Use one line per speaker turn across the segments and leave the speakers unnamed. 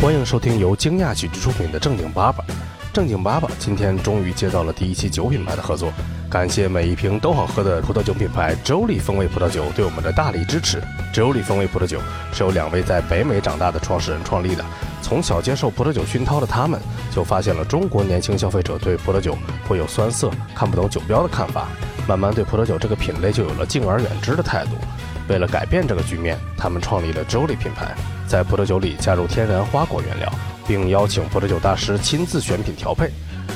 欢迎收听由惊讶喜剧出品的《正经八百》。正经八百今天终于接到了第一期酒品牌的合作，感谢每一瓶都好喝的葡萄酒品牌 Jolly 风味葡萄酒对我们的大力支持。Jolly 风味葡萄酒是由两位在北美长大的创始人创立的，从小接受葡萄酒熏陶的他们，就发现了中国年轻消费者对葡萄酒会有酸涩、看不懂酒标的看法，慢慢对葡萄酒这个品类就有了敬而远之的态度。为了改变这个局面，他们创立了 Jolly 品牌，在葡萄酒里加入天然花果原料，并邀请葡萄酒大师亲自选品调配，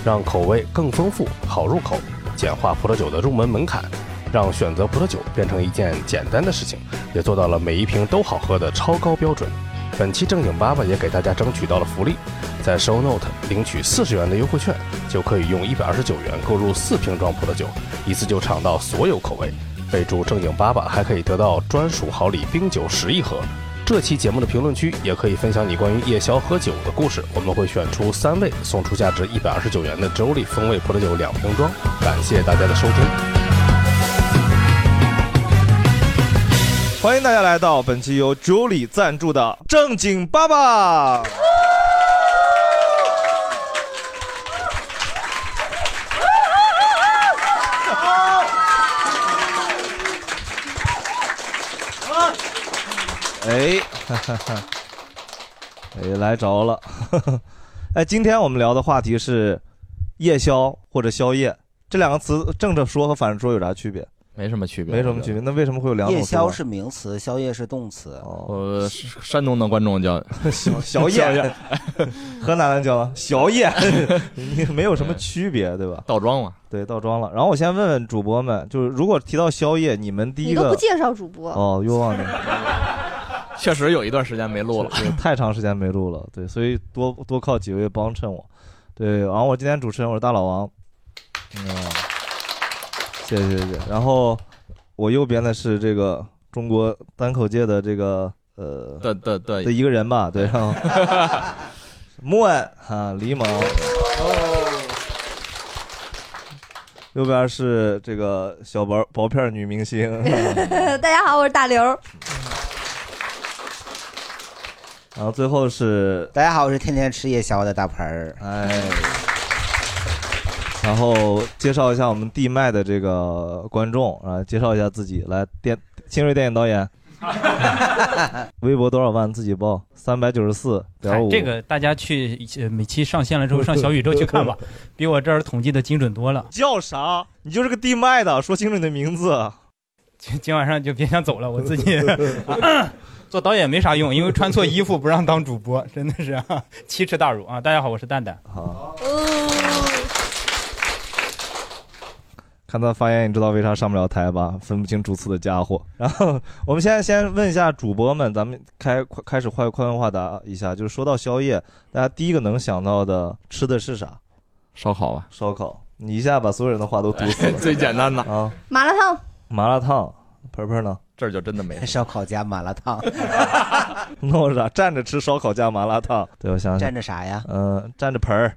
让口味更丰富、好入口，简化葡萄酒的入门门槛，让选择葡萄酒变成一件简单的事情，也做到了每一瓶都好喝的超高标准。本期正经爸爸也给大家争取到了福利，在 Show Note 领取四十元的优惠券，就可以用一百二十九元购入四瓶装葡萄酒，一次就尝到所有口味。备注正经八百，还可以得到专属好礼冰酒十一盒。这期节目的评论区也可以分享你关于夜宵喝酒的故事，我们会选出三位，送出价值一百二十九元的周丽风味葡萄酒两瓶装。感谢大家的收 听。
欢迎大家来到本期由 Julie 赞助的《正经爸爸》。哎， 哈哈哈，哎，来着了。 哎，今天我们聊的话题是夜宵或者宵夜这两个词，正着说和反着说有啥区别？
没什么区别，
没什么区别。那为什么会有两种
夜
说法？
宵是名词，宵夜是动词。
哦
呃，山东的观众叫
小 宵夜， 河南人叫宵夜，你 没有什么区别，对吧？
倒装了，
对，倒装了。然后我先问问主播们，就是如果提到宵夜，你们第一
你
个
都不介绍主播，
哦，又忘了，
确实有一段时间没录了。
对太长时间没录了，对，所以多多靠几位帮衬我，对。然后我今天主持人我是大老王，嗯，谢谢谢谢。然后我右边的是这个中国单口界的这个呃
的的的
一个人吧，对，然 后莫恩啊，狸猫。右边是这个小薄薄片女明星，
大家好，我是大刘。
然后最后是
大家好，我是天天吃夜宵的大盆儿。
哎，然后介绍一下我们地麦的这个观众啊，介绍一下自己，来电新锐电影导演，微博多少万自己报，三百九十四点五，
这个大家去呃每期上线了之后上小宇宙去 看吧，比我这儿统计的精准多了。
叫啥？你就是个地麦的，说清楚你的名字。
今今晚上就别想走了，我 自己 啊做导演没啥用，因为穿错衣服不让当主播， 真的是、啊、奇耻大辱啊！大家好，我是蛋蛋。
好，看他发言，你知道为啥上不了台吧？分不清主次的家伙。 然后我们现在先问一下主播们，咱们开快开始快快问快答一下，就是说到宵夜，大家第一个能想到的吃的是啥？
烧烤啊，
烧烤。你一下把所有人的话都堵死了。
最简单的
啊，
麻辣烫，
麻辣烫，盆盆呢？
这儿就真的没 了。
烧烤加麻辣 烫，
那我啥？站着吃烧烤加麻辣烫。对，我想想
蘸。着啥呀？
嗯，蘸着盆儿，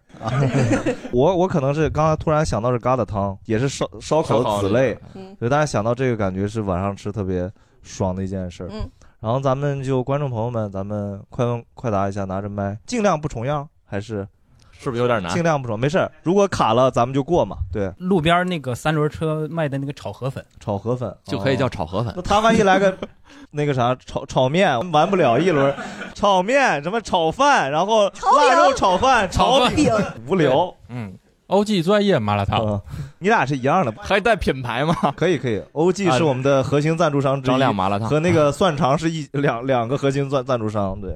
我我可能是刚才突然想到是疙瘩汤，也是烧烧烤的子类，
嗯
所以大家想到这个感觉是晚上吃特别爽的一件事儿。
嗯，
然后咱们就观众朋友们，咱们快问快答一下，拿着麦，尽量不重样，还是
是不是有点难？
尽量不重，没事儿。如果卡了，咱们就过嘛。对，
路边那个三轮车卖的那个炒河粉，
炒河粉
就可以叫
哦
炒河粉
那。他万一来 个那个啥炒炒面，完不了一轮，炒面什么炒饭，然后腊肉炒饭、炒 饼，无聊。
嗯，
OG 最爱夜麻辣烫，
嗯，你俩是一样的，
还带品牌吗？
可以可以。OG 是我们的核心赞助商之一，
张亮麻辣烫
和那个蒜肠是一两两个核心赞赞助商，对，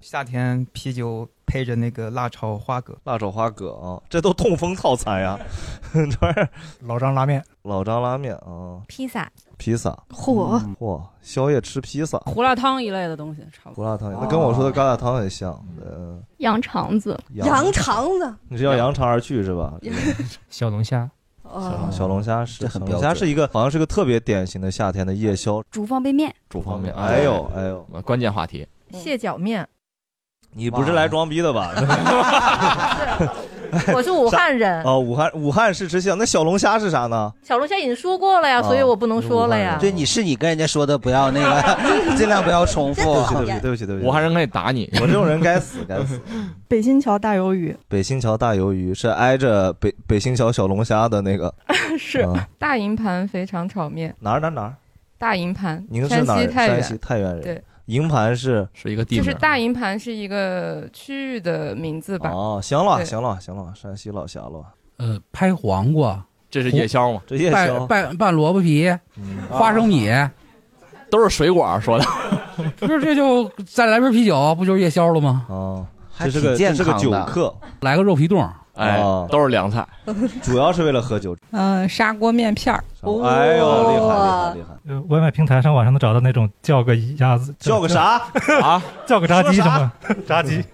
夏天啤酒配着那个辣炒花蛤，
辣炒花蛤啊，这都痛风套餐呀， 这玩意儿
老张拉面，
老张拉面啊，
披萨、
披萨，
嚯，
哇，宵夜吃披萨，
胡辣哦汤一类的东西，差不
胡
多。
辣汤，那跟我说的疙瘩汤很像，呃，
羊肠子，
羊，肠子，
你是要扬长而去是吧？
小龙虾，
哦，
小龙虾是
这很
小
标准
龙虾是一个好像是个特别典型的夏天的夜宵
煮方便面，
主方面，
哎呦，哎呦，
关键话
嗯
题，
蟹脚面，
嗯
你不是来装逼的吧？
我是武汉人，
哦，武汉武汉是吃香，那小龙虾是啥呢？啊
小龙虾已经说过
哦
了呀，啊所以我不能说了呀。
对，你是你跟人家说的，不要那 个，尽量不要重复。
对不起，对不起，对不起，
武汉人可以打你，
我这种人该死该死。
北新桥大鱿鱼
北新桥大鱿鱼是挨着北北新桥小龙虾的那 个
是
啊
大营盘肥肠炒面，
哪儿哪儿哪儿？
大营盘，
您是
山
哪儿
西
人？
太
山
原，
西太原人
对。
营盘是
是一个
就是大营盘是一个区域的名字
啊
吧？
哦，行了
对
行了行了，山西老乡了。
呃，拍黄瓜，
这是夜宵吗？
这夜宵
拌拌拌萝卜皮，花生米，
嗯
啊
都是水果说的，
不是 这就再来瓶啤酒，不就是夜宵了吗？
哦，
还
这是
挺
个这
健
是个
康
酒
的
客，哦
来个肉皮冻，
哎，都是凉菜，
主要是为了喝酒。
嗯，砂锅面片儿，
哎呦，厉害厉害厉害！
呃，外卖平台上网上能找到那种叫个鸭子，
叫个啥
啊？
叫个炸鸡什 么？炸
嗯
鸡。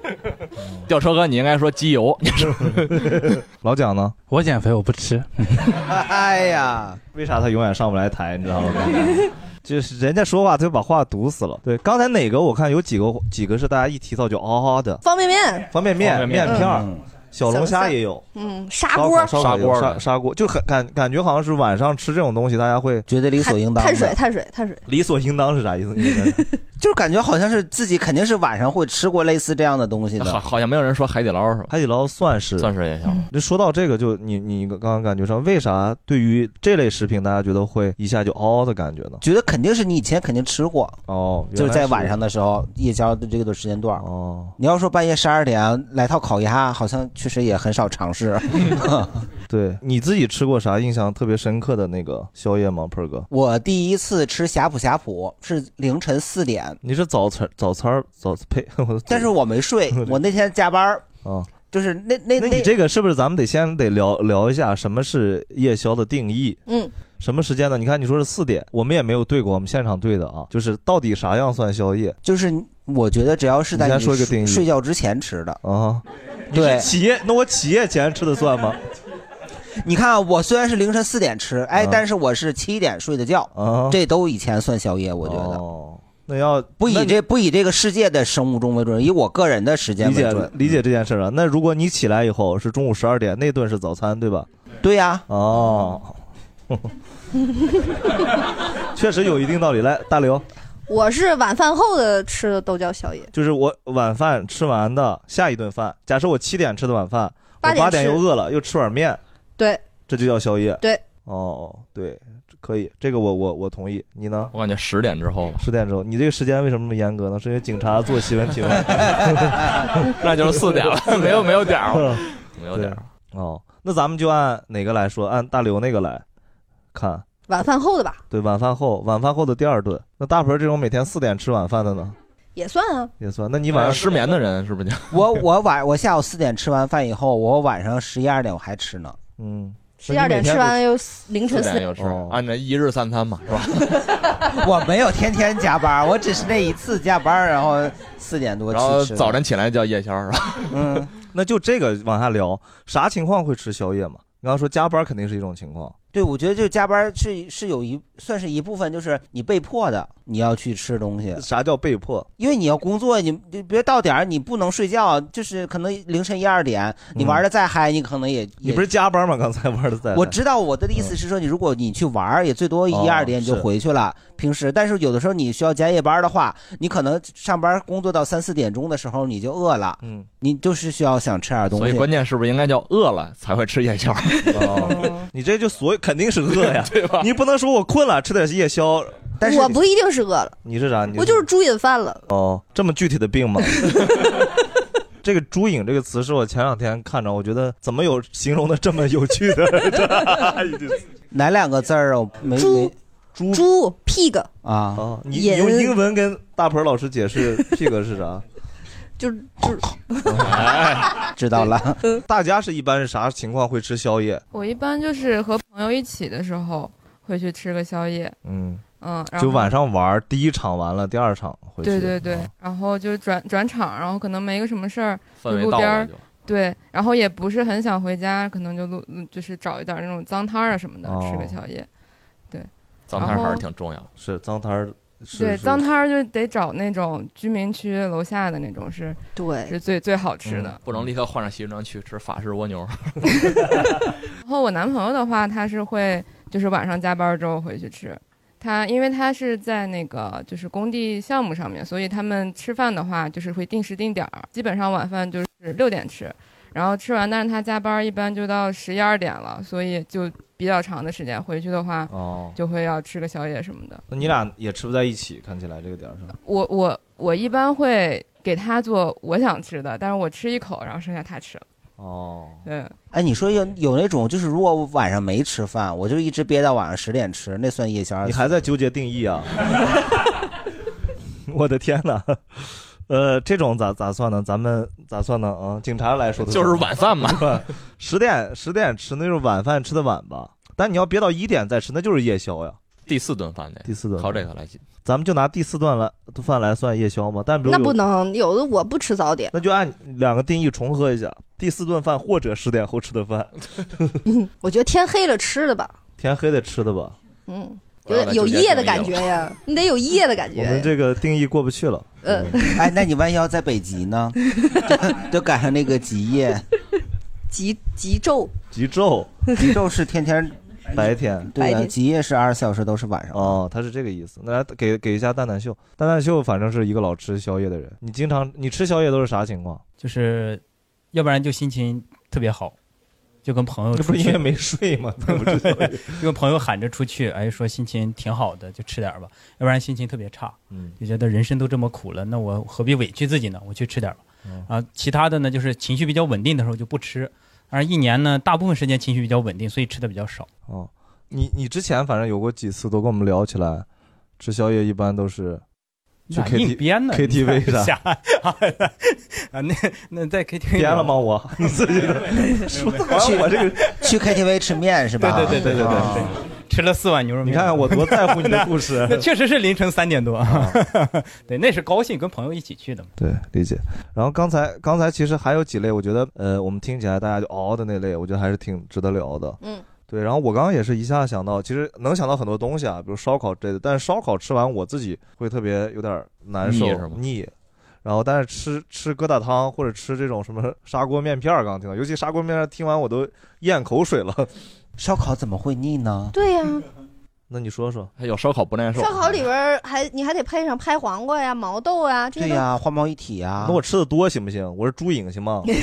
吊车哥，你应该说机 油，你是
老蒋呢？
我减肥，我不吃。
哎呀，
为啥他永远上不来台？你知道吗？ 就是人家说话，他就把话堵死了。对，刚才哪个我看有几个几个是大家一提到就嗷嗷的，
方便面，
方便面、
方便
面
面
片儿
嗯、
小龙虾也有，
嗯，
烧
砂
烤
锅，
烧烤有
砂锅
砂砂锅，就很感感觉好像是晚上吃这种东西，大家会
觉得理所应
碳水，碳水，碳水。
理所应当是啥意思？ 你们
就是感觉好像是自己肯定是晚上会吃过类似这样的东西
好，
的。
好像没有人说海底捞是吧？
海底捞算是
算是夜
嗯
宵，
就说到这个，就你你刚刚感觉上，为啥对于这类食品，大家觉得会一下就嗷嗷的感觉呢？
觉得肯定是你以前肯定吃过，
哦，原来
就是在晚上的时候，夜宵的这个时间段。
哦，
你要说半夜十二点来套烤鸭，好像确实也很少尝试。
对你自己吃过啥印象特别深刻的那个宵夜吗，鹏哥？
我第一次吃呷哺呷哺是凌晨四点，
你是早餐早餐儿早呸， 我的嘴
但是我没睡，我那天加班儿，
啊。
就是那那
那你这个是不是咱们得先得聊聊一下什么是夜宵的定义？
嗯，
什么时间呢？你看你说是四点，我们也没有对过，我们现场对的啊，就是到底啥样算宵夜？
就是我觉得只要是在
你先
你
说一个
睡
定义
睡觉之前吃的
啊。
对，
企业那我企业前吃的算吗？
你看啊，我虽然是凌晨四点吃，哎，
啊
但是我是七点睡的觉，
啊哦
这都以前算宵夜，我觉得。
那要
不以这不以这个世界的生物钟为准，以我个人的时间
理
为
解
准。
理解这件事儿啊。那如果你起来以后是中午十二点，那顿是早餐对吧？
对呀、
哦， 确实有一定道理。来，大刘，
我是晚饭后的吃的都叫宵夜，
就是我晚饭吃完的下一顿饭，假设我七点吃的晚饭，
八
我
点
八点
吃
又饿了，又吃碗面，
对
这就叫宵夜。
对，
哦，对，可以，这个我我我同意。你呢？
我感觉十点之后吧，
十点之后，你这个时间为什么那么严格呢？是因为警察做新闻提问。
哎
那就是四 点了，没有没有点 儿了， 没有点儿。
对哦，那咱们就按哪个来说？按大刘那个来看。
晚饭后的吧，
对，晚饭后，晚饭后的第二顿。那大盆这种每天四点吃晚饭的呢，
也算啊。
也算。那你晚上
哎失眠的人是 不是？
我我晚我下午四点吃完饭以后，我晚上十一二点我还吃呢。
嗯，
十二点吃完又凌晨四
点
点
就，吃，按照一日三餐嘛，是吧？
我没有天天加班，我只是那一次加班，然后四点多去
然后
吃的。
早晨起来叫夜宵是吧？
嗯，
那就这个往下聊，啥情况会吃宵夜嘛？你刚刚说加班肯定是一种情况，
对，我觉得就加班是是有一算是一部分，就是你被迫的，你要去吃东西，
啥叫被迫？
因为你要工作，你你别到点儿你不能睡觉，就是可能凌晨一二点，你玩的再嗨，你可能也
嗯你不是。嗯加班吗？刚才玩的在，
也我知道我的意思是说，你如果你去玩儿，也最多
哦
一二点你就回去了。平时，但是有的时候你需要加夜班的话，你可能上班工作到三四点钟的时候你就饿了，
嗯，
你就是需要想吃点东
所以
西。
关键是不是应该叫饿了才会吃夜宵？
哦，你这就所以肯定是饿 呀，对吧？你不能说我困了吃点夜宵，
我不一定是饿了，
你是啥？你
我就是猪瘾犯了。
哦，这么具体的 病吗？这个“猪瘾”这个词是我前两天看着，我觉得怎么有形容的这么有趣的？
哪两个字儿啊？我没没
猪
猪 pig
啊、
哦，你
瘾
用英文跟大鹏老师解释 pig 是啥？
就是就是
哎知道了。
大家是一般是啥情况会吃宵夜？
我一般就是和朋友一起的时候会去吃个宵夜，
嗯，
嗯，然后
就晚上玩儿第一场完了，第二场回去。啊
对对对，然后就转转场，然后可能没个什么事儿，
氛围
路
到
边
了
儿
就。
对，然后也不是很想回家，可能就路就是找一点那种脏摊儿啊什么的、吃
哦
个宵夜。对，
脏摊儿还是挺重要的，
是脏摊儿
对，
是
脏摊儿就得找那种居民区楼下的那种是，
对，
是最最好
嗯
吃的。
不能立刻换上西装去吃法式蜗牛。
然后我男朋友的话，他是会就是晚上加班之后回去吃。他因为他是在那个就是工地项目上面，所以他们吃饭的话就是会定时定点儿，基本上晚饭就是六点吃，然后吃完，但是他加班一般就到十一二点了，所以就比较长的时间。回去的话，
哦
就会要吃个宵夜什么的。
那你俩也吃不在一起，看起来这个点儿上。
我我我一般会给他做我想吃的，但是我吃一口，然后剩下他吃了。
哦，
对，
哎，你说有有那种就是如果我晚上没吃饭，我就一直憋到晚上十点吃，那算夜宵二次？
你还在纠结定义啊？我的天哪！呃，这种咋咋算呢？咱们咋算呢？啊，警察来说的
就是晚饭嘛，
十点十点吃那就是晚饭吃的晚吧？但你要憋到一点再吃，那就是夜宵呀。
第四顿饭得
第四顿
靠这个来进，
咱们就拿第四顿来饭来算夜宵嘛？但比如
那
有
不，能，有的我不吃早点，
那就按两个定义重合一下：第四顿饭或者十点后吃的饭，
我觉得天黑了吃的吧，
天黑得吃的吧？
嗯，
我
有
要
点有
来纠结
夜
这
的
个
感
意
觉
思
呀，你得有夜的感觉
我们
呀。
这个定义过不去了。
呃，
哎，那你万一要在北极呢？ 就就赶上那个极夜，
极极昼，
极昼，
极昼是天天
白天，
对
白
啊，
天
极夜是二十四小时都是晚上。
哦，他是这个意思。那来给给一下蛋蛋秀，蛋蛋秀反正是一个老吃宵夜的人。你经常你吃宵夜都是啥情况？
就是要不然就心情特别好，就跟朋友
那
出
不
去，
是因为没睡 吗？那不是
就跟朋友喊着出去，哎，说心情挺好的，就吃点儿吧，要不然心情特别差，
嗯
就觉得人生都这么苦了，那我何必委屈自己呢？我去吃点儿吧。
嗯
然后其他的呢，就是情绪比较稳定的时候就不吃，但是一年呢，大部分时间情绪比较稳定，所以吃的比较少。
哦，你你之前反正有过几次都跟我们聊起来，吃宵夜一般都是
你
去
咋硬
K T
编呢
K T V
你咋瞎
啥？
啊，那那在 KTV
编了吗？
聊？
我 你自己的
说
去
我这个
去 KTV 吃面是吧？
对对对对对对
啊
对，吃了四碗牛肉面。你看
看我多在乎你的故事 啊
那确实是凌晨三点多。 对，那是高兴跟朋友一起去的嘛。
对，理解。然后刚才刚才其实还有几类，我觉得呃，我们听起来大家就嗷嗷的那类，我觉得还是挺值得聊的。
嗯，
对。然后我刚刚也是一下想到，其实能想到很多东西啊，比如烧烤之类的。但是烧烤吃完我自己会特别有点难受
腻是吗
腻。然后，但是吃吃疙瘩汤或者吃这种什么 砂锅面片儿，刚刚听到，尤其砂锅面片儿听完我都咽口水了。
烧烤怎么会腻呢？
对 呀、
那你说说，
还有哎烧烤不耐
烧烤里边儿还你还得配上拍黄瓜呀、毛豆呀，这些都
花猫一体呀
那我吃的多行不行？我是猪影行 吗？哎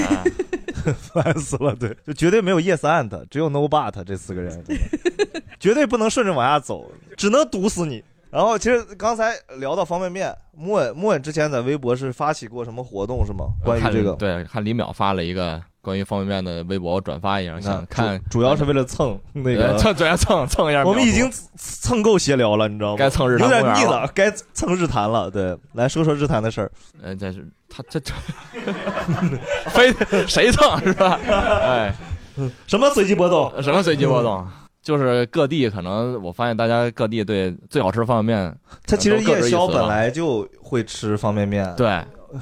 烦死了，对，就绝对没有 yes and，只有 no but 这四个人， 真的绝对不能顺着往下走，只能毒死你。然后其实刚才聊到方便面，莫恩莫恩之前在微博是发起过什么活动是吗？关于
看
这个，
对，看李淼发了一个关于方便面的微博，我转发一下，想看
主要是为了蹭那个
呃蹭主要蹭蹭一下秒数。
我们已经蹭蹭够闲聊了，你知道吗？
该蹭日坛
有点
公园
腻
了
了，该蹭日坛了。对，来说说日坛的事儿。
呃，但是他 这这非 谁蹭是吧？哎，
什么随机波动？
什么随机波动？就是各地可能我发现大家各地对最好吃的方便面，
它其实
可能都各
夜
执一词
宵
吧
本来就会吃方便面，
对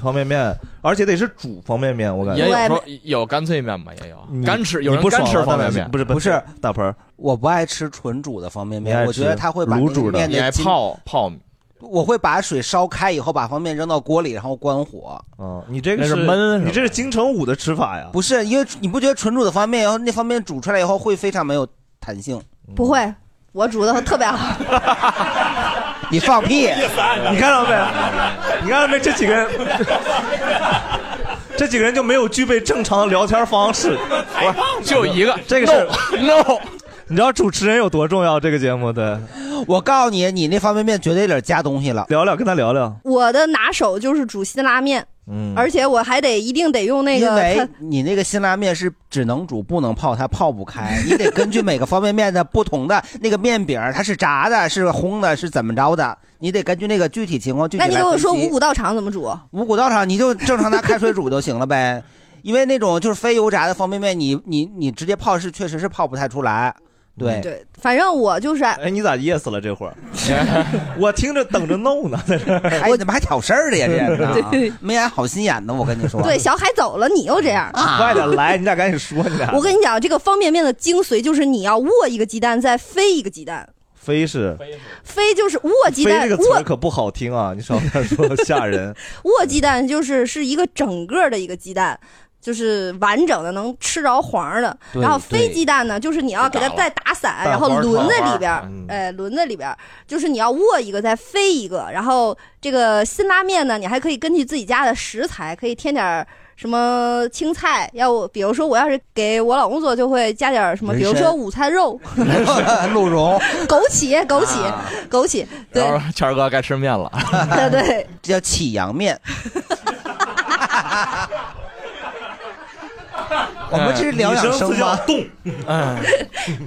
方便面，而且得是煮方便面，我感觉
也有说有干脆面嘛，也有
你
干吃，有
你
人
不
干
爽
吃
吗
方
大
便
白
面，
不是
不是
大盆儿，
我不爱吃纯煮的方便
你爱
面，
吃
我觉得它会把
卤
那
煮
个
的
面
你爱
的筋
泡
泡，
我会把水烧开以后把方便面扔到锅里，然后关火。
啊，你这个
那是焖
闷，你这是京城五的吃法呀？
不是因为你不觉得纯煮的方便面，然后那方便面煮出来以后会非常没有弹性？
不会，我煮的特别好。
你放屁！
你看到没？你看到没？这几个人， 这几个人就没有具备正常的聊天方式，
就一个，
这个是
no。
你知道主持人有多重要？这个节 目对，
我告诉你，你那方便面绝对有点加东西了。
聊聊，跟他聊聊。
我的拿手就是煮辛拉面，
嗯
而且我还得一定得用那
因
个它
为你那个辛拉面是只能煮不能泡，它泡不开，你得根据每个方便面的不同的那个面饼儿，它是炸的，是烘的，是怎么着的，你得根据那个具体情况具体
那
来
你给我
分析
说五谷道场怎么煮？
五谷道场，你就正常拿开水煮就行了 呗。因为那种就是非油炸的方便面，你你你直接泡是确实是泡不太出来。对，
对，反正我就是
嗯哎，你咋 yes 了这会 儿？我听着等着 no 呢，在这儿。
我怎么还挑事儿的呀？这 人呢
对，
没安好心眼呢，我跟你说。啊
对小海走了，你又这样
啊快点 来，你俩赶紧说，你俩。
我跟你讲，这个方便面的精髓就是你要握一个鸡蛋，再飞一个鸡蛋。
飞是
飞就是卧鸡
飞这
蛋，
个词儿
卧
可不好听啊，你少跟他说吓 人。
卧鸡蛋就是是一个整个的一个鸡蛋。就是完整的，能吃着黄儿的。
对
然后飞
对
鸡蛋呢，就是你要给它再打散，
蛋
然后
花儿
轮在
糖花
里
儿
边儿
嗯，
哎，轮在里边儿，就是你要握一个再飞一个。然后这个辛拉面呢，你还可以根据自己家的食材，可以添点儿什么青菜。要我比如说我要是给我老公做，就会加点儿什么，
人
比如说
参
午餐 肉、
鹿 茸，
枸杞、枸杞、
啊
枸杞，对
然后谦儿哥该吃面了，
对对，
这 叫起阳面。我们这是疗养生 吗？
动，
哎
嗯，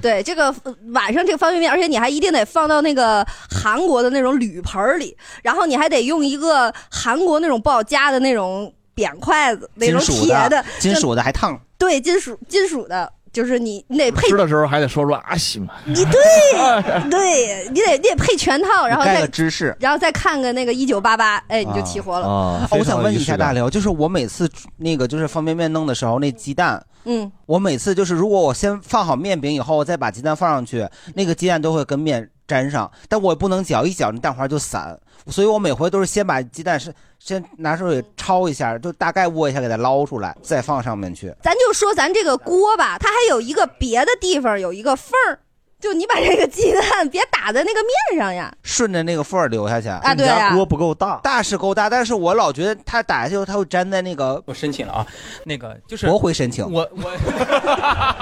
对，这个呃晚上这个方便面，而且你还一定得放到那个韩国的那种铝盆儿里，然后你还得用一个韩国那种不好夹的那种扁筷子，那
金
种
属
铁
的，金
就
属的还烫。
对，金属金属的，就是你你
哎
得配
吃，的时候还得说说啊西嘛，
你对对，你得你得配全套，然后
盖
再
个芝士
然后再看个那个一九八八，哎，你就
啊
齐活了。
哦我想问一下大
刘，
刘，就是我每次那个就是方便面弄的时候，那鸡蛋，
嗯，
我每次就是如果我先放好面饼以后，我再把鸡蛋放上去，那个鸡蛋都会跟面粘上，但我也不能搅，一搅那蛋黄就散，所以我每回都是先把鸡蛋是先拿手给焯一下，就大概握一下给它捞出来，再放上面去。
咱就说咱这个锅吧，它还有一个别的地方有一个缝儿，就你把这个鸡蛋 别打在那个面上呀。
顺着那个缝儿流下去啊
啊对啊你家锅
不够大，
大是够大，但是我老觉得它打下去后，它会粘在那个。
我申请了啊，那个就是
驳回申请。
我我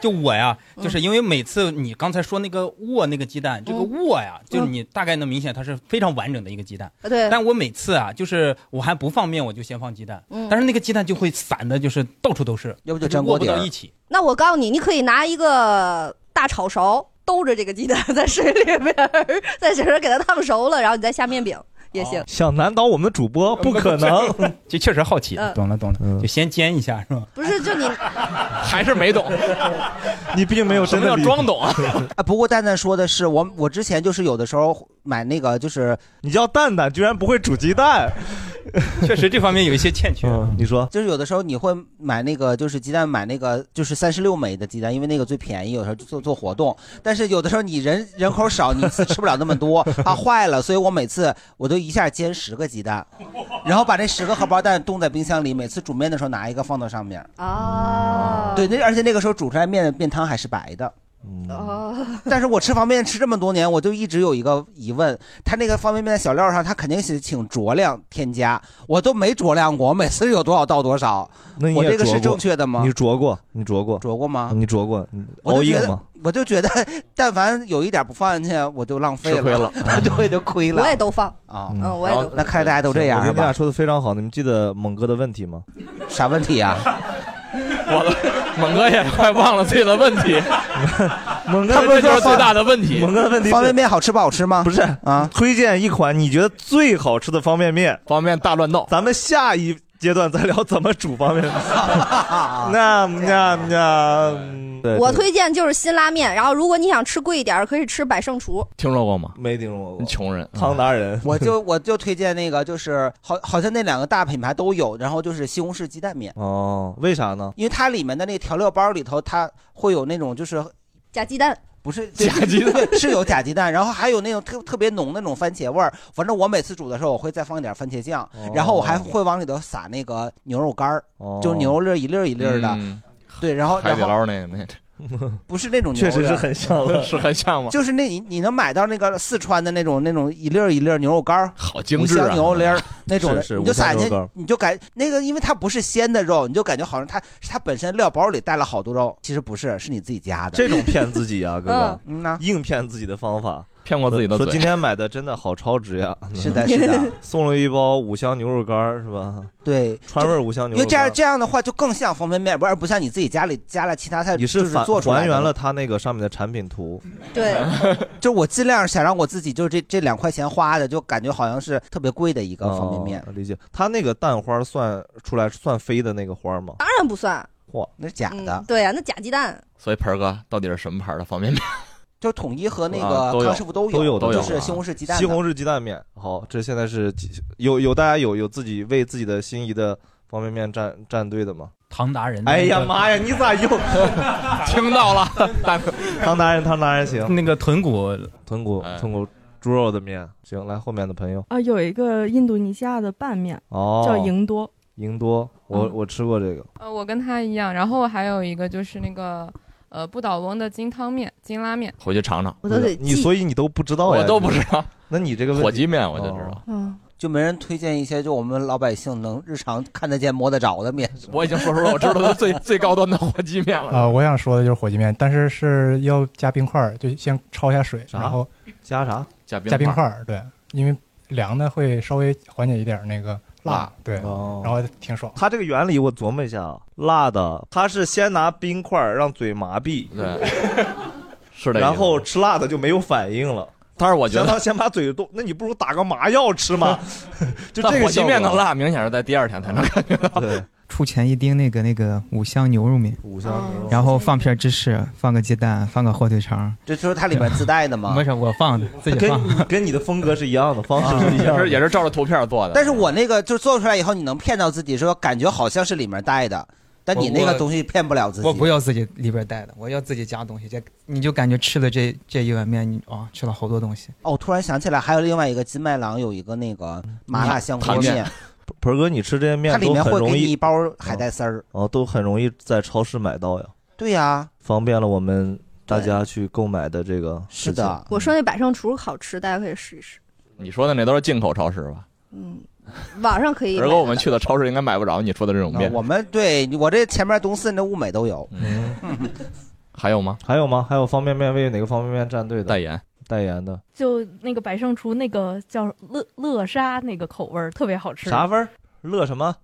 就我呀，就是因为每次你刚才说那个卧那个鸡蛋，这个卧呀，就是你大概能明显它是非常完整的一个鸡蛋。
啊对
但我每次啊，就是我还不放面，我就先放鸡蛋，
嗯
但是那个鸡蛋就会散的，就是到处都是，
要不
就
粘
握
锅
不
底儿
到一起。
那我告诉你，你可以拿一个大炒勺兜着这个鸡蛋在水里边儿，在水里给它烫熟了，然后你再下面饼也
哦
行。
想难倒我们主播不可能，
就确实好奇
嗯，
懂了懂了，就先煎一下是吧？
不是，就你
还是没懂，
你并没有
什么叫装懂啊？
啊，不过蛋蛋说的是我，我之前就是有的时候买那个就是
你叫蛋蛋，居然不会煮鸡蛋，
确实这方面有一些欠缺。
嗯你说
就是有的时候你会买那个就是鸡蛋，买那个就是三十六枚的鸡蛋，因为那个最便宜，有时候就做做活动。但是有的时候你人人口少，你一次吃不了那么多， 怕坏了，所以我每次我都一下煎十个鸡蛋，然后把那十个荷包蛋冻在冰箱里，每次煮面的时候拿一个放到上面。
哦，
对，那而且那个时候煮出来面的面汤还是白的。
哦，
但是我吃方便面吃这么多年，我就一直有一个疑问，他那个方便面的小料上，他肯定写请酌量添加，我都没酌量过，我每次有多少倒多少。
那你
我
也
这个是
啄过
正确的吗
你？啄过，你啄过，
啄过吗？
你啄过，
我
熬
就
硬
觉得
吗？，
我就觉得，但凡有一点不放进去，我就浪费了，
吃亏了
对， 就亏了。
我也都放
啊，
嗯，我也都
那看来大家都这样
我觉
是
得你俩
吧？
说的非常好，你们记得猛哥的问题吗？
啥问题啊？
我猛哥也快忘了自己的问 题，
猛
哥这就是最大的问题。
猛哥的问题是
方便面好吃不好吃吗？
不是
啊，
推荐一款你觉得最好吃的方便面，
方便大乱斗。
咱们下一阶段再聊怎么煮方 便面。那那那，对
我推荐就是辛拉面，然后如果你想吃贵一点儿，可以吃百胜厨。
听说过吗？
没听说过。
穷人，
汤达人，
我就我就推荐那个，就是好好像那两个大品牌都有，然后就是西红柿鸡蛋面。
哦，为啥呢？
因为它里面的那个调料包里头，它会有那种就是
假鸡蛋，
不是假鸡蛋， 是有假鸡蛋，然后还有那种特特别浓的那种番茄味儿。反正我每次煮的时候，我会再放一点番茄酱，然后我还会往里头撒那个牛肉干儿，
哦
就是牛肉粒儿一粒儿一粒儿的。
嗯
对，然后
海底
然后
捞那个那
不是那种牛
确
肉
实
粒儿
是很 像了是很像吗
就是那你你能买到那个四川的那种那种一粒儿一粒儿牛肉干儿，
好精致
五
啊
香牛肉粒 儿那种的，
是是
你就撒进
五香牛肉干儿
去，你就感那个，因为它不是鲜的肉，你就感觉好像它是它本身料包里带了好多肉，其实不是，是你自己加的。
这种 骗自己啊，哥哥，
嗯呐，
硬骗自己的方法，
骗过自己的
说
嘴
今天买的真的好超值呀，
是的是的，
送了一包五香牛肉干儿是吧？
对，
川味儿五香牛
因为
肉
这
干
样
儿。
这样的话就更像方便面，不而不像你自己家里加了其他菜，
你是
呃就是
反
做出来
还
的
原了它那个上面的产品图，
对，
就我尽量想让我自己就这这两块钱花的，就感觉好像是特别贵的一个嗯方便面。
哦理解。它那个蛋花算出来算飞的那个花吗？
啊
当然不算。
嚯，
那假
嗯，对呀、那假鸡蛋，
所以盆儿哥到底是什么牌儿的方便面？
就统一 和那
啊
个
都有
康师傅都
都有，
就
有
是西红柿鸡蛋的。
西红柿鸡蛋面。好，这现在是几有有大家有有自己为自己的心仪的方便面站站队的吗？
唐达人
哎呀妈呀，你咋又
听到了？大哥，
汤达人，汤达人行。
那个豚骨，
豚骨，
哎
豚骨猪肉的面行。来后面的朋友，
啊，有一个印度尼西亚的拌面，
哦
叫赢多，嗯
赢多，我我吃过这个。
呃，我跟他一样，然后还有一个就是那个呃不倒翁的金汤面、金拉面，
回去尝尝。
我都得
你所以你都不哦知道呀？
我都不知道。
那你这个哦
火鸡面我就知道，
嗯，
就没人推荐一些就我们老百姓能日常看得见摸得着的面。
我已经说出了我知道的最 最高端的火鸡面了。
啊，我想说的就是火鸡面，但是是要加冰块儿，就先焯一下水，然后
加啥？
加
加冰块儿，对，因为凉的会稍微缓解一点那个辣，对，
哦
然后挺爽。
它这个原理我琢磨一下啊，辣的，它是先拿冰块儿让嘴麻痹，对，
是
的。然后吃辣的就没有反应了。
但是我觉得
相当先把嘴动，那你不如打个麻药吃 嘛。就这
但
个
火鸡
效
面的
果
辣， 明显是在第二天才能感觉到。
对，
出前一丁那个那个五香牛肉面，
五香牛
嗯
肉
然后放片芝士，放个鸡蛋，放个火腿肠，
这就是它里面自带的 吗？
没事，我放的，自己放。
跟跟你的风格是一样的，方
式 是一样的
也是也是照着图片做的。
但是我那个就做出来以后，你能骗到自己说感觉好像是里面带的，但你那
我
个东西骗不了自己。
我不要自己里边带的，我要自己加东西。这你就感觉吃了这这一碗面，你啊、吃了好多东西。
哦，我突然想起来，还有另外一个金麦郎有一个那个麻辣香锅
汤
面，。
盆儿哥，你吃这些面
它里
都
面
很
会
容
给
易
你一包海带丝儿。
哦，都很容易在超市买到呀，
对呀、
方便了我们大家去购买的这个。是的，
我说那百胜厨好吃，大家可以试一试。
你说的那都是进口超市吧？
嗯，网上可以买
如。果我们去的超市应该买不着你说的这种面
啊。我们对我这前面东四那物美都有。
嗯还有吗？
还有吗？还有方便面为哪个方便面站队的？代
言，
代言的
就那个百胜厨那个叫乐乐沙那个口味儿特别好吃。
啥味儿？乐什么？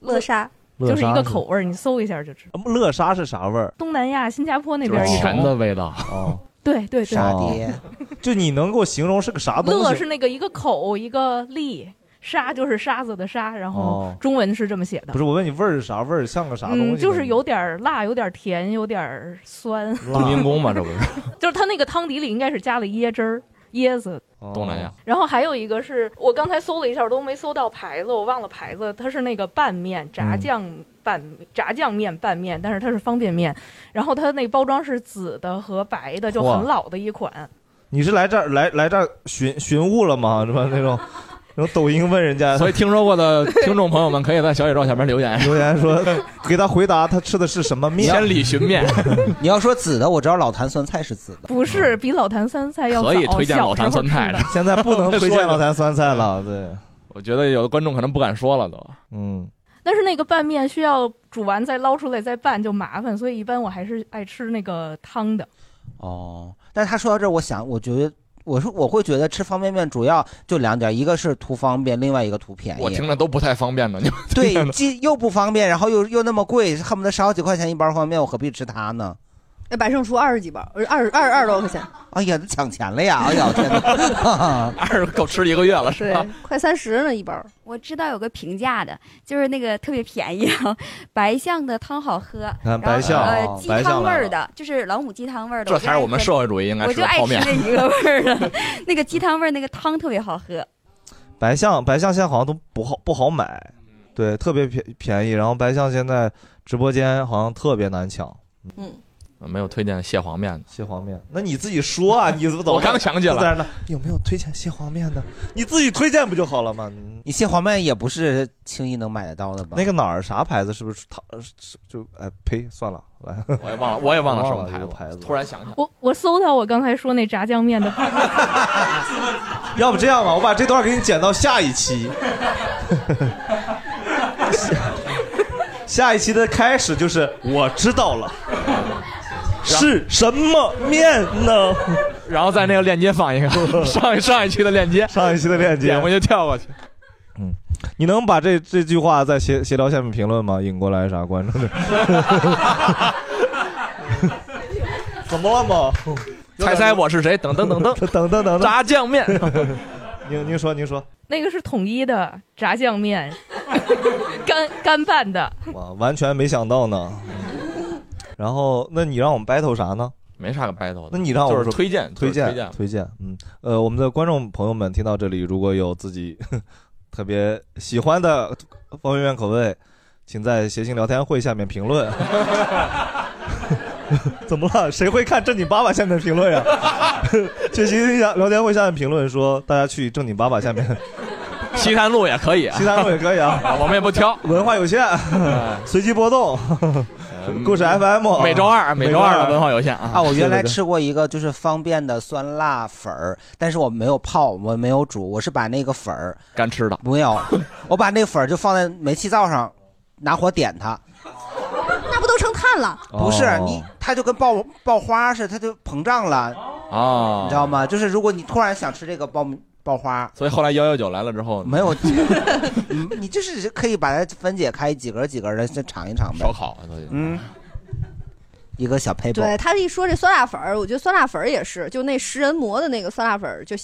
乐沙
乐
就是一
沙
个
是
口味儿，你搜一下就知道。
呃乐沙是啥味儿？
东南亚新加坡那边儿一
钱的
种，
味道。
哦，
对对对，
哦？就你能给我形容是个啥东西？
乐是那个一个口一个粒，沙就是沙子的沙，然后
哦
中文是这么写的。
不是，我问你味儿是啥味儿？像个啥东西
嗯，
呢？
就是有点儿辣，有点儿甜，有点儿酸。
冬阴功嘛，这不是
就是它那个汤底里应该是加了椰汁儿、椰子。
东南亚？
然后还有一个是我刚才搜了一下，我都没搜到牌子，我忘了牌子。它是那个拌面，炸酱拌、炸酱面拌面，但是它是方便面。然后它那包装是紫的和白的，就
哇
很嗯老的一款。
你是来这儿来来这儿寻寻物了吗？是吧？那 种，那种抖音问人家，
所以听说 过的听众朋友们可以在小宇宙下面留言。
留言说， 给他回答他吃的是什么面？
千里 寻面。
你要说紫的，我知道老坛酸菜是紫的。
不是比老坛酸菜要早，小时候吃的
现在不能推荐老坛酸菜 了，对。
我觉得有的观众可能不敢说了都。
嗯，
但是那个拌面需要煮完再捞出来再拌就麻烦，所以一般我还是爱吃那个汤的。
哦，但是他说到这儿，我想，我觉得。我说我会觉得吃方便面主要就两点，一个是图方便，另外一个图便宜。
我听着都不太方便呢。你们 听
对，
着
既又不方便，然后又又那么贵，恨不得十好几块钱一包方便面，我何必吃它呢？
那哎百胜厨二十几包，呃二二二十多块钱，
哎呀，抢钱了呀！哎呀，我天 哪！
二够吃一个月了，是
啊
吧？
快三十呢一包。
我知道有个平价的，就是那个特别便宜，啊白象的汤好喝，然
看
后
白象
呃
哦
鸡
白象
汤味
来
儿的，就是老母鸡汤味儿的，
这才是我们社
会
会主义应该
我
吃
就
的
爱
泡
吃
面。
那一个味儿的， 那个鸡汤味儿那个汤特别好喝。
白象白象现在好像都不好不好买，
嗯
对，特别便便宜。然后白象现在直播间好像特别难抢。
嗯，
没有推荐蟹黄面的。
蟹黄面，那你自己说啊，你怎 么
我 刚想起来
自然的有没有推荐蟹黄面的？你自己推荐不就好了吗？
你蟹黄面也不是轻易能买得到的吧？
那个哪儿啥牌子？是不是它呃是就哎呸，算了，来，
我也忘了，我也忘了什么
这
牌
个
子，
牌子。
突然想起来，
我我搜到我刚才说那炸酱面的 牌子，
要不这样吧，我把这段给你剪到下一期。 下一期的开始就是我知道了，是什么面呢？
然后在那个链接放 一个上一上一期的链接，
上一期的链接
点过去跳过去。
你能把这这句话在协协调下面评论吗？引过来啥观众的？ 怎么了吗？
猜猜我是谁？等等等等
等等等
炸酱 面。
您您说您说，
那个是统一的炸酱面， 干干拌的。，
哇，啊完全没想到呢。然后，那你让我们 battle 啥呢？
没啥可 battle 的
那你让我
就是
说
推荐
推
就是推
荐
荐，
推荐。嗯，呃，我们的观众朋友们听到这里，如果有自己特别喜欢的方便面口味，请在谐星聊天会下面评论。 怎么了？谁会看正经八百下面的评论呀？ 这期聊天会下面评论说，大家去正经八百下面，
西山路也 可以，
西山路也可以 啊
我们也不 挑，哎
文化有限，随机波动，故事哦 FM，
嗯每 周二每周二的文化有限啊
啊，我原来
对对对
吃过一个就是方便的酸辣粉儿，但是我没有泡，我没有煮，我是把那个粉儿
干吃的，
没有， 我把那个粉儿就放在煤气灶上，拿火点它，
那不都成炭了？
不是你，它就跟爆爆花似的，它就膨胀了，
啊
哦，
你知道吗？就是如果你突然想吃这个爆米爆花，
所以后来幺幺九来了之后，
没有，嗯 你就是可以把它分解开几格几格的，再尝一尝呗。烧
烤，啊
嗯，一个小 paper。
对他一说这酸辣粉儿，我觉得酸辣粉儿也是，就那食人魔的那个酸辣粉儿，就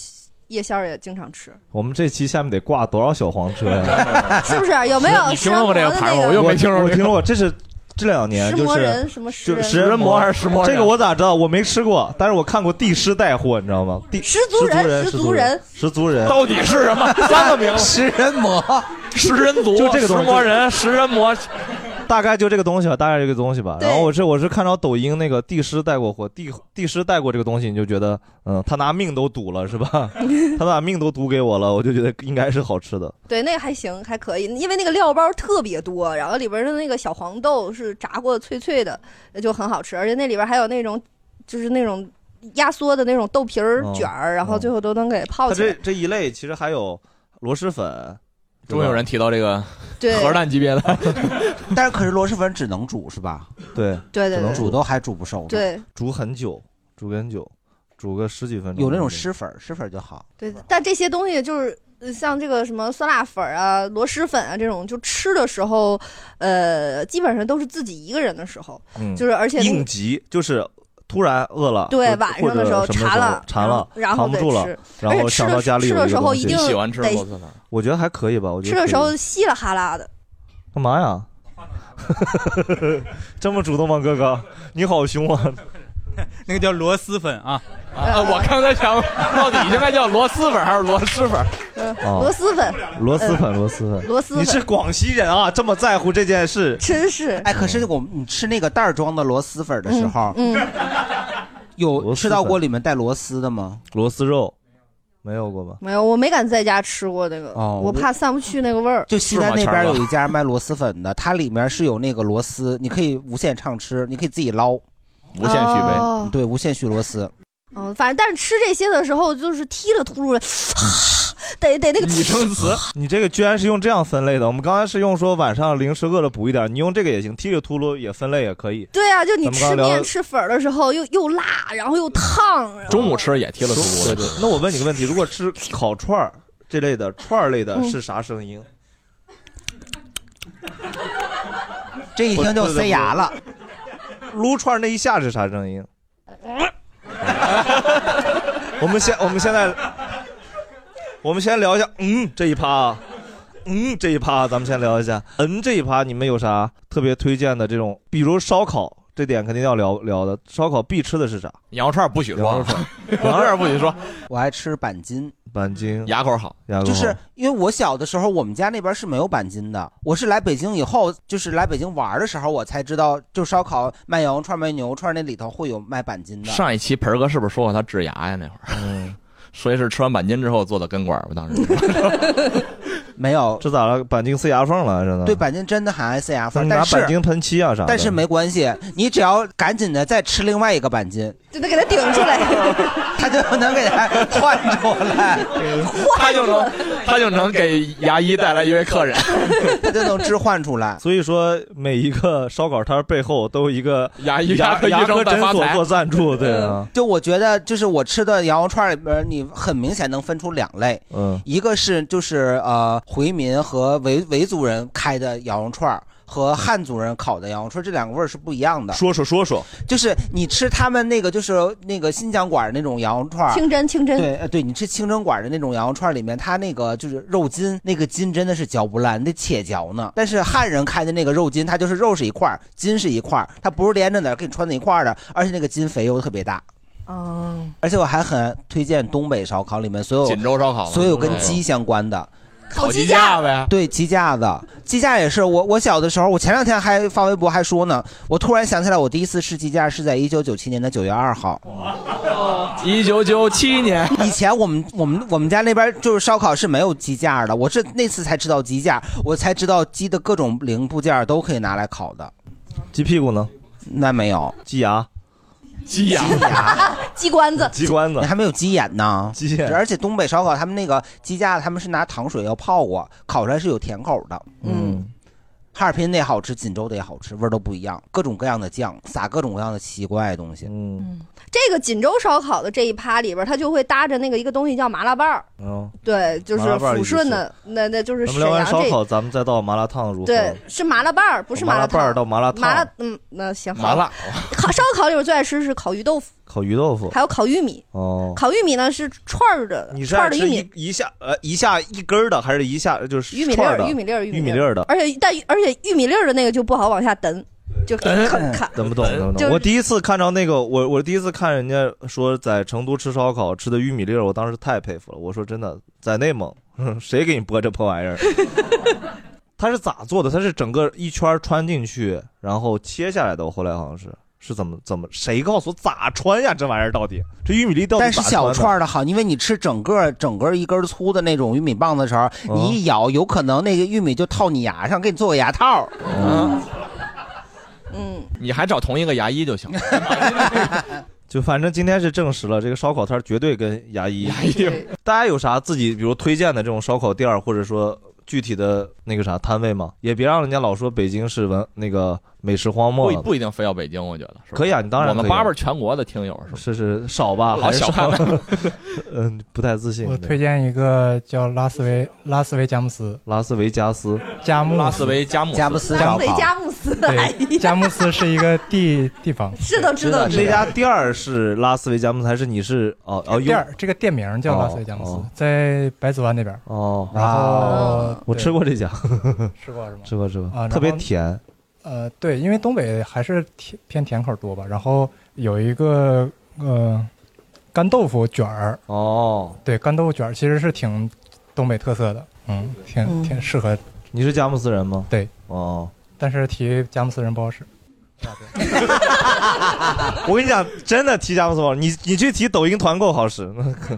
夜宵也经常吃，
我们这期下面得挂多少小黄车 呀？
是不是？有没有食人魔的那个？
我听说过，这是这两年
食
就
魔
是
人什么食
就
人
食人魔
还是食魔人啊
这个我咋知道？我没吃过，但是我看过帝师带货，你知道吗？帝
食族人
人，
食
食
族人
食族人
到底是什么？三个 名字
食人 魔、
食人族、
就这个东
食
西
魔人、食人魔，
大概就这个东西吧，大概这个东西吧。
对
然后我是我是看着抖音那个帝师带过货，帝帝师带过这个东西，你就觉得，嗯，他拿命都赌了是 吧？他把命都赌给我了，我就觉得应该是好吃的。
对，那个还行，还可以，因为那个料包特别多，然后里边的那个小黄豆是炸过的脆脆的，就很好吃，而且那里边还有那种就是那种压缩的那种豆皮儿
哦
卷儿，然后最后都能给泡
他
起
这
来。
这一类其实还有螺蛳粉，
终于有人提到这个
对
核弹级别的，
但是可是螺蛳粉只能煮是吧？
对
对对
只能
对
煮都还煮不熟呢。
对
煮很久，煮很久，煮个十几分钟。
有那种湿粉儿，湿粉儿就好。
对，但这些东西就是呃像这个什么酸辣粉儿啊、螺蛳粉啊这种，就吃的时候，呃，基本上都是自己一个人的时候，
嗯，
就是而且那
应急就是。突然饿了，
对
或
晚上
或者
的时候
什么时候
馋了
馋了，
然后
扛不住了
得吃，
然后想到家里有
而
一个东西
且吃的吃的时候一定你喜欢吃得螺蛳粉？
我觉得还可以吧，我觉
吃
得
的
可以
时候稀了哈啦的。
干嘛呀？ 这么主动吗，哥哥？你好凶啊！
那个叫螺蛳粉啊。
啊，我刚才 想，到底应该叫螺蛳粉还是螺蛳粉？
嗯，
哦
螺蛳粉，
螺蛳
呃
粉，螺蛳粉，
螺蛳粉
你是广西人啊，这么在乎这件事，
真是。
哎，可是我们你吃那个袋儿装的螺蛳粉儿的时候，
嗯，
有
蛳
吃到
粉
过里面带螺丝的吗？
螺丝肉没有过吧？
没有，我没敢在家吃过那个，
哦
我怕散不去那个味儿。
就西单那边有一家卖螺蛳粉的，它里面是有那个螺丝，你可以无限畅吃，你可以自己捞，无
限续呗哦
对，无限续螺丝。
嗯，反正但是吃这些的时候，就是踢了秃噜， 得得那个。
词，你这个居然是用这样分类的。我们刚才是用说晚上零食饿了补一点，你用这个也行，踢着秃噜也分类也可以。
对啊，就你
咱们刚
吃
刚聊
面吃粉儿的时候，又又辣，然后又烫，
中午吃也踢了秃噜
对对，那我问你个问题：如果吃烤串儿这类的串儿类的
嗯
是啥声音？
这一听就塞牙了。
撸串儿那一下是啥声音？ 我们先我们现在，我们先聊一下，嗯，这一趴啊，嗯，这一趴咱们先聊一下，嗯，这一趴你们有啥特别推荐的这种，比如烧烤。这点肯定要聊聊的，烧烤必吃的是啥？
羊肉串不许啊说
羊肉串，
羊肉串不许说。
我爱吃板筋，
板筋
牙口好，
牙口好
就是因为我小的时候，我们家那边是没有板筋的。我是来北京以后，就是来北京玩的时候，我才知道，就烧烤卖羊肉串、卖牛肉串那里头会有卖板筋的。
上一期盆儿哥是不是说过他治牙呀？那会儿， 所以是吃完板筋之后做的根管儿吧？当 时
没有，
这咋了？板筋塞牙缝了，真的。
对，板筋真的很爱塞牙
咱
缝，
们
但
拿
是
板筋喷漆啊啥的。
但是没关系，你只要赶紧的再吃另外一个板筋，
就得给它顶出来。
他就能给它换出来，
他就能他就能给牙医带来一位客 人，
他就能置换出来。
所以说，每一个烧烤摊儿背后都有一个
牙医
牙
牙科医
牙科
生在
诊
发
所
财
做赞助，对啊，
就我觉得，就是我吃的羊肉串里边，你很明显能分出两类，
嗯，
一个是就是呃回民和维维族人开的羊肉串儿和汉族人烤的羊肉串儿，这两个味儿是不一样的。
说说说说，
就是你吃他们那个就是那个新疆馆儿那种羊肉串儿，
清真清真
对呃对，你吃清真馆儿的那种羊肉串儿里面，它那个就是肉筋，那个筋真的是嚼不烂，你得且嚼呢。但是汉人开的那个肉筋，它就是肉是一块儿，筋是一块儿，它不是连着的，给你穿在一块儿的，而且那个筋肥又特别大。
嗯，
哦而且我还很推荐东北烧烤里面所有
锦州烧烤嘛嗯
所有跟
锦州烧烤
鸡相关的，
烤鸡架
呗。
对，鸡架子，鸡架也是我我小的时候，我前两天还发微博还说呢，我突然想起来，我第一次吃鸡架是在一九九七年的九月二号。
一九九七年，
以前我们我们我们家那边就是烧烤是没有鸡架的，我是那次才知道鸡架，我才知道鸡的各种零部件都可以拿来烤的。
鸡屁股呢？
那没有。
鸡牙。
鸡
牙。鸡牙。
鸡 冠子，
鸡冠子
你还没有鸡眼呢。
鸡眼
而且东北烧烤他们那个鸡架，他们是拿糖水要泡过，烤出来是有甜口的。
嗯，
哈尔滨的也好吃，锦州的也好吃，味儿都不一样，各种各样的酱，撒各种各样的奇怪的东西。
嗯，
这个锦州烧烤的这一趴里边儿，它就会搭着那个一个东西叫麻辣拌儿，
嗯，
对，就是
麻辣拌儿
抚顺的，那那就是
咱们
沈
聊完
阳
烧烤，
这，
咱们再到麻辣烫如何？
对，是麻辣拌儿，不是
麻
辣
辣
烫。
拌儿到麻辣烫，
麻辣，嗯，那行。好
麻辣
烤烧烤里边最爱吃是烤鱼豆腐，
烤鱼豆腐，
还有烤玉米。
哦，
烤玉米呢是串儿着的，
你是
串
爱
儿的玉
吃
米
一，一下呃一下一根儿的，还是一下就是
玉米粒
串
儿，
的
玉米粒儿，
玉
米
米粒儿的？
而且但而且玉米粒儿的那个就不好往下蹬，就啃 啃。
怎
哎
么懂？怎么
就
懂？
是
我第一次看到那个，我我第一次看人家说在成都吃烧烤吃的玉米粒儿，我当时太佩服了。我说真的，在内蒙， 谁给你剥这破玩意儿？ 它是咋做的？它是整个一圈儿穿进去，然后切下来的。我后来好像是是怎么怎么谁告诉我咋穿呀？这玩意儿到底这玉米粒到底
但是
咋穿
小串
的
儿的好，因为你吃整个整个一根粗的那种玉米棒子的时候，
嗯
你一咬，有可能那个玉米就套你牙上，给你做个牙套。
嗯，
嗯，
你还找同一个牙医就行了。
就反正今天是证实了，这个烧烤摊儿绝对跟牙医。牙医，大家有啥自己比如推荐的这种烧烤店儿，或者说具体的那个啥摊位吗？也别让人家老说北京是文那个美食荒漠
不
了。
不一定非要北京，我觉得是吧
可以啊，你当然
我们
可以啊
八辈儿全国的听友
是是少吧，
老
还是
小看
少
了。
嗯，不太自信。
我推荐一个叫拉 斯维拉斯维加姆斯，
拉斯维加斯，
加姆斯
拉斯维加姆斯加姆斯
拉斯维加姆斯，哎
对，加姆斯是一个地 地方，
是都知道。
这家店儿是拉斯维加姆斯还是你是哦哦
店儿这个店名叫拉斯维加姆斯，
哦
在白子湾那边。
哦，
然后
我吃过这家，
吃过是吗？
吃过吃过
啊然，后
特别甜。
呃，对，因为东北还是甜偏甜口多吧。然后有一个呃干豆腐卷儿，
哦，
对，干豆腐卷儿其实是挺东北特色的，嗯，挺挺适合。
你是佳木斯人吗？
对，
哦，
但是提佳木斯人不好使。
我跟你讲，真的提佳木斯不好，你你去提抖音团购好使， 那可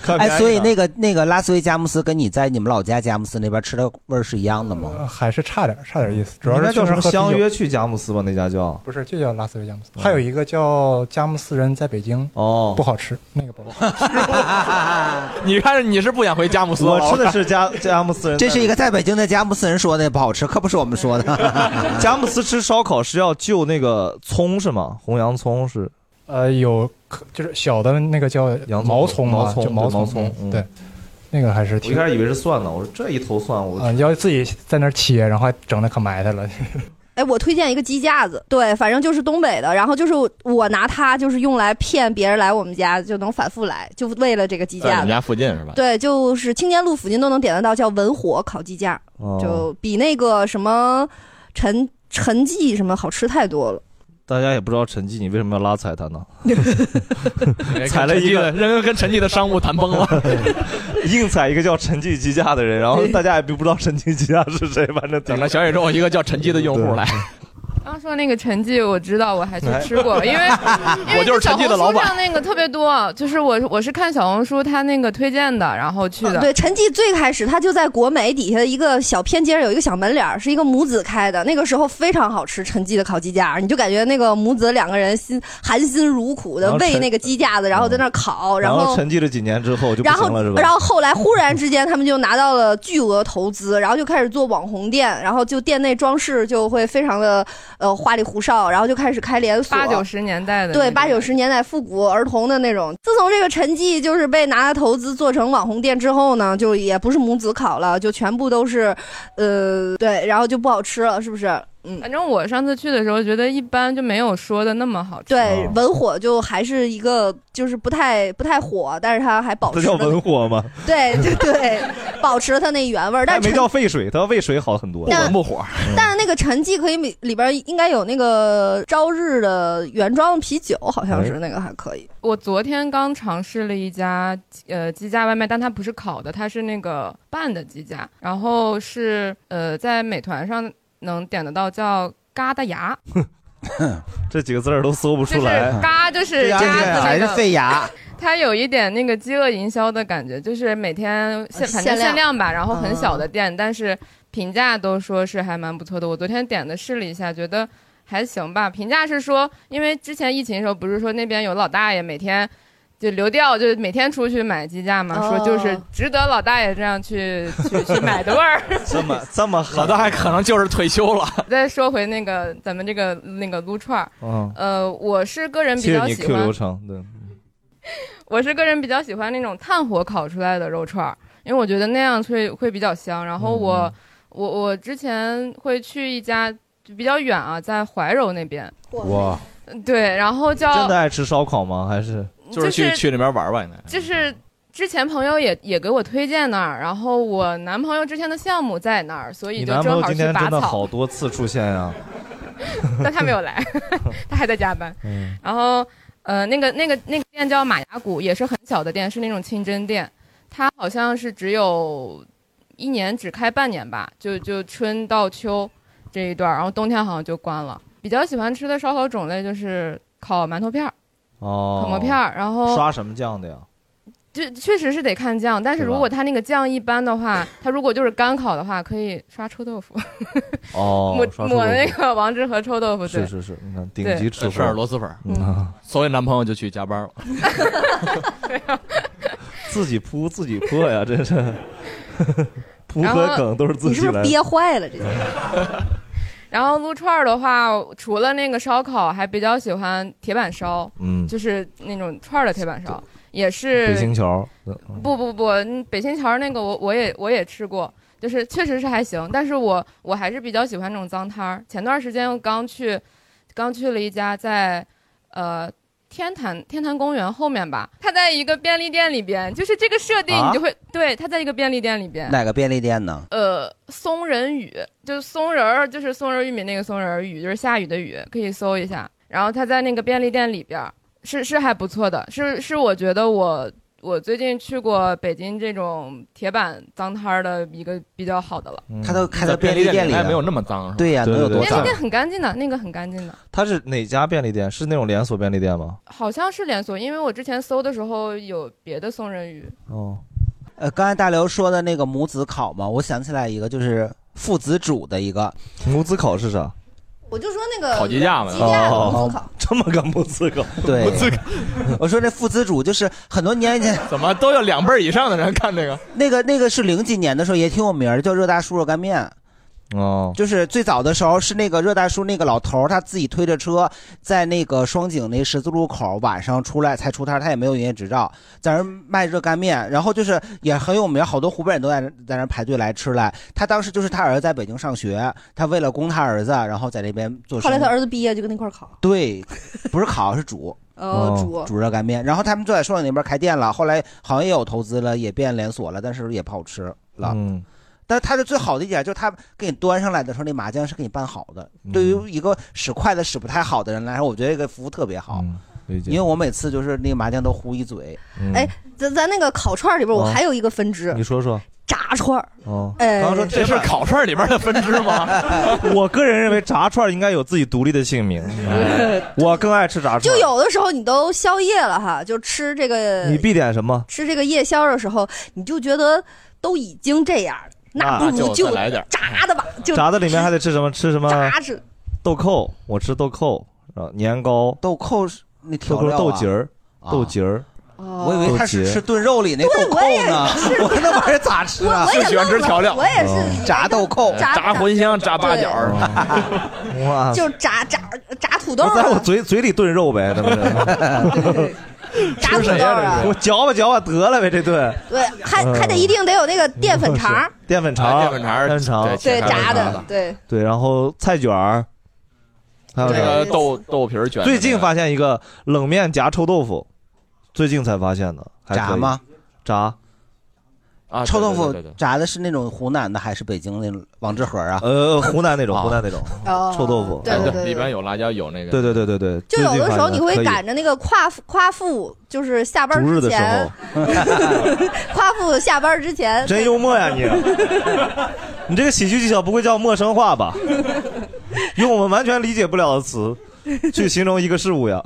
可便宜
哎，
了
所以那个那个拉斯维加姆斯跟你在你们老家佳木斯那边吃的味儿是一样的吗？
呃还是差点，差点意思。主
你嗯
要
应
是
该叫什么
去那儿喝
相
啤酒
约嗯去佳木斯吧，那家叫
不是，就叫拉斯维加姆斯。还有一个叫佳木斯人在北京，
哦，
不好吃，那个不好吃。
你看你是不想回佳木斯了，
我吃的
是佳佳木斯人
这是一个在北京的佳木斯人说的不好吃， 可不是我们说 的。
佳木斯吃烧烤是要就那个葱是吗？红洋葱是
呃，有可就是小的那个叫毛葱
毛
吧，
葱
就毛
对毛
葱
葱，嗯
对，那个还是
我
挺。
一开始以为是蒜呢，我说这一头蒜我
啊，你要自己在那儿切，然后还整的可埋汰了。
哎，我推荐一个鸡架子，对，反正就是东北的，然后就是我拿它就是用来骗别人来我们家，就能反复来，就为了这个鸡
在我
架
们
子。
家附近 是吧？
对，就是青年路附近都能点得到，叫文火烤鸡架，
哦
就比那个什么陈陈记什么好吃太多了。
大家也不知道陈记你为什么要拉踩他 呢？ 踩
踩
了
了
一
一
个
个，人跟陈记的商务 谈崩了。
硬踩一个叫陈记鸡架的人，然后大家也不知道陈记鸡架是谁，反正
等着小宇宙一个叫陈记的用户来，
刚说那个陈记，我知道，我还去吃 过，因为
我就是陈记的老
小红书上
板。
那个特别多，就是我我是看小红书他那个推荐的，然后去的。
哦对，陈记最开始它就在国美底下的一个小偏街儿有一个小门脸儿，是一个母子开的，那个时候非常好吃陈记的烤鸡架儿，你就感觉那个母子两个人心含辛茹苦的
然后陈
喂那个鸡架子，然后在那儿 烤，
然
后。
沉寂了几年之后就不
然
行了，是
后，
吧？
然后后来忽然之间，他们就拿到了巨额投资，然后就开始做网红店，然后就店内装饰就会非常的呃花里胡哨，然后就开始开连锁。
八九十年代的那
对
种
八九十年代复古儿童的那种。自从这个陈记就是被拿来投资做成网红店之后呢，就也不是母子烤了，就全部都是，呃，对，然后就不好吃了，是不是？反
正我上次去的时候觉得一般，就没有说的那么好吃。
对，
哦
哦
文火就还是一个就是不太不太火，但是它还保 持
这叫
了
文火 吗？
对对对，保持了它那原味儿，
它
但
没
陈
叫沸水，它沸水好很多。嗯
不文
不火，
但那个陈记可以里里边应该有那个朝日的原装啤酒，好像是
哎
那个还可以。
我昨天刚尝试了一家呃鸡架外卖，但它不是烤的，它是那个拌的鸡架，然后是呃在美团上能点得到叫嘎达牙，
这几个字儿都搜不
就
出
是
来。嗯
嘎就是嘎子那个
啊还是费牙。
它有一点那个饥饿营销的感觉，就是每天限反正
呃限量嗯
限量吧，然后很小的店，但是评价都说是还蛮不错的。我昨天点的试了一下，觉得还行吧。评价是说，因为之前疫情的时候不是说那边有老大爷每天。就流调，就是每天出去买鸡架嘛，
哦
说就是值得老大爷这样去 去去买的味儿。
这么这么
老大还可能就是退休了。
再说回那个咱们这个那个撸串儿，
嗯，
呃，我是个人比
谢谢
较
你
喜
Q
欢
流程，对，
我是个人比较喜欢那种炭火烤出来的肉串儿，因为我觉得那样会会比较香。然后我、
嗯
我我之前会去一家就比较远啊，在怀柔那边，
哇，
对，然后叫
真的爱吃烧烤吗？还是
就是去就是去
那边玩吧，应该。
就是之前朋友也也给我推荐那儿，然后我男朋友之前的项目在那儿，所以
你
就
男朋
正
友
好
今
去
天
拔
真的
草
好。多次出现呀、
但他没有来， 他还在 加班。
嗯
然后呃，那个那个那个店叫马牙谷，也是很小的店，是那种清真店。它好像是只有一年只开半年吧，就就春到秋这一段儿，然后冬天好像就关了。比较喜欢吃的烧烤种类就是烤馒头片儿、
哦，
烤馍片儿，然后
刷什么酱的呀？
就确实是得看酱，但是
对吧
如果它那个酱一般的话，它如果就是干烤的话，可以刷臭豆腐，
哦，
抹
刷
抹
出
那
来
个王致和臭豆腐，对，
是是是，你看顶
对
级吃嗯
吃点螺蛳粉儿，
嗯
所以男朋友就去加班了。
自己铺自己破呀，真是铺
然
和
后
梗都是自己来的。
坏了这个？
然后撸串儿的话，除了那个烧烤，还比较喜欢铁板烧，
嗯
就是那种串儿的铁板烧，也是
北新桥，
不不不，嗯北新桥那个我我也我也吃过，就是确实是还行，但是我我还是比较喜欢那种脏摊儿。前段时间我刚去，刚去了一家在，呃。天坛天坛公园后面吧，它在一个便利店里边，就是这个设定
啊
你就会、对，它在一个便利店里边。
哪个便利店呢？
呃，松仁雨就是松仁儿，就是松仁儿玉米那个松仁儿雨，就是下雨的雨，可以搜一下。然后它在那个便利店里边儿，是是还不错的，是是我觉得我我最近去过北京这种铁板脏摊儿的一个比较好的了。
嗯
他都开到
在便利
利
店
店
里
里
应该
了，
没有那么脏是吧
对呀，
对
能有
对
多
哎，那
脏？
个很干净的，那个很干净的，
它是哪家便利店？是那种连锁便利店吗？
好像是连锁，因为我之前搜的时候有别的松仁鱼。
哦，
呃，刚才大刘说的那个母子烤嘛，我想起来一个，就是父子煮的一个
母子烤是啥？哦
我就说那个
烤鸡架嘛
呃
哦
鸡架母子烤，
这么个母子烤，
对，
母子
我说这父子煮就是很多年前，
怎么都要两辈儿以上的人看这个？
那个那个是零几年的时候也挺有名儿，叫热大叔热干面。
哦，
就是最早的时候是那个热大叔那个老头儿，他自己推着车在那个双井那十字路口晚上出来才出摊儿，他也没有营业执照，在那儿卖热干面，然后就是也很有名，好多湖北人都在那在那儿排队来吃来。他当时就是他儿子在北京上学，他为了供他儿子，然后在这边做生
后
意。
来他儿子毕业就跟那块儿烤。
对，不是烤是煮。
哦煮
煮热干面，然后他们就在双井那边开店了，后来好像也有投资了，也变连锁了，但是也不好吃了。
嗯，
但它的最好的一点就是它给你端上来的时候，那麻酱是给你拌好的。
嗯
对于一个使筷子使不太好的人来说，我觉得这个服务特别好，
嗯理解嗯
因为我每次就是那个麻酱都糊一嘴。
哎，咱咱那个烤串儿里边，我
啊
还有一个分支
你说说。
炸串儿。
哦，
哎刚刚说
这是烤串里边的分支吗？
我个人认为炸串应该有自己独立的姓名。我更爱吃炸串。
就有的时候你都宵夜了哈，就吃这个
你必点什么？
吃这个夜宵的时候，你就觉得都已经这样了，那不如
再来点儿
炸的吧，就
炸的里面还得吃什么？吃什么？
炸着。
豆蔻，我吃豆蔻啊，年糕。
豆蔻是那
豆
调料啊
豆节儿，
啊
豆节儿。
我以为他是吃炖肉里那豆
我也
蔻呢，
是
我那玩意儿咋吃啊？
我我也就喜欢吃调料我也是
嗯
哦炸豆蔻、
炸炸
茴香、炸
八角儿
嗯哇，
就炸炸炸土豆
啊我在我
儿，
嘴嘴里炖肉呗，那不是？
炸土豆啊，
我嚼吧嚼吧得了呗，这顿
对，还
嗯
还得一定得有那个淀粉肠儿，
淀粉
啊
肠，淀粉肠，淀粉肠，
对炸的，啊对，
对，然后菜卷儿，还有
这
啥
个豆豆皮儿卷的那个，
最近发现一个冷面夹臭豆腐，最近才发现的，还可以
炸吗？
炸
啊
臭豆腐炸的是那种湖南的还是北京那种王致和啊？
呃，湖南那种，湖南那种
嗯
哦
臭豆腐，
对对对对
里边有辣椒，有那个，
对对对对对，
就有的时候你会赶
着
着那个夸父夸父，就是下班
嗯逐日
之
的时
前，
候，
夸父下班之前，
真幽默呀你！ 你这个喜剧技巧不会叫陌生化吧？ 用我们完全理解不了的词去形容一个事物呀。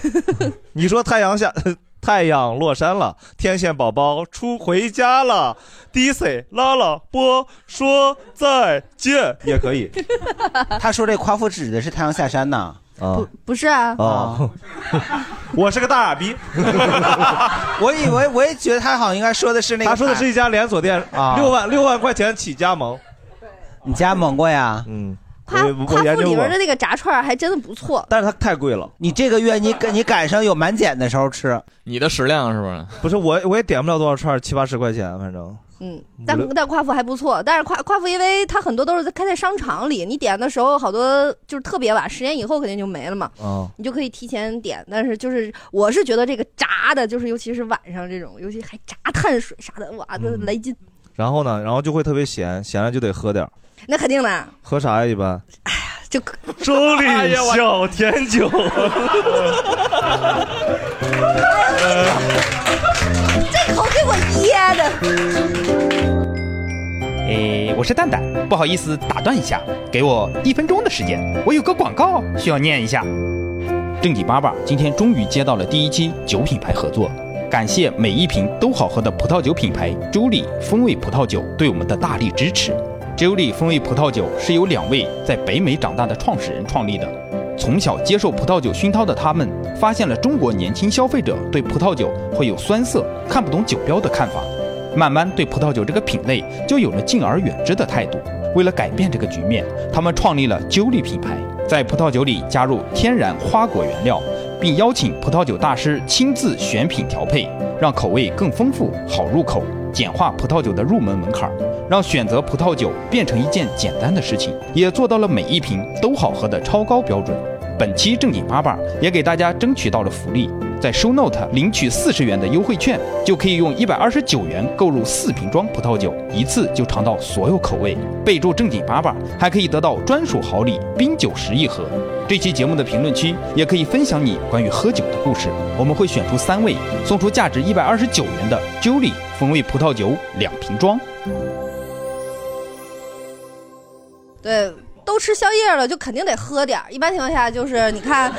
你说太阳下，太阳落山了，天线宝宝出回家了，DC 拉了波说再见也可以。
他说这夸父指的是太阳下山呐。
啊
不是啊，
啊！我是个大傻逼，
我以为我也觉得他好像应该说的是那个。
他说的是一家连锁店，
啊
六万六万块钱起加盟。
你加盟过呀？
嗯，
夸夸父里边的那个炸串儿还真的不错，
但是它太贵了。
你这个月你赶你赶上有满减的时候吃，
你的食量是不是？
不是我，我也点不了多少串儿，七八十块钱，反正。
嗯，但但夸父还不错，但是夸夸父因为它很多都是在开在商场里，你点的时候好多就是特别晚，十点以后肯定就没了嘛，
啊，
你就可以提前点。但是就是我是觉得这个炸的，就是尤其是晚上这种，尤其还炸碳水啥的，哇，这来劲，
然后呢，然后就会特别咸，咸了就得喝点儿，
那肯定的，
喝啥呀？一般
就
周
哎呀我
小甜 酒，
这口给我噎的。
诶，我是蛋蛋，不好意思打断一下，给我一分钟的时间，我有个广告需要念一下。正经八爸今天终于接到了第一期酒品牌合作，感谢每一瓶都好喝的葡萄酒品牌 Julie 风味葡萄酒对我们的大力支持。Julie 风味葡萄酒是由两位在北美长大的创始人创立的，从小接受葡萄酒熏陶的他们，发现了中国年轻消费者对葡萄酒会有酸涩、看不懂酒标的看法。慢慢对葡萄酒这个品类就有了敬而远之的态度。为了改变这个局面，他们创立了啾丽品牌，在葡萄酒里加入天然花果原料，并邀请葡萄酒大师亲自选品调配，让口味更丰富、好入口，简化葡萄酒的入门门槛儿，让选择葡萄酒变成一件简单的事情，也做到了每一瓶都好喝的超高标准。本期正经八爸也给大家争取到了福利，在 Show Note 领取四十元的优惠券，就可以用一百二十九元购入四瓶装葡萄酒，一次就尝到所有口味。备注正经八爸，还可以得到专属好礼冰酒十一盒。这期节目的评论区也可以分享你关于喝酒的故事，我们会选出三位，送出价值一百二十九元的 Julie 风味葡萄酒两瓶装。
对，都吃宵夜了，就肯定得喝点儿。一般情况下就是你看，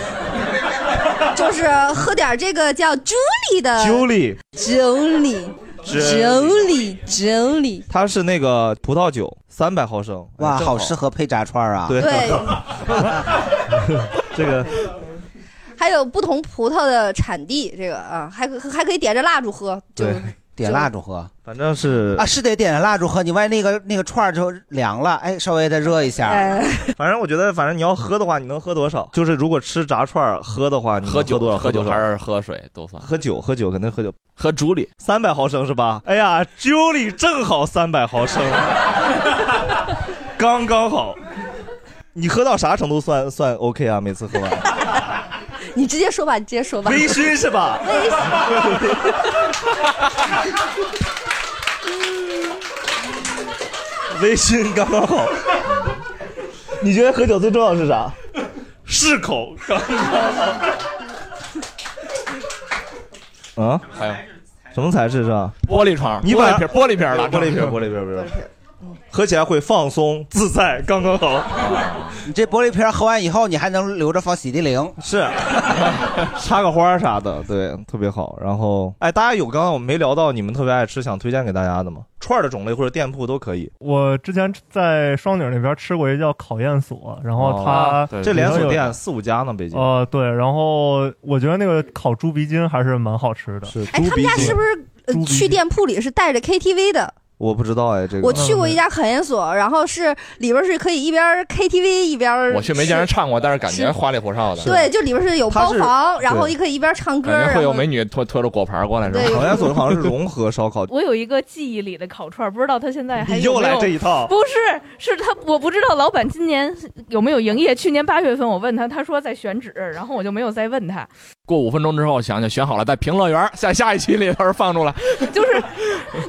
就是喝点儿这个叫 Julie 的
酒里
Julie Julie Julie，
它是那个葡萄酒，三百毫升，哎
哇，
好
好适合配炸串啊！
对，
对，
这个
还有不同葡萄的产地，这个啊，还可还可以点着蜡烛喝，就
对，
点蜡烛喝，
反正是
啊，是得点着蜡烛喝。你万一那个那个串儿就凉了，哎，稍微再热一下。
哎
哎反正我觉得，反正你要喝的话，你能喝多少？就是如果吃炸串儿嗯喝的话，你能
喝酒
多少？
喝酒
多少
还是喝水都算
喝酒，喝酒肯定喝酒，
喝竹里
三百毫升是吧？哎呀，酒里正好三百毫 升，刚刚好。你喝到啥程度算算 OK 啊？每次喝 完
你直接说吧，你直接说吧，哎
微醺是 吧？
微醺，
微醺刚刚好。你觉得喝酒最重要是啥？适口。 啊？
还有
什么材质是吧？
玻璃窗，
你
玻
把哎
璃瓶，玻璃瓶儿了，
玻璃瓶，玻璃瓶，玻璃瓶。喝起来会放松 自在，刚刚好。
你这玻璃瓶儿喝完以后，你还能留着放洗涤灵。
是，插个花啥的，对，特别好。然后，哎，大家有刚刚我们没聊到你们特别爱吃，想推荐给大家的吗？串儿的种类或者店铺都可以。
我之前在双井那边吃过一个叫烤燕锁，然
哦
后它、
这连锁店四五家呢，北京。
呃，对，然后我觉得那个烤猪鼻筋还是蛮好吃的。
是
哎，他们家是不是呃去店铺里是带着 KTV 的？
我不知道哎，这个
我去过一家考研所，然后是里边是可以一边 KTV 一边
我却没见人唱过，但是感觉
是
花里胡哨的。
对，就里边是有包房，然后也可以一边唱歌，
感觉
然
会有
后
美女拖拖着果盘过来是吧
对？有
考研所好像是融合烧烤
我有一个记忆里的烤串，不知道他现在还
你
有
又
没
来
有
这一套
不是，是他，我不知道老板今年有没有营业。去年八月份我问他，他说在选址，然后我就没有再问他。
过五分钟之后想想选好了，在评乐园在下一期里头放出来。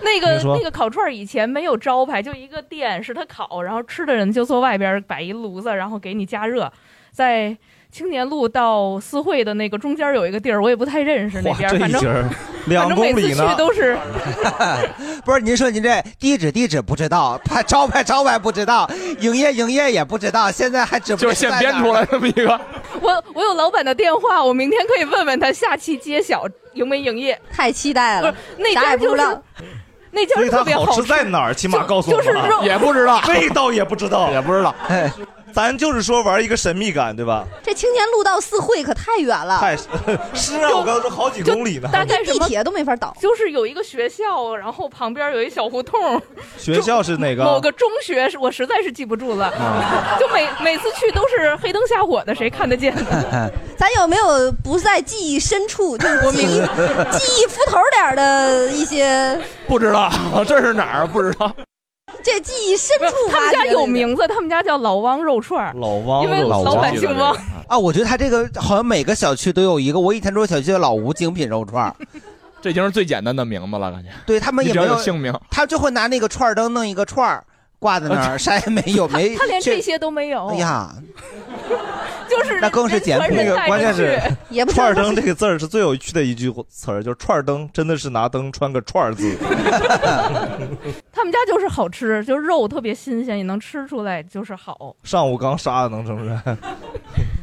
那个
你说
那个烤串儿以前没有招牌，就一个店是他烤，然后吃的人就坐外边儿摆一炉子，然后给你加热。在青年路到四惠的那个中间儿有一个地儿，我也不太认识那
哇，
边
这
儿，
一
反正
节儿两
反正
公
每次
里
去
呢，
都是
不是，您说您这地址地址不知道，拍招牌招牌不知 道，营业营业也不知道，现在还指不
就是现编出来这么一个。
我我有老板的电话，我明天可以问问他下期揭晓营没营业。
太期待
了，那
啥也
家
不
就
知
是
道。
那家
所以
特
它
别
好
吃
吃在哪儿？起码告诉我
就
们啊
是肉也不
知道
味道也不知道，也
不 知道。
咱就是说玩一个神秘感，对吧？
这青年路到四惠可太远了，
太 是啊，我刚才说好几公里呢。
大概什
地
么
铁都没法倒。
就是有一个学校，然后旁边有一小胡同，
学校是哪个？
某个中学，是我实在是记不住了
啊。
就每每次去都是黑灯瞎火的，谁看得见呢？
哎
咱有没有不在记忆深处，就是记忆 记忆浮头点儿的一些？
不知道这是哪儿？不知道。
这记忆深处
他们
挖
家
掘的
有名字，他们家叫老汪肉串儿。
老汪
因为
老
老板姓汪，
啊！我觉得他这个好像每个小区都有一个，我以前住小区的老吴精品肉 串儿，
这已经是最简单的名字了，感觉。
对他们
你
也
只
没
要有
有
姓名，
他就会拿那个串儿灯弄一个串儿挂在那儿，啥也没 有，没
他连这
确
些都没有。
哎呀，
就 是
那更是简朴
那个关键是
也 不
串儿灯这个字儿是最有趣的一句词儿，就是串儿灯真的是拿灯穿个串儿字。
他们家就是好吃，就是肉特别新鲜，也能吃出来就是好。
上午刚杀的能承认，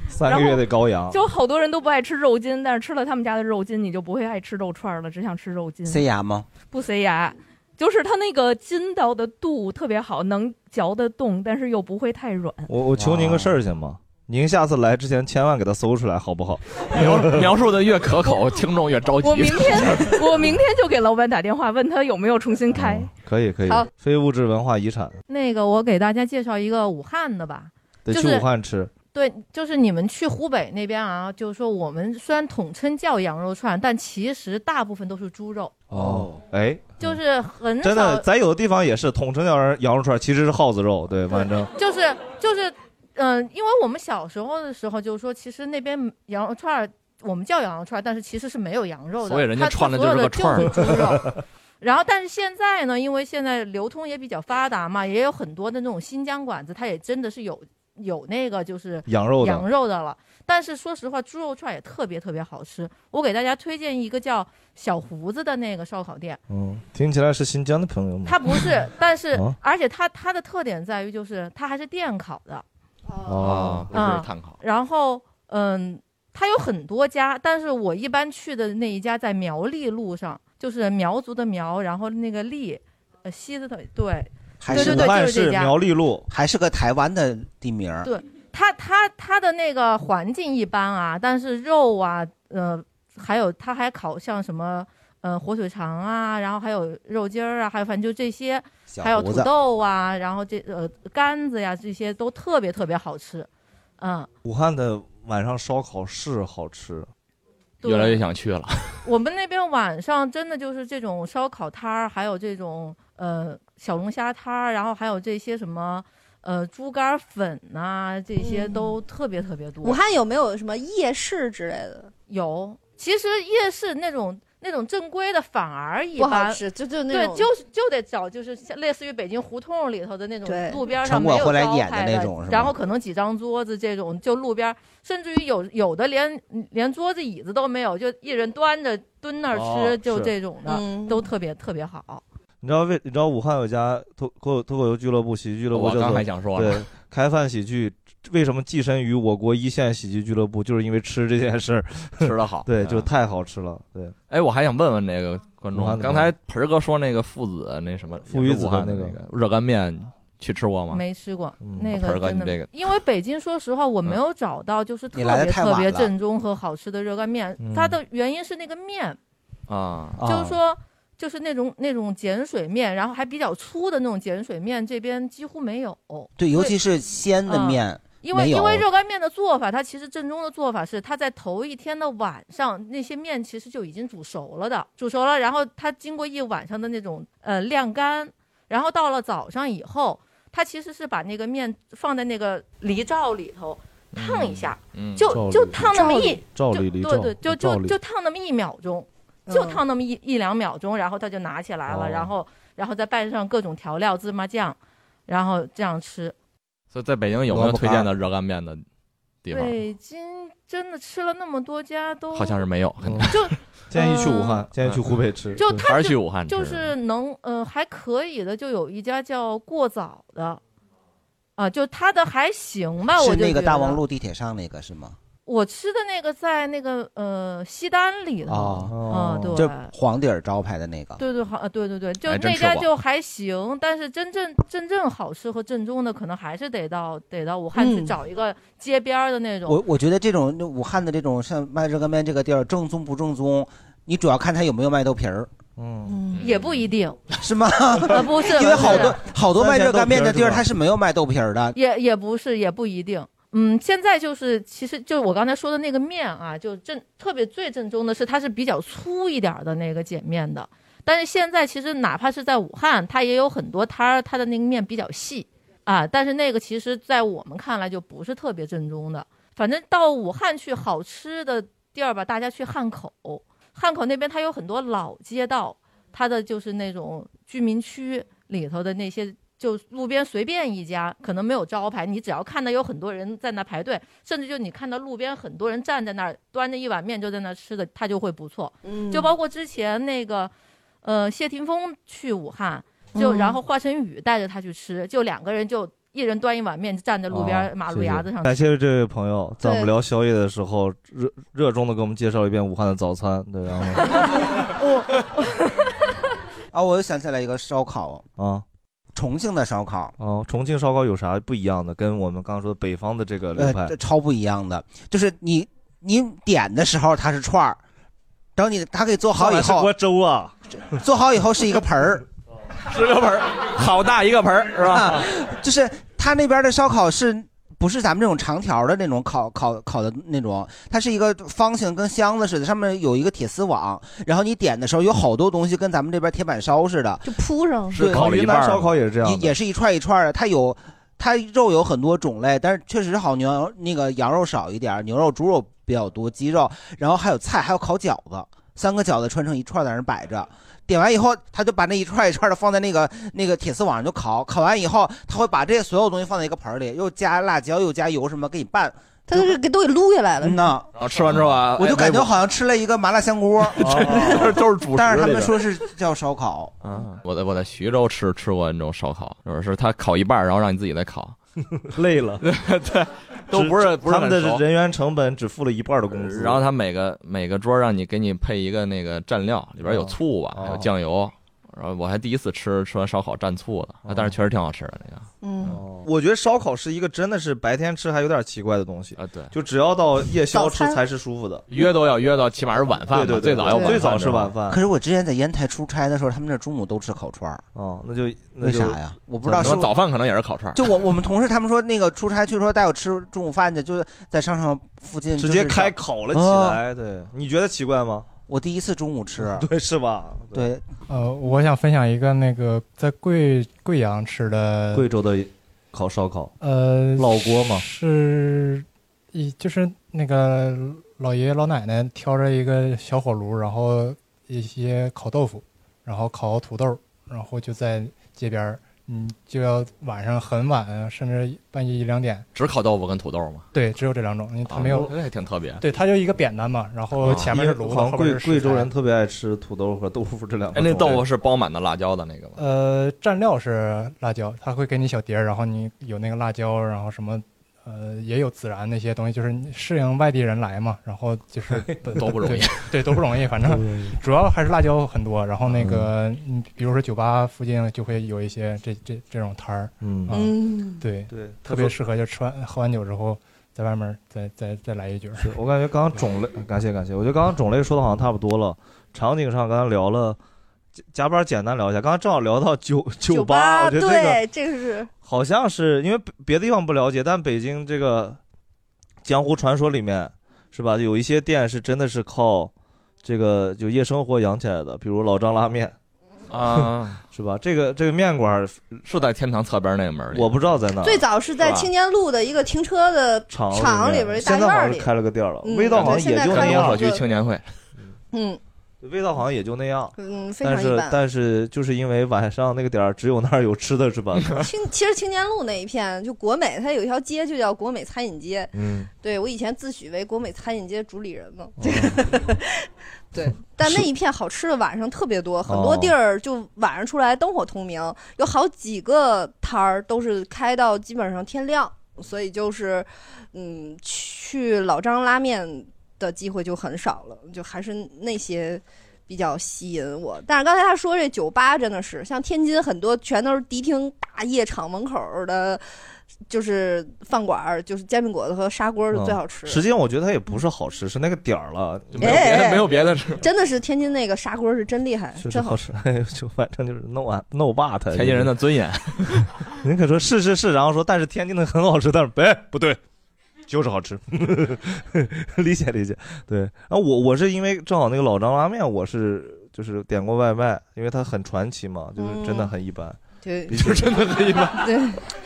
三个月的羔羊。
就好多人都不爱吃肉筋，但是吃了他们家的肉筋，你就不会爱吃肉串儿了，只想吃肉筋。
塞牙吗？
不塞牙，就是它那个筋道的度特别好，能嚼得动，但是又不会太软。
我我求您个事儿行吗？您下次来之前千万给他搜出来好不好？
描描述的越可口，听众越着急。
我明天我明天就给老板打电话，问他有没有重新开。
可以可以
好，
非物质文化遗产
那个，我给大家介绍一个武汉的吧，
得
就
去
是
武汉吃。
对，就是你们去湖北那边啊，就是说我们虽然统称叫羊肉串，但其实大部分都是猪肉，
哦，哎，
就是
嗯
很
真
少
的，，咱有的地方也是统称叫羊肉串，其实是耗子肉，对，反正
就是就是，嗯、因为我们小时候的时候，就是说其实那边羊肉串儿，我们叫羊肉串儿，但是其实是没有羊肉的，
所以人家
它
串的
它所
是
有
个
的
串
就
儿
是猪肉。然后，但是现在呢，因为现在流通也比较发达嘛，也有很多的那种新疆馆子，它也真的是有有那个就是
羊肉的
羊肉的了。但是说实话，猪肉串也特别特别好吃。我给大家推荐一个叫小胡子的那个烧烤店，
嗯，听起来是新疆的朋友们。
它不是， 但是
啊
而且它它的特点在于就是它还是电烤的，
啊，不
啊，
是碳烤，
然后，嗯，它有很多家，但是我一般去的那一家在苗栗路上，就是苗族的苗，然后那个栗，呃，西字头，对，
还
对
是
对对，就是这家。
栗路，
还是个台湾的地名儿。
对，它它它的那个环境一般啊，但是肉啊，呃，还有它还烤像什么。呃，火腿肠啊，然后还有肉筋儿啊，还有反正就这些，
小
还有
胡
土
子
豆啊，然后这呃干子呀，这些都特别特别好吃，嗯，
武汉的晚上烧烤是好吃，
对越来越
想去了。
我们那边晚上真的就是这种烧烤摊儿，还有这种呃小龙虾摊儿，然后还有这些什么呃猪肝粉呐、这些都特别特别多。
武汉有没有什么夜市之类的？
有，其实夜市那种那种正规的反而一
不好
般
吃就就那种
对，就是就得找就是像类似于北京胡同里头的那种
对
路边
城
上没
管
有
会来
招
演的
牌
那种是
然
吗
后可能几张桌子这种就路边，甚至于有有的连连桌子椅子都没有，就一人端着蹲那儿吃，
哦
就是这种的、
嗯
都特别特别好。
你知道为你知道武汉有家脱脱脱口秀俱乐部喜剧俱乐部
我
叫做
刚还想说呢
对开饭喜剧为什么跻身于我国一线喜剧俱乐部，就是因为吃这件事儿
吃得好
对，
嗯
就太好吃了，对，
哎，我还想问问那个观
武汉
众，
的
刚才盆儿哥说那个父子那什么
父与子的
武汉的
那个
那热干面，去吃过吗？
没吃过、
嗯
那
盆儿
个
哥
真的
你
没
这个，嗯
因为北京说实话我没有找到就是特
你来得
别
太
特
晚
别
了
正宗和好吃的热干面，
嗯
它的原因是那个面，
啊，
就是说就是那种那种碱水面，然后还比较粗的那种碱水面，这边几乎没有。
对，尤其是鲜的
嗯
面，
因为
没有
因为热干面的做法，它其实正宗的做法是，它在头一天的晚上，那些面其实就已经煮熟了的，煮熟了，然后它经过一晚上的那种呃晾干，然后到了早上以后，它其实是把那个面放在那个梨罩里头烫一下，
嗯照
就
例
就烫那么一，
照
就
例离
对
照
对，就
照
就
例
就烫那么一秒钟，就烫那么一一两秒钟，然后他就拿起来
嗯哦
了，然后然后再拌上各种调料、芝麻酱，然后这样吃。
所以在北京有没有推荐的热干面的地方？
北京真的吃了那么多家都
好像是没有，
就
嗯建议去武汉，建议去湖北吃，
就
对
它
还是
就
去武汉吃
就是能呃还可以的，就有一家叫过早的，啊，就它的还行吧，我
是
就
那
觉
个大
得
望路地铁上那个是吗？
我吃的那个在那个呃西单里头，
哦
哦
啊对，
就黄底儿招牌的那个。
对对好，呃对对对，就
啊还真
那
吃
家
过
就还行，但是真正真正好吃和正宗的，可能还是得到得到武汉去
嗯
找一个街边儿的那种。
我我觉得这种武汉的这种像卖热干面这个地儿正宗不正宗，你主要看它有没有卖豆皮儿，
嗯
嗯
也不一定，
是吗？
呃不是，
因为
不
好
是
多好多卖热干面的地
酸甜豆皮儿
儿
是吧
它是没有卖豆皮儿的。
也也不是，也不一定。嗯，现在就是，其实就是我刚才说的那个面啊，就正特别最正宗的是，它是比较粗一点儿的那个碱面的。但是现在其实哪怕是在武汉，它也有很多摊儿，它的那个面比较细啊。但是那个其实，在我们看来就不是特别正宗的。反正到武汉去好吃的地儿吧，大家去汉口，汉口那边它有很多老街道，它的就是那种居民区里头的那些，就路边随便一家，可能没有招牌，你只要看到有很多人在那排队，甚至就你看到路边很多人站在那儿端着一碗面就在那儿吃的，它就会不错。
嗯
就包括之前那个，呃，谢霆锋去武汉，就
嗯
然后华晨宇带着他去吃，就两个人就一人端一碗面，站在路边马路牙子上
感
吃。
哦啊谢这位朋友，在我们
对
聊宵夜的时候，热热衷的给我们介绍了一遍武汉的早餐，对，然后
啊，我又想起来一个烧烤，
啊，
重庆的烧烤
哦，重庆烧烤有啥不一样的？跟我们刚刚说的北方的这个流派
呃，这，超不一样的，就是你你点的时候它是串儿，等你它给做好以
上来是
后
锅，粥啊，
做好以后是一个盆儿，
十个盆儿，好大一个盆儿，是吧？
就是他那边的烧烤是。不是咱们这种长条的那种烤烤烤的那种，它是一个方形，跟箱子似的，上面有一个铁丝网，然后你点的时候有好多东西跟咱们这边铁板烧似的，
就铺上
是烤了一半儿吗云南烧烤也是这样的
也是一串一串的，它有。它肉有很多种类，但是确实好牛羊那个羊肉少一点，牛肉、猪肉比较多，鸡肉，然后还有菜，还有烤饺子，三个饺子串成一串在那儿摆着。点完以后，他就把那一串一串的放在那个那个铁丝网上就烤，烤完以后，他会把这些所有东西放在一个盆儿里，又加辣椒，又加油什么，给你拌。
他都给都给撸下来了。
嗯呐，
然后吃完之后啊，
我
哎
就感觉好
像
像吃了一个麻辣香 锅，
哦
都是主食
但是他们
这个
说是叫烧烤，
嗯我在我在徐州吃吃过那种烧烤，就是是他烤一半儿，然后让你自己再烤，
累了，
对，都
只
不是不是
他们的
很熟
人员成本只付了一半的工资，
然后他每个每个桌让你给你配一个那个蘸料，里
哦
边有醋吧，还有酱油。然后我还第一次吃吃完烧烤蘸醋的，
哦
啊但是确实挺好吃的那个。哦
嗯，我觉得烧烤是一个真的是白天吃还有点奇怪的东西
啊，对，
就只要到夜宵吃
早餐
才是舒服的。
约都要约到，起码是晚饭吧，
对对对
最早要晚饭
最早是晚饭
可是我之前在烟台出差的时候，他们那中午都吃烤串儿。
哦，那就
为啥呀？我不知道是
可能早饭可能也是烤串儿，
就我我们同事他们说那个出差去说带我吃中午饭去，就是在商场附近
直接开烤了起来。
对，
对，你觉得奇怪吗？，
嗯我第一次中午吃
对，是吧？
对，
呃，我想分享一个那个在贵贵阳吃的
贵州的烤烧烤，
呃，
老锅嘛
是一就是那个老爷爷老奶奶挑着一个小火炉，然后一些烤豆腐，然后烤土豆，然后就在街边儿，嗯，就要晚上很晚，甚至半夜一两点，
只烤豆腐跟土豆嘛。
对，只有这两种，因为它
啊
没有，
这也挺特别。
对，它就一个扁担嘛，然后前面是炉子，
哎啊好像
后面
贵
是食
贵州
材
人特别爱吃土豆和豆腐这两个
哎，
东西。
那豆腐是包满的辣椒的那个吗？
呃，蘸料是辣椒，他会给你小碟儿，然后你有那个辣椒，然后什么，呃，也有孜然那些东西，就是你适应外地人来嘛，然后就是
都不容易
对，对，都不容易，反
都
正
不容易
主要还是辣椒很多，然后那个，嗯，比如说酒吧附近就会有一些这这这种摊儿，
嗯
啊
嗯
对
对他
特别
说
适合就吃完喝完酒之后，在外面再再再来一局儿，
是我感觉刚刚种类，感谢感谢，我觉得刚刚种类说的好像差不多了，场景上刚刚聊了。加班简单聊一下，刚刚正好聊到酒酒吧，
吧，
我觉得这个
啊对，这个是
好像是因为别别的地方不了解，但北京这个江湖传说里面是吧，有一些店是真的是靠这个就夜生活养起来的，比如老张拉面
啊，
是吧？这个这个面馆
是在天堂侧边那个门里，
我不知道在哪儿。
最早是在
嗯吧
青年路的一个停车的
厂
厂里边儿，
现
大院
在好
儿
像
里
是。开了个店了，
嗯
味道好像
对
也
现
就
在
那
开
样。
了一个青
年会，
嗯
味道好像也就那样。
嗯，非
但
常一
是
般。
但是就是因为晚上那个点儿只有那儿有吃的是吧？
青其实青年路那一片，就国美，它有一条街就叫国美餐饮街。
嗯，
对我以前自诩为国美餐饮街主理人嘛。 对，但那一片好吃的晚上特别多，很多
哦
地儿就晚上出来灯火通明，有好几个摊儿都是开到基本上天亮，所以就是，嗯，去老张拉面的机会就很少了，就还是那些。比较吸引我，但是刚才他说这酒吧真的是，像天津很多全都是迪厅大夜场门口的，就是饭馆儿，就是煎饼果子和砂锅是最好吃的。
嗯哦实际上我觉得它也不是好吃，是那个点儿了，
没有别的哎哎哎没有
别的吃。
真的是天津那个砂锅是真厉害，
是
真好
好
吃。
吃， 哎呦就反正就是弄完弄罢它。
天津人的尊严，
您可说是是是，然后说但是天津的很好吃，但是哎不对，就是好吃， 理解理解。对，然后我我是因为正好那个老张拉面，我是就是点过外卖，因为它很传奇嘛，就是真的很一般，
嗯 对，
比起真的很一般。
对，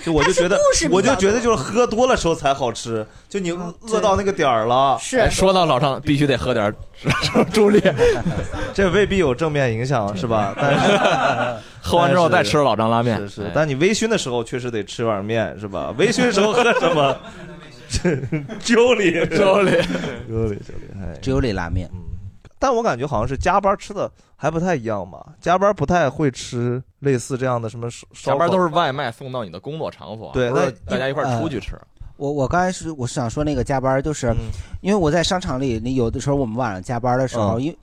就我就觉得
它是故
我
事比较，多
就觉得就是喝多了时候才好吃，就你饿饿到那个点儿了。
哎说到老张，必须得喝点儿 朱丽，
这未必有正面影响，是 吧？但是
喝完之后再吃老张拉面
是是
哎。
但你微醺的时候确实得吃碗面，是吧？微醺的时候喝 什 么？ 酒里，
粥
粥
里
里，粥里，哎，
只有里拉面。
但我感觉好像是加班吃的还不太一样吧，加班不太会吃类似这样的什么烧烧
下班
烤
都是外卖送到你的工作场所，
对
不是
那呃
大家一块儿出去吃。
我我刚才是我是想说那个加班儿，就是、因为我在商场里，你有的时候我们晚上加班的时候，
嗯
因为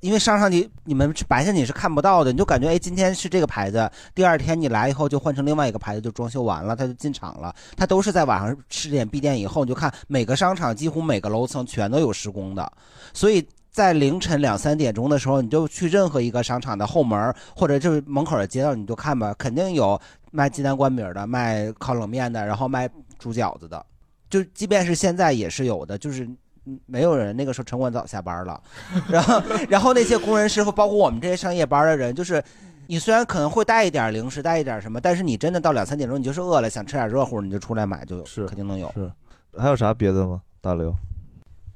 因为商场里你们是白天你是看不到的，你就感觉哎今天是这个牌子，第二天你来以后就换成另外一个牌子，就装修完了，它就进场了，它都是在晚上十点闭店以后，你就看每个商场几乎每个楼层全都有施工的，所以。在凌晨两三点钟的时候，你就去任何一个商场的后门儿或者就是门口的街道，你就看吧，肯定有卖鸡蛋灌饼儿的，卖烤冷面的，然后卖煮饺子的，就即便是现在也是有的，就是嗯没有人那个时候城管早下班了，然后 然后那些工人师傅，包括我们这些上夜班的人，就是。你虽然可能会带一点零食，带一点什么，但是你真的到两三点钟，你就是饿了，想吃点热乎，你就出来买就有，肯定能有。
是，还有啥别的吗？大刘，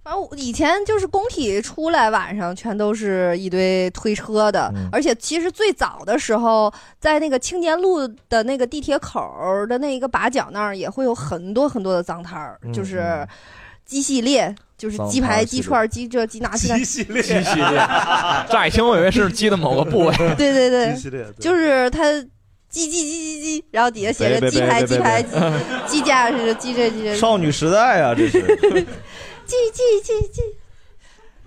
反正我以前就是工体出来，晚上全都是一堆推车的，
嗯
而且其实最早的时候，在那个青年路的那个地铁口儿的那一个把角那儿，也会有很多很多的脏摊儿，
嗯
就是鸡系列，就是
脏
鸡
摊儿
排、
系
鸡
列
串儿、鸡这、鸡那、鸡那。
列
鸡系列， 乍一听我以为是鸡的某个部位
，对对对，
系列
就是它鸡鸡鸡鸡鸡，然后底下写着
别
鸡
别
排
别
鸡
别
排鸡
别
鸡架是鸡这 鸡这
少女时代啊，这是，
鸡鸡鸡鸡，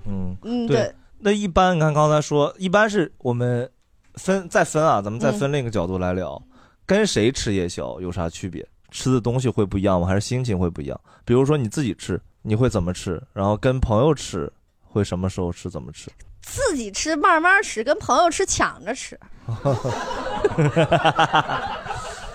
嗯
嗯对
对。那一般你看刚才说，一般是我们分再分啊，咱们再分另一个角度来聊，
嗯
跟谁吃夜宵有啥区别？吃的东西会不一样吗？还是心情会不一样？比如说你自己吃，你会怎么吃？然后跟朋友吃，会什么时候吃？怎么吃？
自己吃慢慢吃，跟朋友吃抢着吃。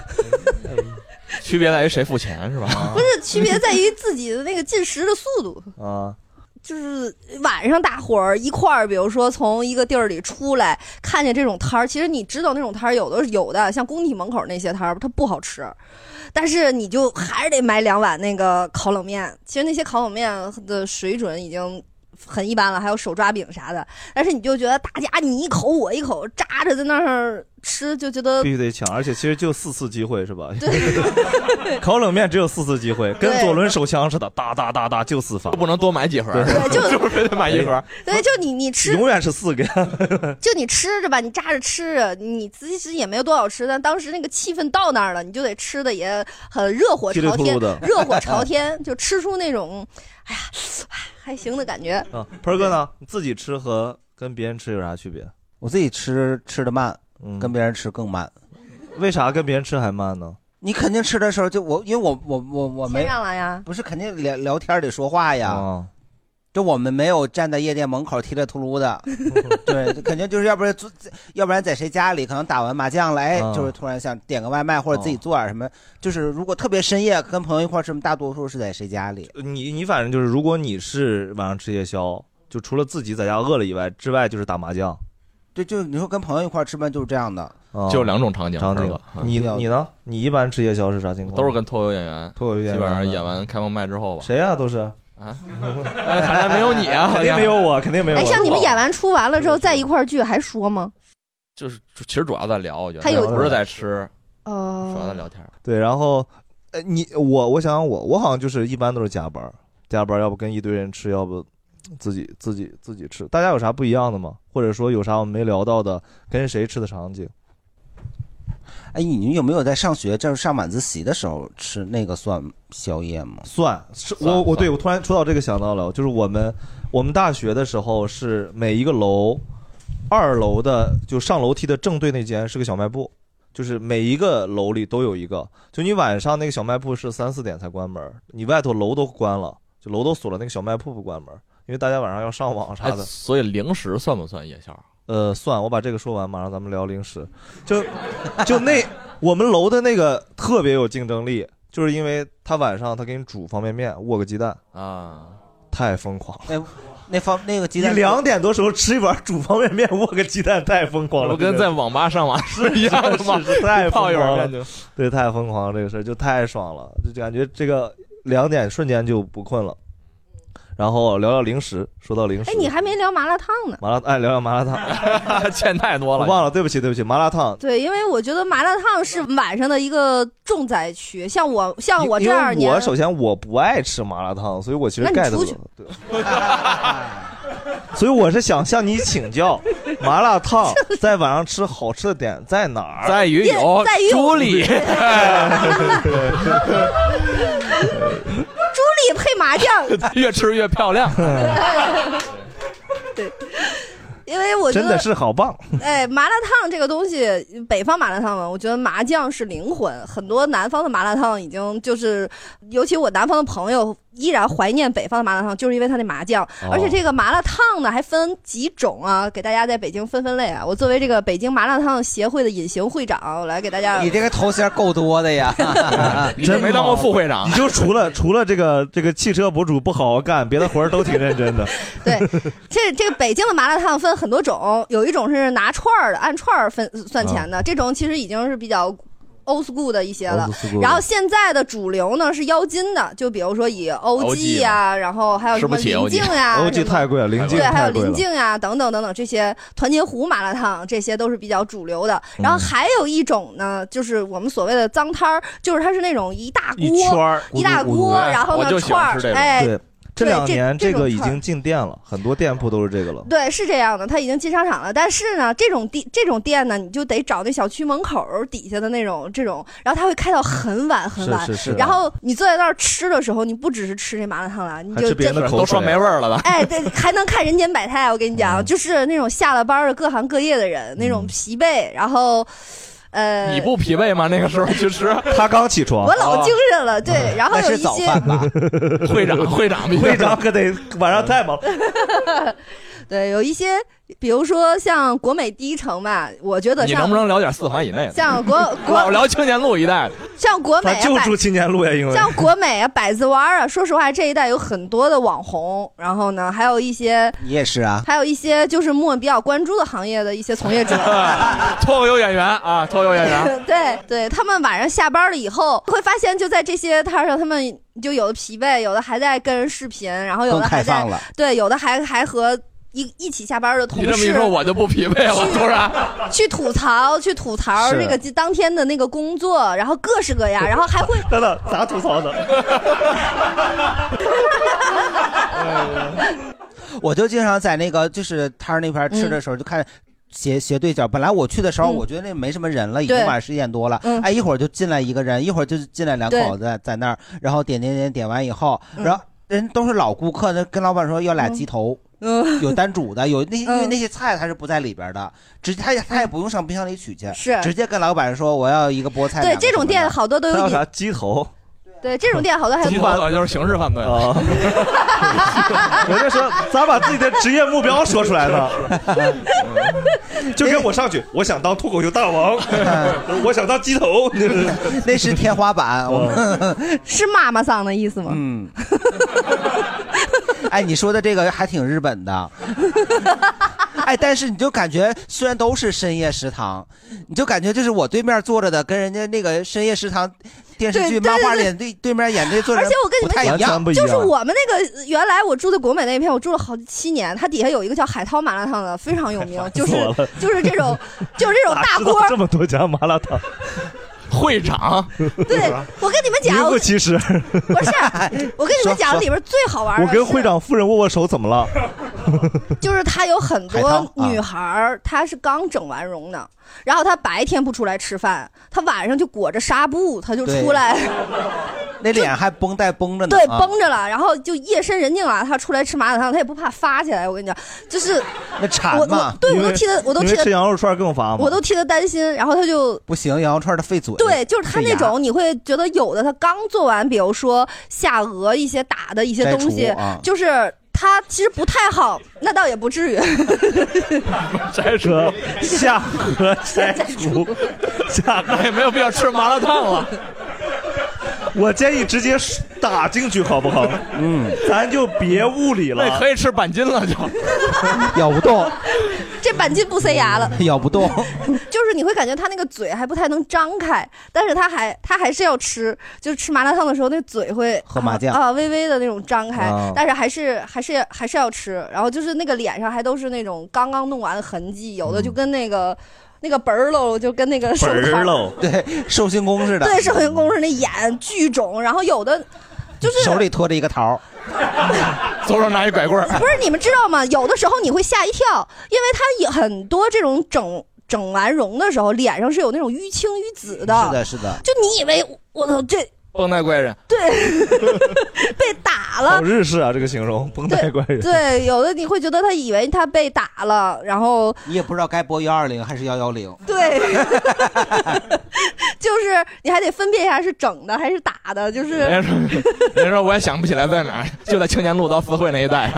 区别在于谁付钱 是吧？
不是区别在于自己的那个进食的速度，
啊，
就是晚上大伙儿一块儿，比如说从一个地儿里出来，看见这种摊儿，其实你知道那种摊儿有的有的，像工体门口那些摊儿，它不好吃，但是你就还是得买两碗那个烤冷面。其实那些烤冷面的水准已经。很一般了，还有手抓饼啥的，但是你就觉得大家你一口我一口扎着在那儿吃，就觉得
必须得抢，而且其实就四次机会是吧？ 烤冷面只有四次机会，跟左轮手枪似的，哒哒哒哒就四发，
不能多买几盒，
对，
就
是非得买一盒，
对，就你你吃
永远是四个。
就你吃着吧，你扎着吃着，你其实也没有多少吃，但当时那个气氛到那儿了，你就得吃的也很热火朝
稀里
天
糊涂的，
热火朝天，就吃出那种哎呀还行的感觉。
啊，盆儿哥呢？你自己吃和跟别人吃有啥区别？
我自己吃吃的慢，
跟
别人吃更慢。
嗯为啥跟别人吃还慢呢？
你肯定吃的时候就我，因为我我我我没
先上来呀，
不是肯定聊聊天得说话呀。这我们没有站在夜店门口踢着秃噜的，对，肯定就是要不然做，要不然在谁家里可能打完麻将了，哎，
啊
就是突然想点个外卖或者自己做点什么，就是如果特别深夜跟朋友一块儿吃，什么大多数是在谁家里？
你你反正就是，如果你是晚上吃夜宵，就除了自己在家饿了以外，之外就是打麻将，
对，就是你说跟朋友一块儿吃饭就是这样的，
啊
就两种场景
场
是
景
吧。
你
嗯
你呢？你一般吃夜宵是啥情况？
都是跟脱口秀演员，
脱口秀演员啊
基本上演完开放麦之后吧。
谁呀、都是。
啊？哎好像没有你啊，
肯定没有我，肯定没有我。
哎，像你们演完出完了之后在一块儿聚还说吗？
就是其实主要在聊，我觉得
他有
不是在吃，
呃
主要在
哦，
聊天。
嗯对，然后，呃，你我我想想我我好像就是一般都是加班儿，加班儿要不跟一堆人吃，要不自己自己自己吃。大家有啥不一样的吗？或者说有啥我们没聊到的，跟谁吃的场景？
哎，你们有没有在上学，就是上晚自习的时候吃那个算宵夜吗？
算，是我我对我突然说到这个想到了，就是我们我们大学的时候是每一个楼二楼的就上楼梯的正对那间是个小卖部，就是每一个楼里都有一个。就你晚上那个小卖部是三四点才关门，你外头楼都关了，就楼都锁了，那个小卖部不关门，因为大家晚上要上网啥
哎，
的。
所以零食算不算夜宵？
呃，算，我把这个说完，马上咱们聊零食。就就那我们楼的那个特别有竞争力，就是因为他晚上他给你煮方便面，握个鸡蛋
啊，
太疯狂了。
那哎那方那个鸡
你
蛋
两点多时候吃一碗煮方便面，握个鸡蛋，太疯狂了。
不跟在网吧上网是一样的吗？
哦是是是太
泡
疯
一碗
狂了
面就。，
对，太疯狂了，这个事儿就太爽了，就感觉这个两点瞬间就不困了。然后聊聊零食，说到零食
哎，，你还没聊麻辣烫呢。
麻辣哎，聊聊麻辣烫，
欠太多
了，忘了，对不起，对不起，麻辣烫。
对，因为我觉得麻辣烫是晚上的一个重灾区，像我像我
因
这二
为
年，
我首先我不爱吃麻辣烫，所以我其实
那你
get
出
不
去
了。 对所以我是想向你请 教，麻辣烫在晚上吃好吃的点在哪儿？
在于有在于有 朱莉
朱莉配麻酱，
越吃越漂亮。
对，因为我觉
真
得
的是好棒。
哎，麻辣烫这个东西，北方麻辣烫嘛，我觉得麻酱是灵魂。很多南方的麻辣烫已经就是，尤其我南方的朋友依然怀念北方的麻辣烫，就是因为它那麻酱。
哦
而且这个麻辣烫呢，还分几种啊，给大家在北京分分类啊。我作为这个北京麻辣烫协会的隐形会长，我来给大家
你这个头衔够多的 呀，
真
没当过副会长
啊
你就除了除了这个这个汽车博主不好好干，别的活儿都挺认 真的。
这这个北京的麻辣烫分很多种，有一种是拿串儿的，按串儿分算钱
啊
的，这种其实已经是比较 old school 的一些了
old school。的
然后现在的主流呢是腰筋的，就比如说以欧记
啊
呀、然后还有什么林静呀、
欧记
什么
太贵了，临近
对，还有
太贵
林
了。
静呀、等等等等这些团结湖麻辣烫，这些都是比较主流的。
嗯
然后还有一种呢，就是我们所谓的脏摊儿，就是它是那种一大锅
一圈儿
一大
咕噜咕噜
锅，
哎
然后
我
呢
就喜
串
欢
儿
吃这，个
哎，
对，这
对
两年这
这
个
种
已
串儿
经进店了，很多店铺都是这个了。
对，是这样的，它已经进商场了。但是呢，这种地这种店呢，你就得找那小区门口儿底下的那种这种，然后它会开到很晚很
是
晚。
是是啊
然后你坐在那儿吃的时候，你不只是吃这麻辣烫了，你
还
就
吃别人的
真
口水都说没味儿了吧嗯
哎，对，还能看人间百态。我跟你讲，就是那种下了班儿的各行各业的人，那种疲惫，然后。呃，
你不疲惫吗？那个时候去 吃，哦
他刚起床
我老精神
啊
了，对，然后有一些，
吧？
会长，会长，
会长可得晚上太忙了。
对，有一些，比如说像国美第一城吧，我觉得
你
像
能不能聊点四环以内的？
像 国国
老聊青年路一带的，
像国美啊百
青年路呀，因
像国美啊、百子湾啊，说实话，这一带有很多的网红，然后呢，还有一些，
你也是啊。
还有一些就是木偶比较关注的行业的一些从业 者。
脱口秀演员啊，脱口秀演 员
对对，他们晚上下班了以后，会发现就在这些摊儿上，他们就有的疲惫，有的还在跟人视频，然后有的
更开
还在
放了
对，有的还还和一一起下班的同
你这么一
事
说，我就不疲惫了，突然。
去吐槽，去吐槽
是
这个当天的那个工作，然后各式各样， 然后还会
等等 咋吐槽的？
我就经常在那个就是摊儿那边吃的时候，就看斜斜对角。本来我去的时候，
嗯
我觉得那没什么人了，已经
对嗯
晚上十一点多了。哎，一会儿就进来一个人，一会儿就进来两口子在那儿，然后点点点点完以后，
嗯
然后人都是老顾客，那跟老板说要俩鸡头。
嗯
有单煮的，有那因为
嗯
那些菜它是不在里边的，直接他也他也不用上冰箱里取去，
是
直接跟老板说我要一个菠菜。
对
两个
这
什
种
么的
店好多都有
它
隐
鸡头？
对，这种店好多还有
鸡头早就是刑事犯罪 了。
啊人家说咋把自己的职业目标说出来呢？
嗯
就跟我上去，我想当脱口秀大 王，我想当鸡头，
那是天花板。我们
是妈妈桑的意思吗？
嗯。哎，你说的这个还挺日本的。 哎，但是你就感觉虽然都是深夜食堂，你就感觉就是我对面坐着的跟人家那个深夜食堂电视剧
对对
漫画
对
里对对面演这坐着
而
人
且我跟你
不太
们
一样，
讲，就是我们那个原来我住的国美那片，我住了好七年，它底下有一个叫海涛麻辣烫的，非常有 名，就是
哎死我了
就是这种就是这种大锅。
这么多家麻辣烫，
会长，
对，我跟你们讲，
名
我
副其实。
不 是，我跟你们讲
说
里边最好玩的
我
是，
跟会长夫人握握手，怎么了？
就是她有很
海涛
多
啊
女孩儿，她是刚整完容的，然后她白天不出来吃饭，她晚上就裹着纱布，她就
对
出来。
那脸还绷带绷着呢，
对，
啊
绷着了，然后就夜深人静了，他出来吃麻辣烫，他也不怕发起来。我跟你讲，就是
那馋
我
嘛
我对我都替他，我都
因
替
为
他
吃，羊肉串更乏嘛
我。都替他担心。然后他就
不行，羊肉串它费嘴。
对，就是他
费
那
牙
种，你会觉得有的他刚做完，比如说下颚一些打的一些
摘
东西，
除啊
就是他其实不太好，那倒也不至于。
摘除下颌摘 除，下
也哎没有必要吃麻辣烫了。
我建议直接打进去好不好？嗯，咱就别物理了，
那可以吃板筋了就。
咬不动，
这板筋不塞牙了，
咬不 动。
就是你会感觉他那个嘴还不太能张开，但是他还他还是要吃，就是吃麻辣烫的时候那嘴会
喝麻酱
啊微微的那种张开，
啊
但是还是还是还是要吃，然后就是那个脸上还都是那种刚刚弄完的痕迹，有的就跟那个、那个本儿喽，就跟那个手套儿，
喽，
对，寿星公似的，
对，是很公式那眼巨肿，然后有的就是
手里托着一个桃儿，
左手拿一拐棍 儿
不是你们知道吗？有的时候你会吓一跳，因为他有很多这种整整完容的时候，脸上是有那种淤青淤紫的。
是的，是的，
就你以为我操这
绷带怪人，
打了
好，日式啊，这个形容绷带怪 人。
对，有的你会觉得他以为他被打了，然 后
你也不知道该拨幺二零还是幺幺零。
嗯
对， 就是你还得分辨一下是整的还是打的，就是
人家说，人家说我也想不起来在哪儿，就在青年路到四惠那一带。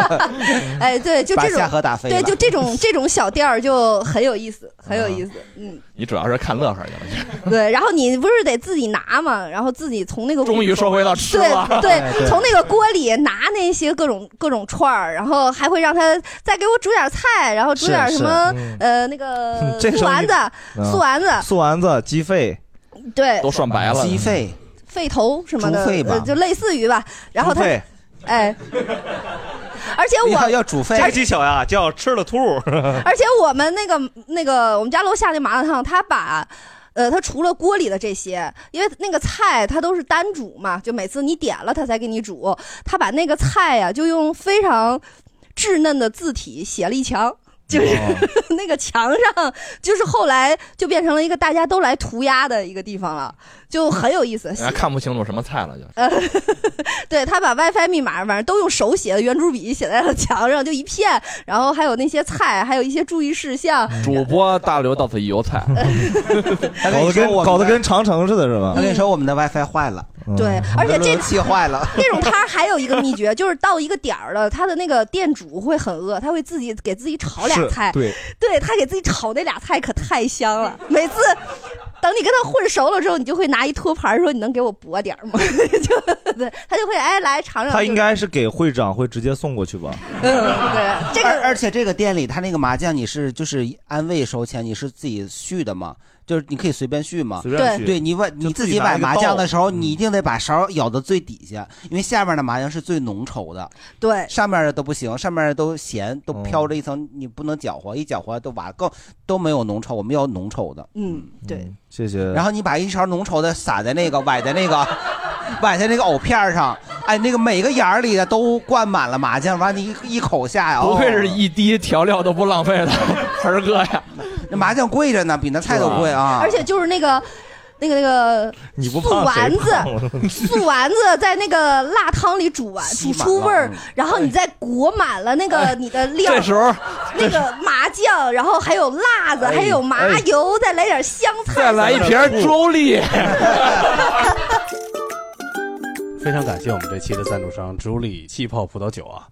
哎，对，就
把
这种
下颌打飞
对，
了
就这种这种小店儿就很有意思，
啊
很有意思，嗯，
你主要是看乐呵去了。
对。然后你不是得自己拿嘛，然后自己从那个
终于说回到吃了
对
哎对
对，从那个锅里拿那些各种各种串儿，然后还会让他再给我煮点菜，然后煮
是
点什
是
么
嗯
呃那 个
这
素
时候
丸
你
子，
嗯
素丸子，
啊素丸子、鸡肺
对，
涮白
了
鸡肺
肺头什么的，
猪肺吧
呃就类似于吧。然后他
猪肺，
哎，而且我
太技巧呀，叫吃 了吐。
而且我们那个那个我们家楼下那麻辣烫，他把。呃，他除了锅里的这些，因为那个菜他都是单煮嘛，就每次你点了他才给你煮，他把那个菜呀、就用非常稚嫩的字体写了一墙，就是、 那个墙上，就是后来就变成了一个大家都来涂鸦的一个地方了，就很有意思。
人家哎看不清楚什么菜了就。
呃，对他把 WiFi 密码，反正都用手写的圆珠笔写在了墙上，就一片，然后还有那些菜，还有一些注意事项。
嗯
主播大刘到此一游菜，
哎
搞得跟搞得跟长城似的，是吧？
我哎跟你说，我们的 WiFi 坏了，
嗯
对，而且这
气坏了，
这种摊儿还有一个秘诀，就是到一个点儿了，他的那个店主会很饿，他会自己给自己炒俩
是
菜。
对
他给自己炒那俩菜可太香了，每次。等你跟他混熟了之后，你就会拿一托盘儿说：“你能给我拨点儿吗？” 就对，他就会哎来尝尝。
他
就嗯
应 该是给会长会直接送过去吧？
对这
个，而且这个店里他那个麻酱你是就是按位收钱，你是自己续的吗？就是你可以随便续吗？
随便续
对你问
就
你
自
自
己
己
拿
买
一个嗯
麻酱
刀
的时候，你一定得把勺舀到最底下，因为下面的麻酱是最浓稠的，
对，
上面的都不行，上面的都
嗯
咸，都飘着一层，你不能搅和，一搅和都完，更都没有浓稠，我们要浓稠的。
嗯，对。
谢谢。
然后你把一勺浓稠的撒在那个崴在那个 崴在那个藕片儿上，哎，那个每个眼儿里的都灌满了麻酱，完你一一口下呀，
不
哦
愧是一滴调料都不浪费的 盆儿哥呀。
那麻酱贵着呢，比那菜都贵啊。
而且就是那个。那个那个
你不
素
怕
丸
谁怕
子， 素丸子在那个辣汤里煮完，煮出味儿，然后你再裹满了那个你的料，
这时候
那个麻酱，然后还有辣子，
哎
还有麻油，再来点香菜，
再来一瓶儿粥粒。
非常感谢我们这期的赞助商朱莉气泡葡萄酒啊。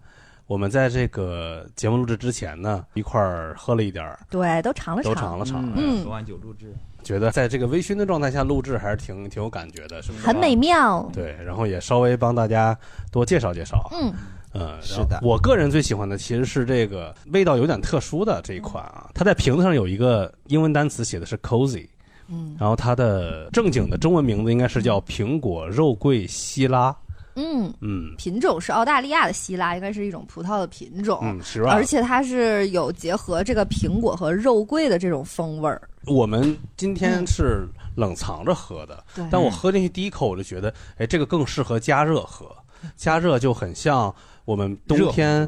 我们在这个节目录制之前呢，一块儿喝了一点儿，
对，都尝了
都尝了尝，
嗯，
昨晚酒录制，
觉得在这个微醺的状态下录制还是挺挺有感觉的，是不是？啊
很美。妙，
对，然后也稍微帮大家多介绍介绍啊。
嗯，
嗯，
是
然后
的
我个人最喜欢的其实是这个味道有点特殊的这一款
嗯
啊，它在瓶子上有一个英文单词写的是 cozy，
嗯，
然后它的正经的中文名字应该是叫苹果肉桂希拉，
嗯。
嗯
品种是澳大利亚的希拉，应该是一种葡萄的品种，
嗯，是吧？
而且它是有结合这个苹果和肉桂的这种风味儿。
我们今天是冷藏着喝的，
对
但我喝进去第一口我就觉得，哎，这个更适合加热喝，加热就很像我们冬天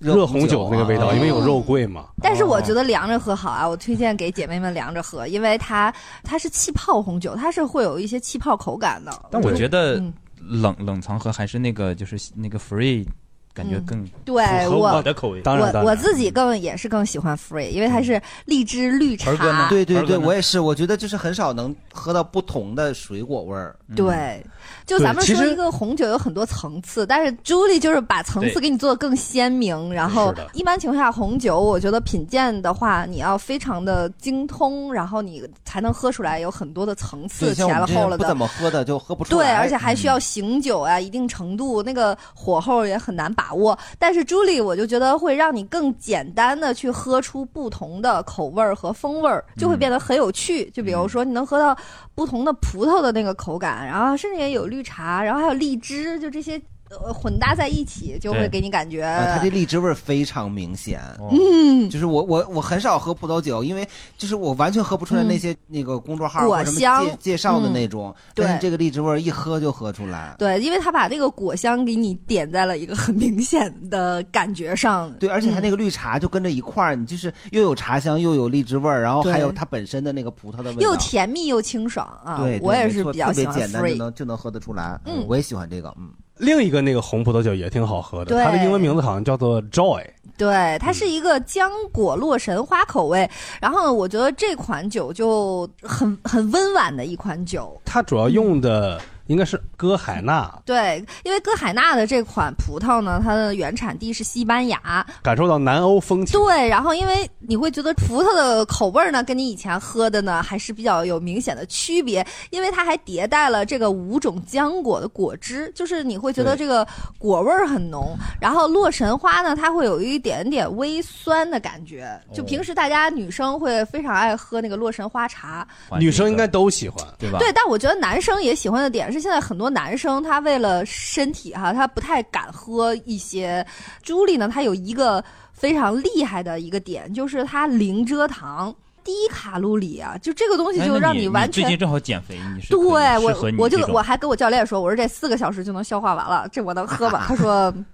热
热
红
红酒
酒的那个味道，
啊
因为有肉桂嘛。哦
但是
哦
我觉得凉着喝好啊，我推荐给姐妹们凉着喝，因为它它是气泡红酒，它是会有一些气泡口感的。
但我觉得
嗯
冷冷藏盒还是那个就是那个 free，感觉
嗯
更
对
符合
我
的口味。
我我自己更也是更喜欢 free，因为它是荔枝绿 茶。
嗯对对对，我也是，我觉得就是很少能喝到不同的水果味儿。
嗯对，就咱们
嗯对其
说
实
一个红酒有很多层次，但是朱莉就是把层次
对
给你做的更鲜明。然后
是的
一般情况下，红酒我觉得品鉴的话，你要非常的精通，然后你才能喝出来有很多的层次，
对，像
前
我
了
们这
后
样
了
不
的
怎。么喝的就喝不出
对，
来，嗯
而且还需要醒酒啊，一定程度，那个火候也很难把握。但是朱莉，我就觉得会让你更简单的去喝出不同的口味儿和风味儿，就会变得很有趣。
嗯
就比如说，你能喝到不同的葡萄的那个口感，然后甚至也有绿茶，然后还有荔枝，就这些呃混搭在一起，就会
对
给你感觉。
啊，它这荔枝味儿非常明显。
嗯，
就是我我我很少喝葡萄酒，因为就是我完全喝不出来那些那个公众号
嗯果
或者什么
香嗯
介介绍的那种，
对
但是这个荔枝味儿一喝就喝出来。
对，因为它把那个果香给你点在了一个很明显的感觉上。
对，而且它
嗯
那个绿茶就跟着一块儿，你就是又有茶香，又有荔枝味儿，然后还有它本身的那个葡萄的味道，
又甜蜜又清爽啊！
对，
我
对
也
没
是
错
比较
特别
喜欢
简单就
free。
能就能喝得出来。
嗯
我也喜欢这个，嗯，
另一个那个红葡萄酒也挺好喝的，
对
它的英文名字好像叫做 Joy。
对，它是一个浆果洛神花口味。然后我觉得这款酒就很很温婉的一款酒。
它主要用
嗯
的应该是哥海纳，
对，因为哥海纳的这款葡萄呢，它的原产地是西班牙。
感受到南欧风情。
对，然后因为你会觉得葡萄的口味儿呢，跟你以前喝的呢还是比较有明显的区别，因为它还迭代了这个五种浆果的果汁，就是你会觉得
对
这个果味儿很浓。然后洛神花呢，它会有一点点微酸的感觉，
哦
哦
就平时大家女生会非常爱喝那个洛神花茶，
女生应该都喜欢，
对吧
对，但我觉得男生也喜欢的点是，现在很多男生他为了身体哈，他不太敢喝一些。朱莉呢，她有一个非常厉害的一个点，就是她零蔗糖、低卡路里啊，就这个东西
哎
就
那
让
你
完全
最近。正好减肥，你是
对
可以
我
适合你，
我就
这种
我还跟我教练说，我说这四个小时就能消化完了，这我能喝 吧？他说嗯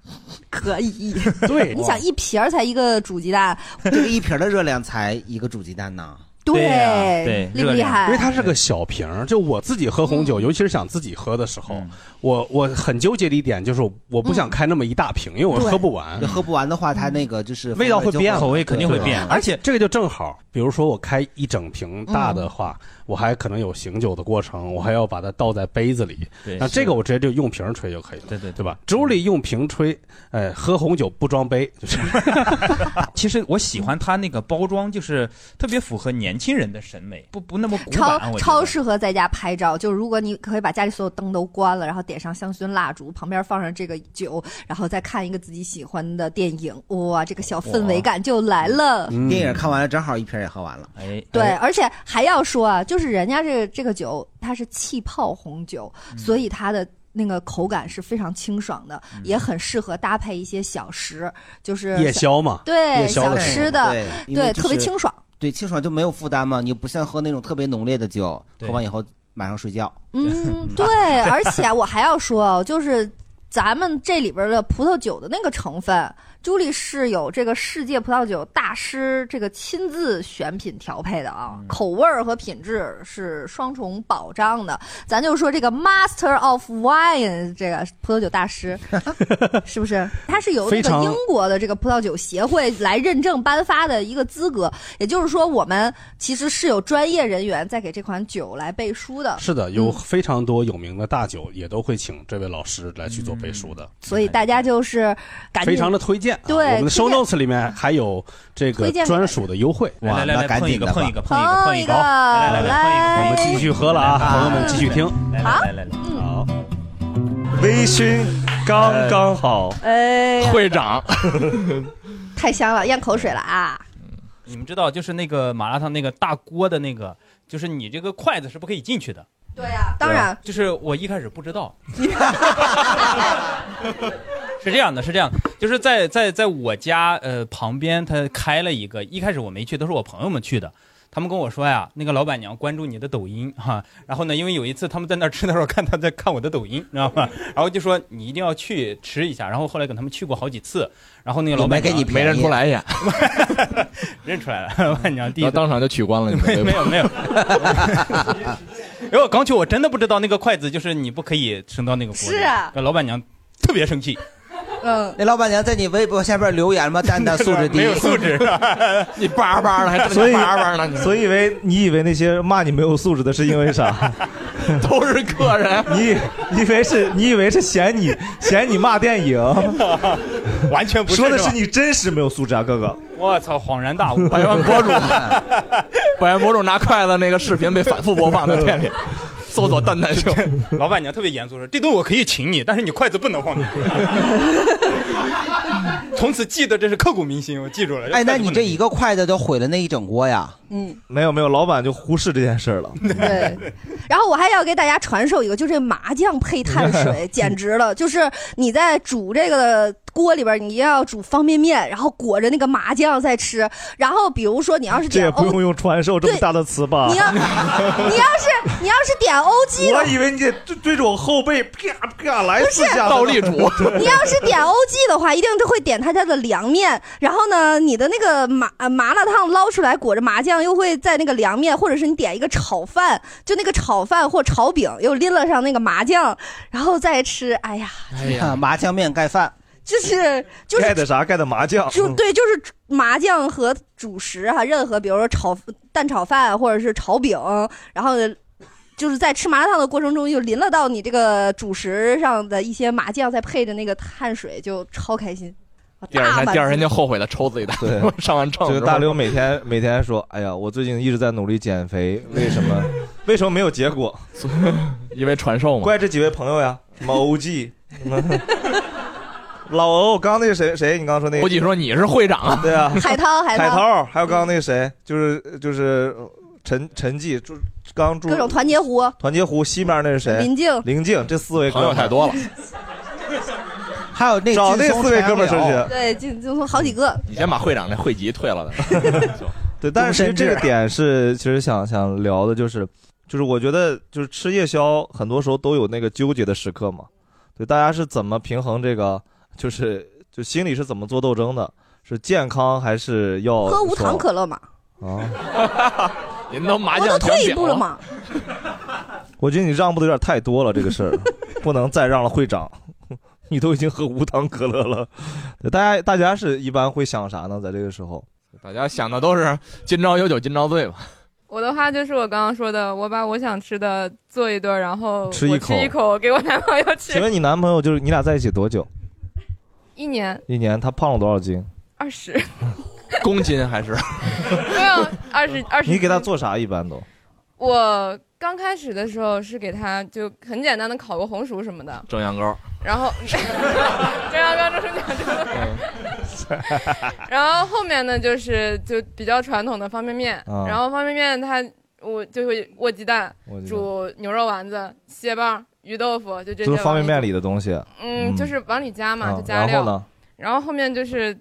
可以。
对
你想一瓶儿才一个煮鸡蛋，
这个一瓶的热量才一个煮鸡蛋呢。
对
啊
呀对厉不厉害嗯
因为它是个小瓶儿，就我自己喝红酒，尤其是想自己喝的时候，
嗯
我我很纠结的一点就是，我不
嗯
想开那么一大瓶，因为我
对
喝不完
就。喝不完的话，它那个就是
味道会
就
变，
对
而且这个就正好，比如说我开一整瓶
嗯
大的话，我还可能有醒酒的过程，我还要把它倒在杯子里。
对
那这个我直接就用瓶吹就可以了，对对对吧？周
嗯
丽用瓶吹，哎，喝红酒不装杯，就是
其实我喜欢它那个包装，就是特别符合年轻人的审美，不不那么古
超
板。我觉得
超适合在家拍照，就如果你可以把家里所有灯都关了，然后点上香薰蜡烛，旁边放上这个酒，然后再看一个自己喜欢的电影，哇，这个小氛围感就来了。
嗯
嗯
电影看完了，正好一瓶也喝完了。
哎，
对，而且还要说啊，就是人家这个这个酒它是气泡红酒，
嗯
所以它的。那个口感是非常清爽的，
嗯
也很适合搭配一些小食，就是
夜宵嘛
对，
夜宵
小
的时候
吃的，
对因为
对，
就是
特别清爽。
对，清爽就没有负担嘛，你不像喝那种特别浓烈的 酒，喝完以后马上睡觉。
嗯，对，而且我还要说，哦，就是咱们这里边的葡萄酒的那个成分，朱莉是有这个世界葡萄酒大师这个亲自选品调配的啊，
嗯
口味儿和品质是双重保障的。咱就说这个 Master of Wine 这个葡萄酒大 师，是不是？他是由那
非
个
常
英国的这个葡萄酒协会来认证颁发的一个资格，也就是说，我们其实是有专业人员在给这款酒来背书的。
是的，有
嗯
非常多有名的大酒也都会请这位老师来去做
嗯
背书的，
所以大家就是赶紧
非常的推荐啊。
对
我们
推
的 show
荐
notes 里面还有这个
推荐给
专属的优惠。
来来来来，碰一个碰一个碰一个碰
碰
一个，
一个
来来来
我
碰一个，
们继续喝了啊，朋友们继续听。
来来来来来，
好，微醺刚刚好，
哎呀，
长，
太香了，咽口水了啊！
你们知道就是那个麻辣烫那个大锅的那个，就是你这个筷子是不可以进去的。
对呀、当然，
就是我一开始不知道，是这样的，是这样的，就是在在在我家呃旁边，他开了一个，一开始我没去，都是我朋友们去的。他们跟我说呀，那个老板娘关注你的抖音哈、然后呢，因为有一次他们在那儿吃的时候，看他在看我的抖音，你知道 吗？然后就说你一定要去吃一下。然后后来跟他们去过好几次，然后那个老板
没给
娘
你便宜没认出来 呀，
认出来了，老板啊娘第一
然后
次
当场就取关了你们
没
微博，
没有没有， 因为我刚去，我真的不知道那个筷子就是你不可以伸到那个锅里。
是啊
老板娘特别生气，
嗯，
那老板娘在你微博下边留言吗？蛋蛋素质低，
没有素质，
你叭叭的还
所以
呢
所以为你以为那些骂你没有素质的是因为啥？
都是客人。
你你以为是你以为是嫌你嫌你骂电影，
完全不是
说的
是吧
是你真实没有素质啊，哥哥。
我操，恍然大悟，
百万博主，百万博主拿筷子那个视频被反复播放在 店里，搜索蛋蛋秀。
老板娘特别严肃说：“这顿我可以请你，但是你筷子不能放进去。”从此记得这是刻骨铭心，我记住了。
哎，那你这一个筷子都毁了那一整锅呀！
嗯，
没有没有，老板就忽视这件事儿了。
对。然后我还要给大家传授一个，就这麻酱配碳水，简直了！就是你在煮这个锅里边，你要煮方便面，然后裹着那个麻酱再吃。然后比如说你要是
这
点
也不
欧，
用用传授这么大的词吧？
你要你要是你要是点欧记的
我以为你得对对着我后背啪啪来
不
四
是
下。
你要是点欧记的话，一定都会点他家的凉面。然后呢，你的那个麻呃麻辣烫捞出来裹着麻酱，又会在那个凉面，或者是你点一个炒饭，就那个炒饭或炒饼，又拎了上那个麻酱，然后再吃。哎呀，
哎呀， 麻酱面盖饭，
就是就是
盖的啥？盖的麻酱。
就 对，就是麻酱和主食哈、任何比如说炒蛋炒饭或者是炒饼，然后就是在吃麻辣烫的过程中，又淋了到你这个主食上的一些麻酱，再配着那个碳水，就超开心。
第二天，
大
第二天就后悔了，抽自己大
对
上完秤
这
之
个
后。
大刘每天每天说：“哎呀，我最近一直在努力减肥，为什 么？为什么没有结果？
因为传授嘛。
怪这几位朋友呀，什么 OG，什么 老欧，刚刚那个谁谁，你刚刚说那个，
OG 说你是会长啊
对啊，
海涛海涛
海涛，还有刚刚那个谁，就是就是呃陈陈记，住刚住
各种团结湖，
团结湖西面那是谁？
林静
林静，这四位哥们
朋友 太多了。
还有那
找那四位哥们儿上去。
对，就就好几个。
你先把会长那会籍退了的。
对，但是其实这
啊
个点是，其实想想聊的就是，就是我觉得就是吃夜宵，很多时候都有那个纠结的时刻嘛。对，大家是怎么平衡这个，就是就心里是怎么做斗争的？是健康还是要
喝无糖
说
可乐嘛，
啊？
您都麻
我
将
都
全
退一
表
步了嘛。
我觉得你让步的有点太多了，这个 事儿不能再让了，会长。你都已经喝无糖可乐了，对大家大家是一般会想啥呢？在这个时候，
大家想的都是今朝有酒今 朝醉嘛。
我的话就是我刚刚说的，我把我想吃的做一顿，然后
吃一
我
口
吃一口给我男朋友吃。
请问你男朋友就是你俩在一起多久？
一年
一年他胖了多少斤？
二十，
公斤还是？
没有二十二十。
你给他做啥一般都？
我刚开始的时候是给他就很简单的烤个红薯什么的，
蒸羊羔。
然后 蒸羊羔、蒸出饺子，然后后面呢就是就比较传统的方便面，
啊
然后方便面它我就会卧鸡蛋
握鸡蛋、
煮牛肉丸子、蟹棒、鱼豆腐，就这些。
就是方便面里的东西。
嗯，就是往里加嘛，
啊
就加料。
然后呢？
然后后面就是，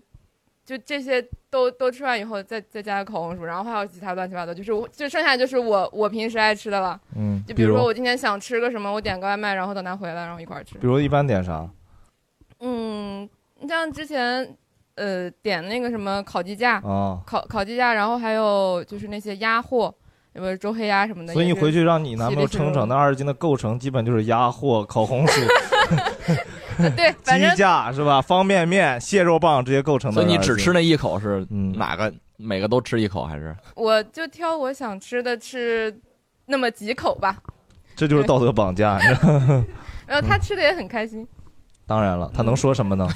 就这些都都吃完以后，再再加个烤红薯，然后还有其他乱七八糟，就是我就剩下就是我我平时爱吃的了。
嗯
就比如
比
说
如
我今天想吃个什么，我点个外卖，然后等他回来，然后一块儿吃。嗯
比如一般点啥？
你像之前，呃，点那个什么烤鸡架，
哦
烤烤鸡架，然后还有就是那些鸭货，什么周黑鸭什么的。
所以你
也是
回去让你男朋友
稀里糊涂
称 称那二十斤的构成，基本就是鸭货、烤红薯、
对，反正
鸡架是吧？方便面、蟹肉棒这些构成的。嗯
所以你只吃
那
那一口是哪个？每个都吃一口还是？
我就挑我想吃的吃那么几口吧，
这就是道德绑架。你知道吗
然
嗯
后他吃的也很开心。
当然了，他能说什么 呢？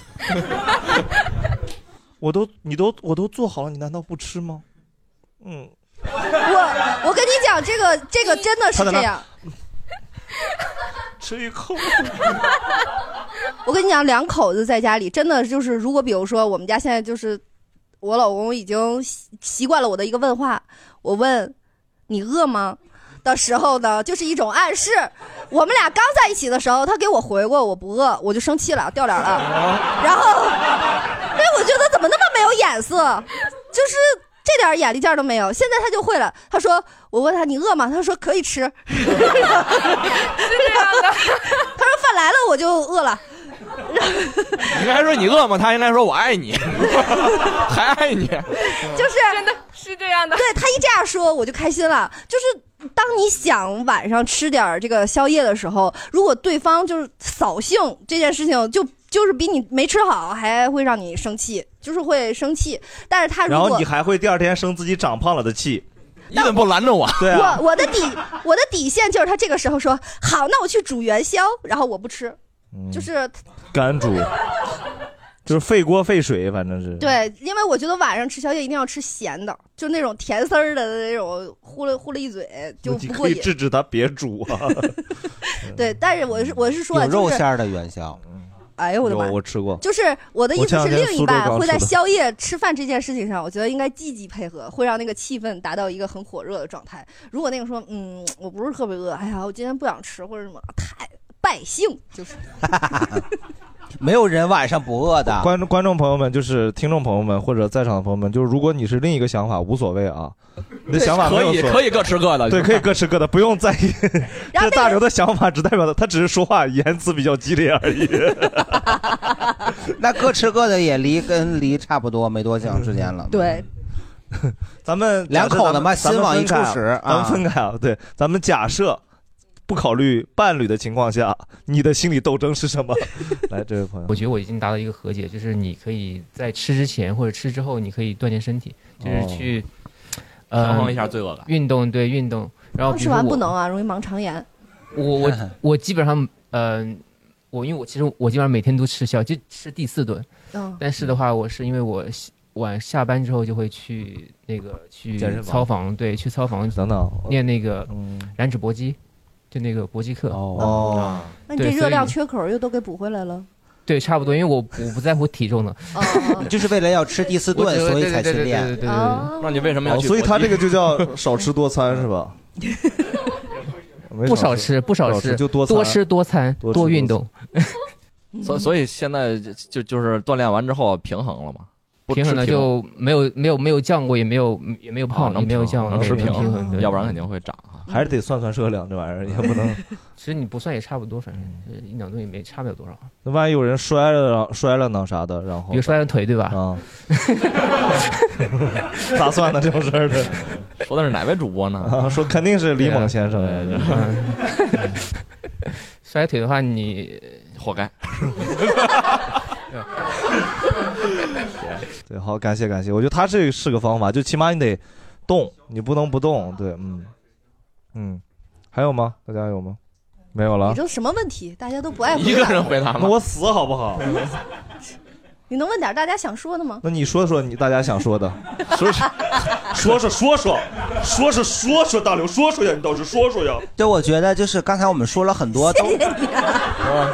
我都，你都，我都做好了，你难道不吃吗？嗯，
我我跟你讲，这个这个真的是
他在那
这样。
吃一口。
我跟你讲，两口子在家里真的就是，如果比如说我们家现在就是，我老公已经习习惯了我的一个问话，我问你饿吗？的时候呢，就是一种暗示。我们俩刚在一起的时候，他给我回过我不饿，我就生气了，掉脸了。然后，哎，我觉得怎么那么没有眼色，就是这点眼力劲儿都没有。现在他就会了，他说我问他你饿吗？他说可以吃。是这样的， 他说饭来了我就饿了。
你应该说你饿吗？他应该说我爱你， 还爱你。
就是嗯真的
是这样的。
对他一这样说，我就开心了。就是当你想晚上吃点儿这个宵夜的时候，如果对方就是扫兴这件事情就，就是比你没吃好还会让你生气，就是会生气。但是他如
然
果
后你还会第二天生自己长胖了的气，
你怎么不拦着我？
对啊，
我我的底我的底线就是他这个时候说好，那我去煮元宵，然后我不吃，
嗯
就是
干煮，就是费锅费水，反正是。
对，因为我觉得晚上吃宵夜一定要吃咸的，就那种甜丝儿的那种，呼了呼了一嘴就
你
不过
可以
瘾。
制止他别煮啊。
对，但是我是我是 说，
有肉
就是
馅儿的元宵，
哎呦我的妈呀！
我吃过，
就是我的意
我
思
前
是，
两天
另一
苏州
半
刚
会在
吃的
宵夜吃饭这件事情上，我觉得应该积极配合，会让那个气氛达到一个很火热的状态。如果那个说，嗯，我不是特别饿，哎呀，我今天不想吃或者什么，太败兴，就是
没有人晚上不饿的。
观众观众朋友们，就是听众朋友们或者在场的朋友们，就是如果你是另一个想法，无所谓啊，你的想法
可以可以各吃各的，
以 对，可以各吃各的，不用在意。这大刘的想法只代表他，他只是说话言辞比较激烈而 已。
那各吃各的也离跟离差不多，没多长时间了。
对，
咱们
两口子嘛
咱们
心往一处
咱们分
使
开啊咱
啊
们分开啊，对，咱们假设不考虑伴侣的情况下，你的心理斗争是什 么？来，这位朋友，
我觉得我已经达到一个和解，就是你可以在吃之前或者吃之后，你可以锻炼身体，
哦
就是去、呃
平衡一下罪恶感
运动对运动，然后
刚
比
吃
如
完
我
不能啊，容易盲肠炎。
我 我我基本上，嗯、我因为我其实我基本上每天都吃宵，就吃第四顿。
嗯
但是的话，我是因为我下晚下班之后就会去那个去
健身房
操房，对，去操房
等等
练那个燃脂搏击，就那个搏击课。
哦
那你这热量
对所以
缺口又都给补回来了。
对差不多，因为我我不在乎体重的，
就是为了要吃第四顿，所以才去练。
对对对对对对
那你为什么要
哦，
去搏击？
所以他这个就叫少吃多餐是 吧？没
不少吃，不少
就多餐
多吃多餐，
多吃
多运动。
所所以现在就就就是锻炼完之后平衡了嘛，不
平衡了
吃平
就没有没有没有降过，也没有也没有
啊
胖，也
能
没有
平
降，
衡能
对
吃
能平衡，对
要不然肯定会长啊。
还是得算算热量，这玩意儿也不能。
其实你不算也差不多，反正呃一两顿也没差不了多少。
那万一有人摔了摔了呢啥的，然后
比如摔了腿对吧？
啊，咋算呢这种事儿的？
说的是哪位主播 呢？
啊， 说肯定是李猛先生呀。
啊
摔腿的话，嗯你
活该。
对，好，感谢感谢，我觉得他这是个方法，就起码你得动，你不能不动。对，嗯嗯，还有吗？大家有吗？没有
啊
了
你。这什么问题？大家都不爱回答。
答吗
那我死好不 好？
你能问点大家想说的吗？
那你说说你大家想说的， 说说说说说说说说说说，大刘说说呀，你倒是说说呀。
对，我觉得就是刚才我们说了很多，都
啊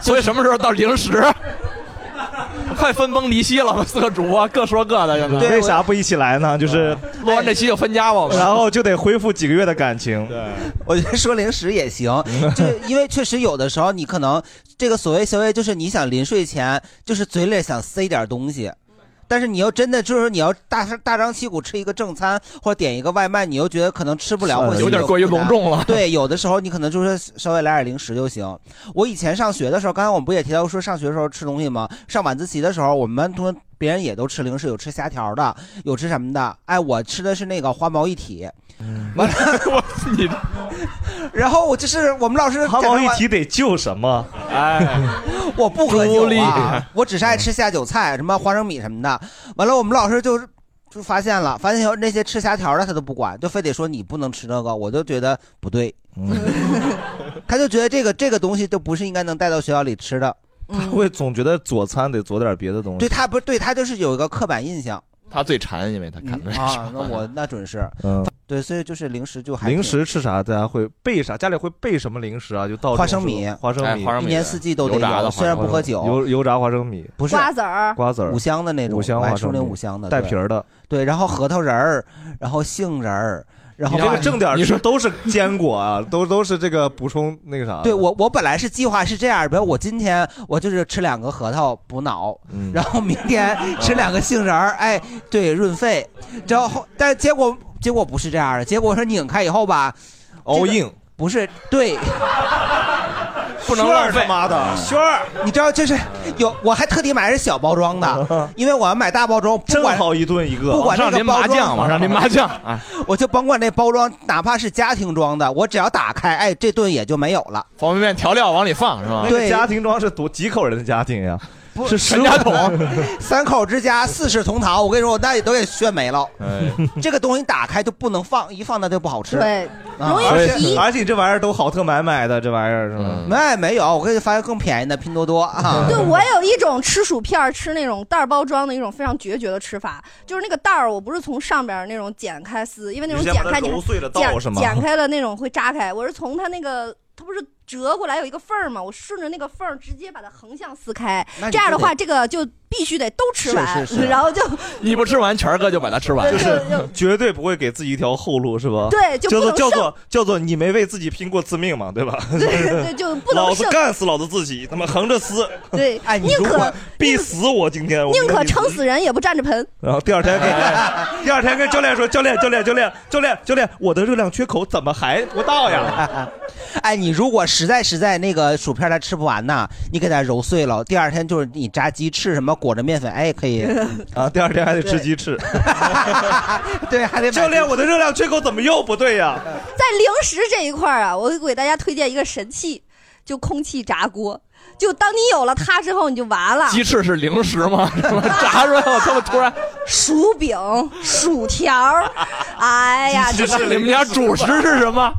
所以什么时候到零食？ 快分崩离析了，我们四个主播各说各的。现在
为啥不一起来呢？就是
录完这期就分家吧，我们
然后就得恢复几个月的感情。哦对，
我觉得说零食也 行，就是因为确实有的时候你可能这个所谓宵夜，就是你想临睡前就是嘴里想塞点东西。但是你要真的就是说你要大大张旗鼓吃一个正餐，或者点一个外卖，你又觉得可能吃不了，
是
啊或者
嗯有点过于
负担
隆重了
对，有的时候你可能就是稍微来点零食就行。我以前上学的时候，刚才我们不也提到说上学的时候吃东西吗？上晚自习的时候，我们班同学别人也都吃零食，有吃虾条的，有吃什么的。哎，我吃的是那个花毛一体。
嗯
完了，我你， 然后我就是我们老师
花毛一体得救什么？哎，
我不喝
朱
酒
莉
啊，我只是爱吃下酒菜，什么花生米什么的。完了，我们老师就是就发现了，发现那些吃虾条的他都不管，就非得说你不能吃那个，我就觉得不对。他就觉得这个这个东西都不是应该能带到学校里吃的，
他会总觉得佐餐得佐点别的东西。
对他不对他就是有一个刻板印象
他最馋，因为他看的
啊。那我那准是，
嗯，
对，所以就是零食就还挺
零食吃啥？大家会备啥？家里会备什么零食啊？就到
花生米
花生
哎
米，
花生米一年四季都得有油炸的花生米虽然不喝酒
油油炸花生米
不是
瓜子儿
瓜子儿
五香的那种，
五香
我还
花
说
生米
那五香的
带
对
皮儿的。
对，然后核桃仁儿，然后杏仁儿，然后
你这个正点儿吃都是坚果啊，都都是这个补充那个啥。
对，我，我本来是计划是这样，比如我今天我就是吃两个核桃补脑，
嗯
然后明天吃两个杏仁儿，哎，对，润肺。然后，但是结果结果不是这样的，结果是拧开以后吧，all
in
不是对。
不能浪费
炫儿他妈的，轩儿，你知道就是有，我还特地买的是小包装 的，因为我要买大包装，正
好一顿一个
不管那
往上
个
淋
包
麻
装
酱往上淋 麻酱哎
我就甭管那包装，哪怕是家庭装的，我只要打开，哎，这顿也就没有了。
方便面调料往里放是吧？
那个家庭装是多几口人的家庭呀？是十
全家
桶，
三口之家，四世同堂。我跟你说，我那也都给炫没了。
哎
这个东西打开就不能放，一放那就不好吃。
对
啊
而且而且你这玩意儿都好特买买的，这 玩意儿是吧？
没嗯哎没有，我给你发现更便宜的拼多多啊。
对我有一种吃薯片儿吃那种袋儿包装的一种非常决绝的吃法，就是那个袋儿我不是从上边儿那种剪开撕，因为那种
你先
剪
把它
开你
揉碎了倒是
剪
吗
剪开了那种会扎开，我是从它那个它不是折过来有一个缝儿嘛，我顺着那个缝儿直接把它横向撕开
那，你
这样的
就得
话这个就必须得都吃完，
是是是
然 后就
你不吃完，全哥就把它吃完。
就是 绝对不会给自己一条后路，是吧？
对就
叫做
不能
叫做
剩
叫做你没为自己拼过自命嘛，对吧？
对对就不能
老子
剩
干死老子自己，他妈横着撕。
对
哎，
你
宁
如
可
果必死我今天，我
宁可
跟你
撑死人也不占着盆。
然后第二 天跟、第二天跟教练说，教练教练教练教练教练，我的热量缺口怎么还不到 呀？
哎，你如果实在实在那个薯片它吃不完呐，你给它揉碎了，第二天就是你炸鸡翅什么裹着面粉，哎，可 以
啊。第二天还得吃鸡翅。
对，还得
教练，我的热量缺口怎么又不对呀？
在零食这一块儿啊，我给大家推荐一个神器，就空气炸锅。就当你有了它之后，你就完了。
鸡翅是零食 吗？是吧炸出来，我他妈突然，
薯饼、薯条 儿，哎呀，
这
就是
你们家主食是什么？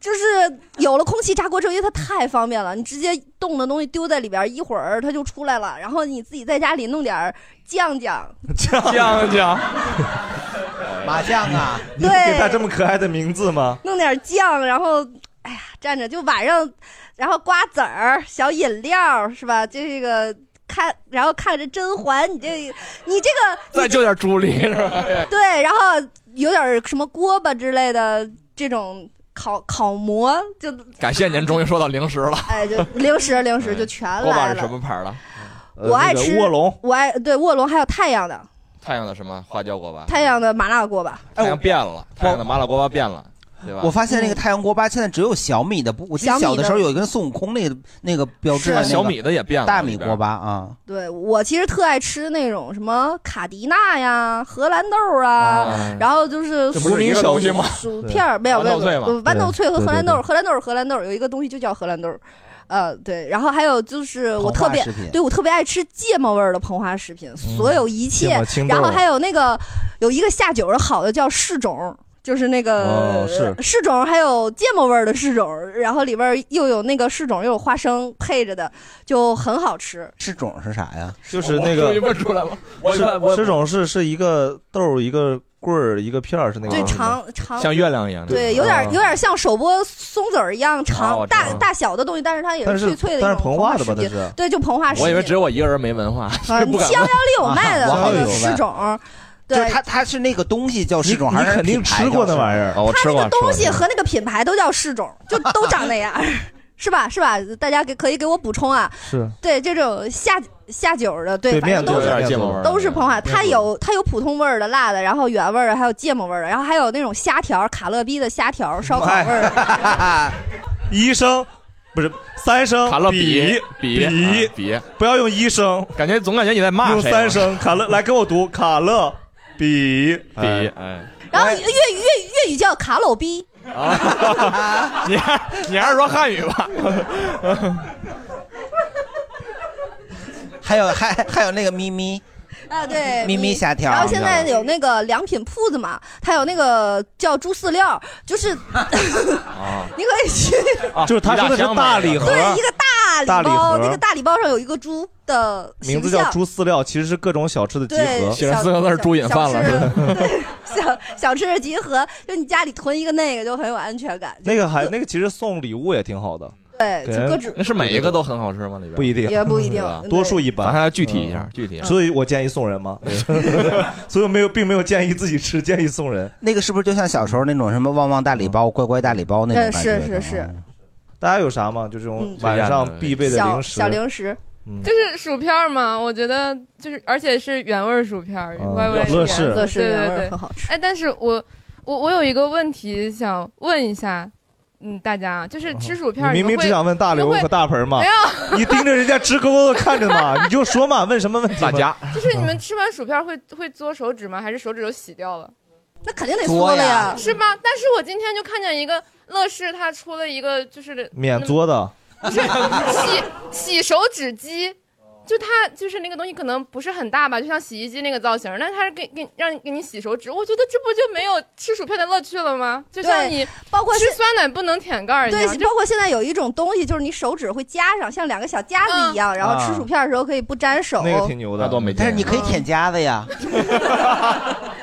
就是有了空气炸锅之后，因为它太方便了，你直接冻的东西丢在里边儿，一会儿它就出来了。然后你自己在家里弄点儿酱酱，
酱 酱，
麻酱啊！
你给他这么可爱的名字吗？
弄点儿酱，然后哎呀蘸着，就晚上，然后瓜子儿、小饮料是吧？这个看，然后看着甄嬛，你这你这个
再就点朱梨是吧？
对，然后有点儿什么锅巴之类的这种烤烤馍，就
感谢您终于说到零食了。
哎 就零食零食就全
哎锅巴
来
是什
了。嗯
么呃牌儿的？
我
呃
爱吃我爱对卧龙还有太阳的
太阳的什么花椒锅巴？
太阳的麻辣锅巴，
太阳变了，太阳的麻辣锅巴变了，对吧？
哎我发现
嗯
那个太阳锅巴现在只有小米的，不，我记得
小米
小的
的
时候有一个孙悟空那个那个标志
是
的那个
小米
啊的也变了
大米
里边
锅巴啊。
对我其实特爱吃那种什么卡迪娜呀、荷兰豆啊，
啊
然后就是
这不是
薯
一个东西吗
薯片儿没有
豌
没有
豆脆吗
呃豌豆脆和
对对
荷兰
对
豆，荷兰豆是荷兰豆，有一个东西就叫荷兰豆。呃，对，然后还有就是我
膨
特
化
别
食品嗯
对我特别爱吃芥末味儿的膨化食品，所有一切
芥末青，豆
然后还有那个有一个下酒的好的叫柿种，就是那个、
哦是
柿种，还有芥末味儿的柿种，然后里边儿又有那个柿种又有花生配着的，就很好吃。
柿种是啥呀？
就是那个
我终于问出来了。 我
是这种是是一个豆儿一个棍儿一个片儿是那个
对
东西吗啊
长长
亮一样
对，有点有点像手剥松子儿一样
啊
长，
我知道
大大小的东西，但是它也
但是
脆脆的一种
但是膨化的
食
吧
品
它是
对，就膨化食品。
我以为只有我一个人没文 化，
啊，
不敢
七幺幺
问。
里有卖的
啊
那
我
个
有
柿
卖
种，
就是
对，
它，它是那个东西叫柿种，
你
还是
肯定
品牌啊
吃过那玩意儿
叫柿
啊
种
哦我
它那个东西和那个品牌都叫柿种，就都长那样。 是吧？是吧？大家给可以给我补充啊。
是
对这种下下酒的，对，
对
反正
面
都
啊
对面
是
芥末味儿
都是膨化，
面
它有它有普通味儿的辣的，然后原味儿的，还有芥末味儿的，然后还有那种虾条儿，卡乐逼的虾条儿，烧烤
哎
味儿的。
医生不是三声
卡勒
比
比啊
比
比，
不要用医生，
感觉总感觉你在骂
用
谁啊
三声卡乐来跟我读卡乐比
比哎，
然后粤语粤语粤语叫卡搂逼，
你还你还是说汉语吧。
还有还还有那个咪咪，
啊， 对，
咪咪虾条
然后现在有那个良品铺子嘛，它有那个叫猪饲料，就是
啊，
你可以去，
就是他说的是啊大礼盒，
对，一个大
大
礼
礼
包，
盒
那个大礼包上有一个猪的
名字
形
叫
象
猪饲料，其实是各种小吃的集
对
合。
写上四个字儿
猪
猪引饭了
是 吧？
小小吃集合，就你家里囤一个那个就很有安全感。
那个还那个其实送礼物也挺好的，
对，
给
就
人
各种
那是每一个都很好吃吗？里边
不一定，
也不一定
是吧
对
多数一般。嗯
咱还要具体一下具体一下
所以我建议送人嘛， 所以我没有并没有建议自己吃，建议送人。
那个是不是就像小时候那种什么旺旺大礼
嗯
包、乖乖大礼包那种
对，
感觉
呃是
的？啊
是是，
大家有啥吗？就这种
嗯
晚上必备的
小
零食，嗯
小零食，
就是薯片儿嘛，我觉得就是，而且是原味儿薯片儿，
嗯
歪歪
乐事
对
乐
事啊原味
对
儿
对，
很好
吃。哎，但是我我我有一个问题想问一下，嗯，大家就是吃薯片儿，
你明
们
明
会
只想问大刘
你们
和
会
大盆嘛
没，有
你盯着人家直勾勾的看着嘛， 你就说嘛，问什么问题？大家
就是
嗯
你们吃完薯片儿会会嘬手指吗？还是手指都洗掉了？
那肯定得缩了呀。
是吧？但是我今天就看见一个乐事，它出了一个就是
免嘬 的，
不是洗洗手指机，就它就是那个东西可能不是很大吧，就像洗衣机那个造型，但它是给给让给你洗手指，我觉得这不就没有吃薯片的乐趣了吗？就像
对
你
包括
吃
是
酸奶不能舔盖儿一样，
对，
就
包括现在有一种东西，就是你手指会夹上，像两个小夹
嗯
子一样，然后
啊
吃薯片的时候可以不沾手。
牛的，
多没
但是你可以舔夹子呀，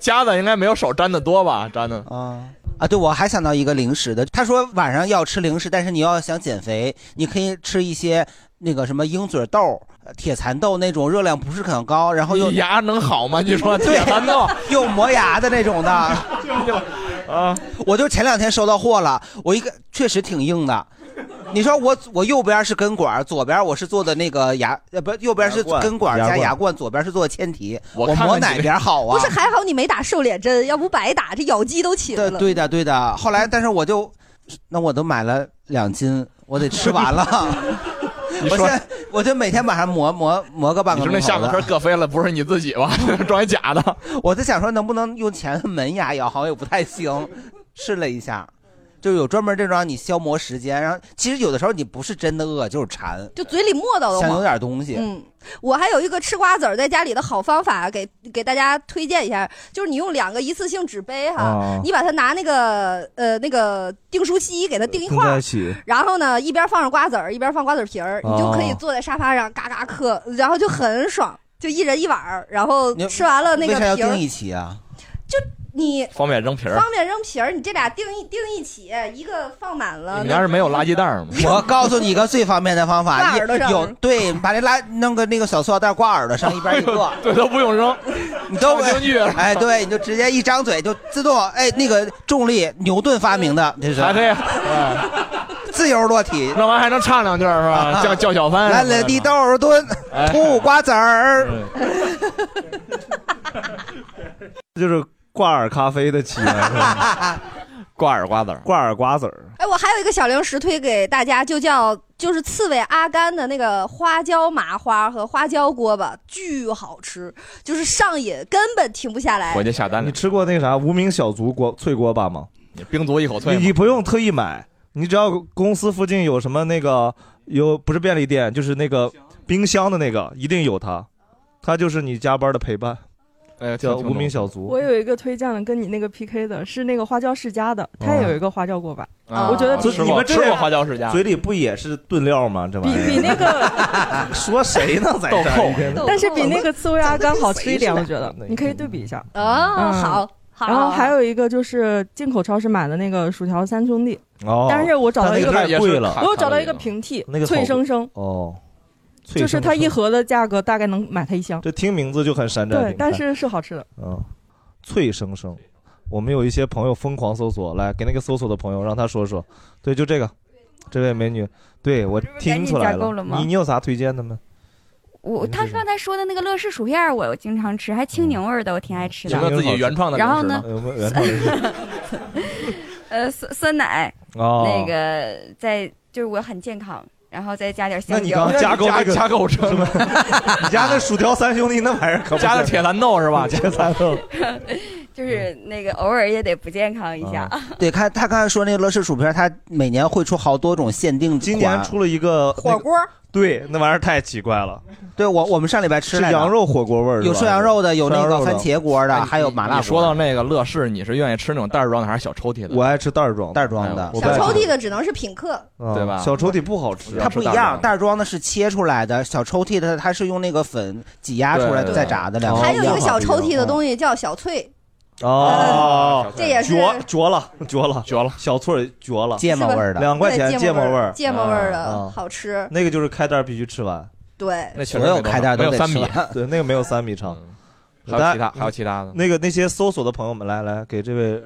夹子应该没有手沾的多吧？沾的
啊。啊，对，我还想到一个零食的，他说晚上要吃零食，但是你要想减肥，你可以吃一些那个什么鹰嘴豆、铁蚕豆那种热量不是很高，然后又
你牙能好吗？啊 你说铁蚕豆
又磨牙的那种的，
啊，
我就前两天收到货了，我一个确实挺硬的。你说我我右边是根管，左边我是做的那个牙，呃不，右边是
牙冠
根管
牙
加
冠
牙冠，左边是做的铅提。
我
我
看看
磨
你
哪
那
边好啊？
不是，还好你没打瘦脸针，要不白打，这咬肌都起来了。
对的，对的。后来，但是我就，那我都买了两斤，我得吃完了。 我现在我就每天晚上磨磨磨个半
你
个
说
钟
那
头
下巴
的
颏硌飞了，不是你自己吧？ 装一假的。
我在想说，能不能用前 门牙咬，好像也不太行。试了一下，就有专门这种让你消磨时间。然后，其实有的时候你不是真的饿，就是馋，
就嘴里磨叨的
想
慌
有点东西。
嗯，我还有一个吃瓜子儿在家里的好方法，啊给给大家推荐一下，就是你用两个一次性纸杯哈，
啊
你把它拿那个呃那个订书机给它订一
拼
块
在
儿
一。起。
然后呢，一边放上瓜子儿，一边放瓜子皮儿，你就可以
哦
坐在沙发上嘎嘎嗑，然后就很爽，就一人一碗儿，然后吃完了那
为
个
啥要
皮儿
订，一起啊？
你
方便扔皮儿
方。便扔皮儿，你这俩订一订一起，一个放满了，
你们
那
家是没有垃圾袋吗？
我告诉你一个最方便的方
挂
法，
耳朵上
一有对，把那拉弄个那个小塑料袋挂耳朵 上，一边一个，
对，都不用扔，
你 都
京剧
哎，对，你就直接一张嘴就自动哎，那个重力牛顿发明的，这是哎
还可以，
自由落体，
啊
啊
弄完还能唱两句是吧？叫叫小帆，
来了地豆儿蹲
哎，
吐瓜子儿，
这就是挂耳咖啡的起源，是吧
挂耳瓜子儿，
挂耳瓜子儿，
哎，我还有一个小零食推给大家，就叫就是刺猬阿甘的那个花椒麻花和花椒锅巴，巨好吃，就是上瘾，根本停不下来。
回去下单。
你吃过那个啥无名小卒锅脆锅巴吗？
冰足一口脆
你
嘛。
你不用特意买，你只要公司附近有什么那个有不是便利店，就是那个冰箱的那个，一定有它，它就是你加班的陪伴，
哎，
叫
挺挺
无名
懂
小卒。
我有一个推荐的，跟你那个 PK 的是那个花椒世家的，它也有一个花椒锅巴，
啊
我觉得
这
比
你们这
吃过花椒世家
嘴里不也是炖料吗？这玩意儿
比那个，
说谁呢？在这
豆
儿一天
哦
但是比那个刺猬阿甘好吃一点，
长
我
得跟
觉得你可以对比一下。
哦，
嗯
好，好。
然后还有一个就是进口超市买的那个薯条三兄弟，
哦
但是我找到一个，
但那个太贵了
我又找到一个平替，
那个好
脆生生，
哦，脆
就是它一
生生，
盒的价格大概能买它一箱。
这听名字就很山寨。
对
你，看
但是是好吃的。
嗯，脆生生。我们有一些朋友疯狂搜索，来给那个搜索的朋友让他说说。对，就这个，这位美女，
嗯
对我听出来
赶紧加购了吗
你你有啥推荐的吗？
我他刚才说的那个乐事薯片儿，我经常吃，还青柠味儿的，我挺爱吃的。
有没有自己原创的
然后
零食
呢
吗 有没有原创零食，
呃，酸酸奶，
哦
那个再就是我很健康，然后再加点香蕉。
那你刚 刚加购那个
加购
什 么？你家那薯条三兄弟那玩意儿可
加个铁
蚕豆是吧？ 铁
哎
蚕豆，
就是那个偶尔也得不健康一下。
对，看他刚才说那个乐事薯片，它每年会出好多种限定款。
今年出了一个
火锅，
对，那玩意儿太奇怪了。
对我我们上礼拜吃
是
来着
羊肉火锅味儿，
有
是吧
涮羊肉的，有那个番茄锅的，
哎
还有麻辣
你说
锅。
到那个乐事，你是愿意吃那种袋儿装的还是小抽屉的？
我爱吃袋儿装，
袋
儿装的
我不
小
爱
抽
吃
屉的只能是品客，
对吧？
嗯小抽屉不好吃啊
它不一样，袋装的是切出来的，小抽屉的它是用那个粉挤压出来
对
再炸的，两个
还有一
样
个小抽屉的东西叫小脆，
哦，
这也是
绝绝了，绝了，绝了，小脆儿绝了，
芥末味儿的
两块钱
对芥
末味
儿，芥末味儿的
啊
好吃。
那个就是开袋儿必须吃完，
对，
没有三米嗯
对，那个没有三米长。
还有
大家
其他还有其他的
那个那些搜索的朋友们，来来给这位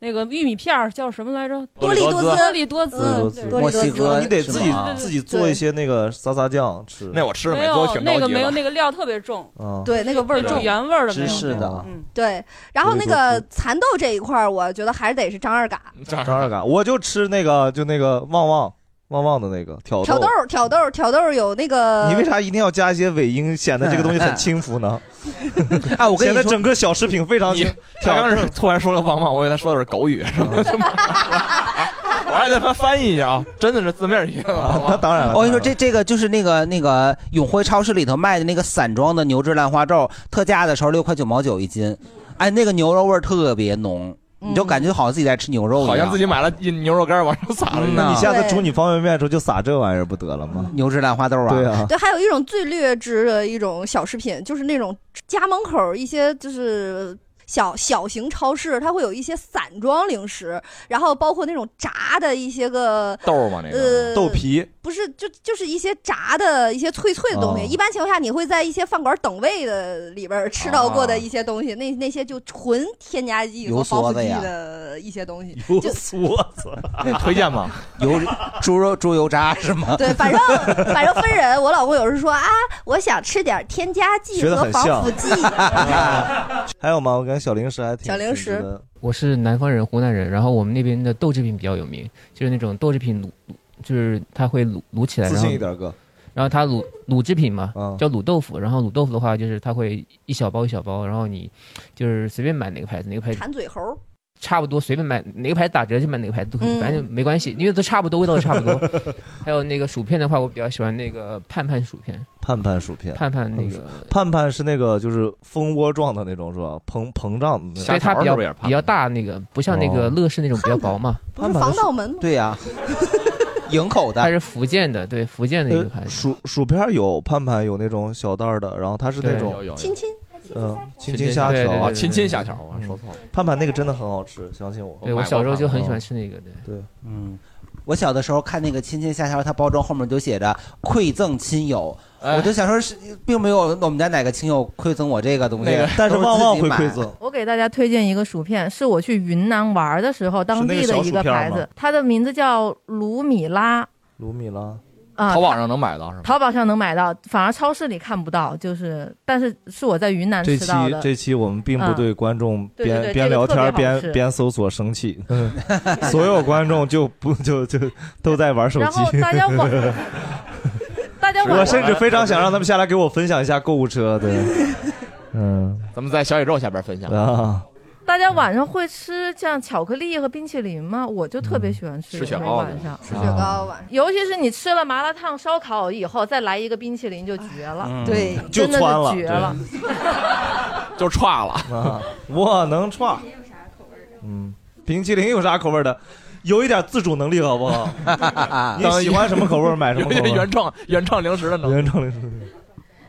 那个玉米片儿叫什么来着？
多利多
多
滋嗯
利多滋，
嗯
对
多利多
对
滋你得自
对
己
对对
自己做一些那个撒撒酱吃。
那我吃
没有那个没有那个料特别重
啊，
对那个味儿重
种原味儿的没有
芝士的
嗯，
对，然后
有
那
一
个蚕豆这一块儿，我觉得还是得是张二嘎
张二嘎，我就吃那个就那个旺旺旺旺的那个挑
挑豆儿，挑豆儿，挑豆儿有那个。
你为啥一定要加一些尾音，显得这个东西很轻浮呢？啊，我
跟
显
你说
得整个小食品非常
你
轻。
他刚是啊突然说了旺旺，我以为他说的是狗语，是吧？我还得他翻译一下啊，真的是字面语哦音了。
那当然
我跟你说，这这个就是那个那个永辉超市里头卖的那个散装的牛至兰花豆，特价的时候六块九毛九一斤，哎，那个牛肉味儿特别浓，你就感觉好像自己在吃牛肉一样，
好像自己买了一牛肉干往上撒了一
那
样。
你下次煮你方便面的时候就撒这玩意儿不得了吗？
牛至兰花豆啊？
对 啊，
对，还有一种最劣质的一种小食品，就是那种家门口儿一些就是小小型超市，它会有一些散装零食，然后包括那种炸的一些个
豆儿嘛那
呃
个豆
皮
不是，就就是一些炸的一些脆脆的东
啊
西。
哦
一般情况下，你会在一些饭馆等位的里边儿吃到
啊
过的一些东西，那那些就纯添加剂和
油
防腐
梭子
剂
呀
的一些东西，
油
就
梭子
推荐吗？
油猪肉猪油渣是吗？
对，反正反正分人。我老公有时候说啊，我想吃点添加剂
学的
和
很
防
像
腐剂。。
哎还有吗？我感觉小零食还挺
小零食
挺值得
我是南方人，湖南人，然后我们那边的豆制品比较有名，就是那种豆制品卤，就是它会卤卤起来，
自
然后
信一点哥。
然后它卤卤制品嘛，
嗯
叫卤豆腐。然后卤豆腐的话，就是它会一小包一小包，然后你就是随便买哪个牌子，哪个牌子
馋嘴猴，
差不多，随便买哪个牌子打折就买哪个牌子都可以，
嗯
反正没关系，因为都差不多，味道都差不 多。还有那个薯片的话，我比较喜欢那个盼盼薯片，
盼盼薯片，
盼盼那个
盼盼是那个就是蜂窝状的那种是吧？膨膨胀的那种，
所以它比较比较大，那个不像那个
哦
乐事那种比较 薄嘛。
不是防盗门吗？
对呀、营口的，
它是福建的，对福建的一个牌
呃
子。
薯薯片有盼盼有那种小袋儿的，然后它是那
对
种
有有有
亲亲，
嗯，亲
亲
哦亲虾
对对
条
对对对嗯亲亲
虾条啊说错了。
盼盼那个真的很好吃，相信我。
对我小时候就很喜欢吃那个，对。
对，
嗯，我小的时候看那个亲亲虾条，它包装后面就写着馈赠亲友。
哎
我就想说是，并没有我们家哪个亲友馈赠我这个东西，
那个但是旺旺会馈
赠。
我给大家推荐一个薯片，是我去云南玩的时候当地的一
是那个小薯
个牌
片吗
子，它的名字叫鲁米拉
卢米拉，
啊。
淘宝上能买到是
嗯
吗？
淘宝上能买到，反而超市里看不到。就是，但是是我在云南
这
吃
期
到的。嗯
这期我们并不对观众
对对
边
对
边
这个
聊天
特别好
边
吃
边搜索生气，所有观众就不就 就都在玩手
然后
机。
大家网，大家网
我甚至非常想让他们下来给我分享一下购物车，对， 嗯
咱们在小宇宙下边分享。
啊，
大家晚上会吃这样巧克力和冰淇淋吗？我就特
嗯
别喜欢吃。
吃雪
有时候
糕的啊
晚上，
吃雪糕
晚上，
尤其是你吃了麻辣烫、烧烤以后，再来一个冰淇淋就绝了
嗯，
对，
就
真的
窜了
是绝了。
就串了
啊，我能串。嗯，冰淇淋有啥口味的？有一点自主能力好不 好？嗯你喜欢什么口味买什么口
有一
味。
些 原创原创零食的能。
原创零食。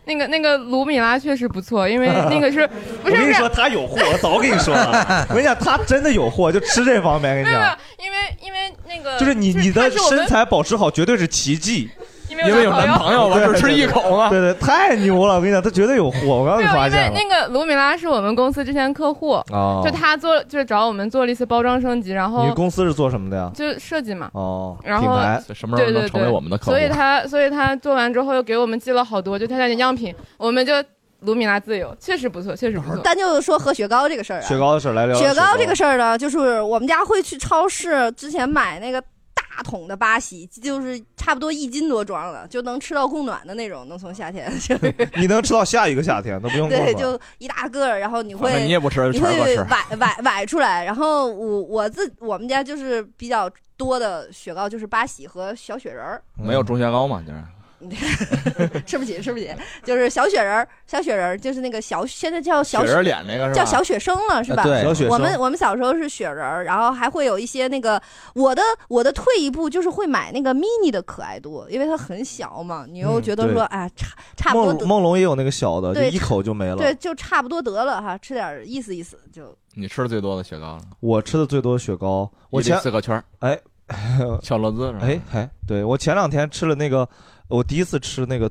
那个那个卢米拉确实不错，因为那个 是不
我
是
跟
不
你
是
说，他有货，我早跟你说了。我跟你讲，他真的有货，就吃这方面。跟你
没有没
讲
有，因为因为那个
就是你你
它
的
是我们
身材保持好，绝对是奇迹。
因
因为有男朋友，我只吃一口啊吗？
对对，太牛了！我跟你讲，他绝对有货，我刚刚就发
因为
现了。
那个卢米拉是我们公司之前客户，
哦
就他做就是找我们做了一次包装升级，然后
你公司是做什么的呀？
就设计嘛，
哦，
然后
品牌
什么时候能成为我们的客户？
所以他所以他做完之后又给我们寄了好多，就他家的样品，我们就卢米拉自由，确实不错，确实不错。
咱就说喝雪糕这个事儿啊，
雪糕的事儿来聊聊。
雪糕这 个事儿呢，就是我们家会去超市之前买那个大桶的巴西，就是差不多一斤多装了，就能吃到供暖的那种，能从夏天 就是
你能吃到下一个夏天都不用过
对，
分
就一大个儿，然后你会
反正你也不吃
你
全是我
会
吃
崴崴崴出来。然后我我自我们家就是比较多的雪糕，就是巴西和小雪人儿，
没有中雪糕嘛，就是
吃不起吃不起，就是小雪人儿，小雪人儿就是那个小，现在叫小
雪人脸那个是吧
叫小雪生了是吧？
啊对小雪生
我们我们小时候是雪人儿，然后还会有一些那个我的我的退一步就是会买那个 mini 的可爱多，因为它很小嘛，你又
嗯
觉得
对
说、哎差差
梦
不多
龙
得
梦龙也有那个小的，就
对
一口就没了。
对，就差不多得了哈，吃点儿意思意思就。
你吃的最多的雪糕了，
我吃的最多的雪糕，我
一粒
前
四个圈儿
哎，
小乐兹是吧？
哎哎，对我前两天吃了那个，我第一次吃那个，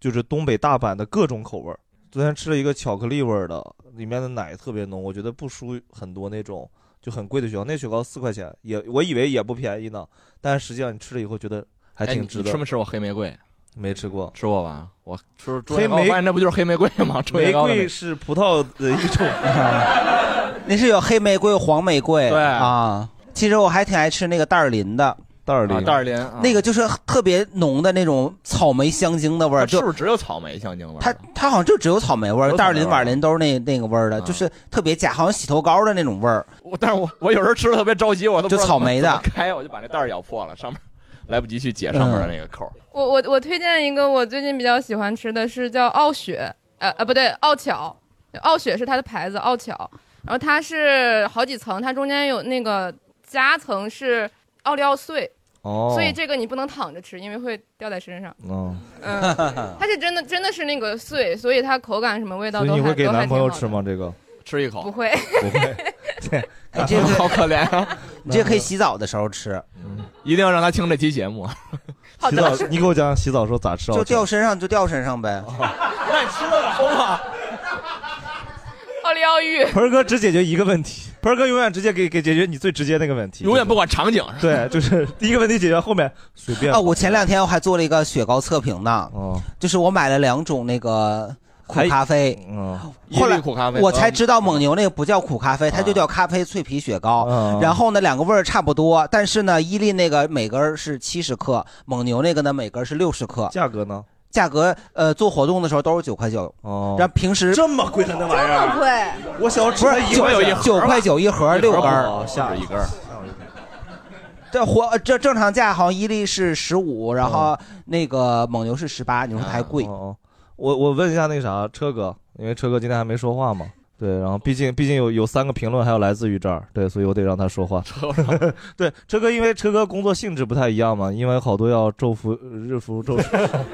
就是东北大阪的各种口味儿。昨天吃了一个巧克力味儿的，里面的奶特别浓，我觉得不输很多那种就很贵的雪糕。那雪糕四块钱，也我以为也不便宜呢，但实际上你吃了以后觉得还
哎
挺
你
值
你
得。
吃没吃过黑玫瑰？
没吃过，
吃过吧？我吃猪
黑
雪糕，我
玫
发现那不就是黑玫瑰 吗？猪雪
玫
糕的那
瑰是葡萄的一 种。
那是有黑玫瑰、黄玫瑰，
对
啊。其实我还挺爱吃那个袋儿林的，
袋儿
林啊袋儿林啊
那个就是特别浓的那种草莓香精的味儿，
是
就
不是只有草莓香精味儿？
它它好像就只有草莓味儿，袋儿林、碗林都是那那个味儿
啊
的，就是特别假，好像洗头膏的那种味儿。
我但是我我有时候吃的特别着急，我都不知道
就草莓的
怎么开，我就把那袋儿咬破了，上面来不及去解上面的那个扣儿。
我我我推荐一个我最近比较喜欢吃的是叫傲雪，呃呃不对，傲巧，傲雪是它的牌子，傲巧。然后它是好几层，它中间有那个夹层是奥利奥碎，
哦，
所以这个你不能躺着吃，因为会掉在身上。
嗯，
嗯，它是真的真的是那个碎，所以它口感什么味道
所
都
以
还
你会给
都还
男朋友
挺好
吃吗？这个
吃一口
的不会，
不会，
哎这个
好可怜啊！
你这可以洗澡的时候吃，
一定要让他听这期节目。
洗澡，你给我讲讲洗澡时候咋吃啊？哦
就掉身上就掉身上呗。
那你吃了疯了。
奥利奥浴。
盆儿哥只解决一个问题，盆儿哥永远直接给给解决你最直接那个问题，
永远不管场景。
对，就是第一个问题解决，后面随便
啊，我前两天我还做了一个雪糕测评呢，
哦，
就是我买了两种那个苦咖啡，
嗯，
后
伊
来
利苦咖啡
我才知道蒙牛那个不叫苦咖啡，它就
嗯
叫咖啡脆皮雪糕。然后呢，两个味儿差不多，但是呢，伊利那个每根儿是七十克，蒙牛那个呢每根儿是六十克。
价格呢？
价格呃，做活动的时候都是九块九。
哦
然后平时
这么贵的那玩
哎
意儿，
对，
我想要吃
不是
一
九
块钱
九块九一盒，六根儿。
哦下
一根儿。
这活呃这正常价好像伊利是十五，然后那个蒙牛是十八，你说它还贵？
嗯哦，我我问一下那啥车哥，因为车哥今天还没说话嘛。对，然后毕竟毕竟有有三个评论还有来自于这儿，对，所以我得让他说话。对，车哥因为车哥工作性质不太一样嘛，因为好多要昼伏呃日伏昼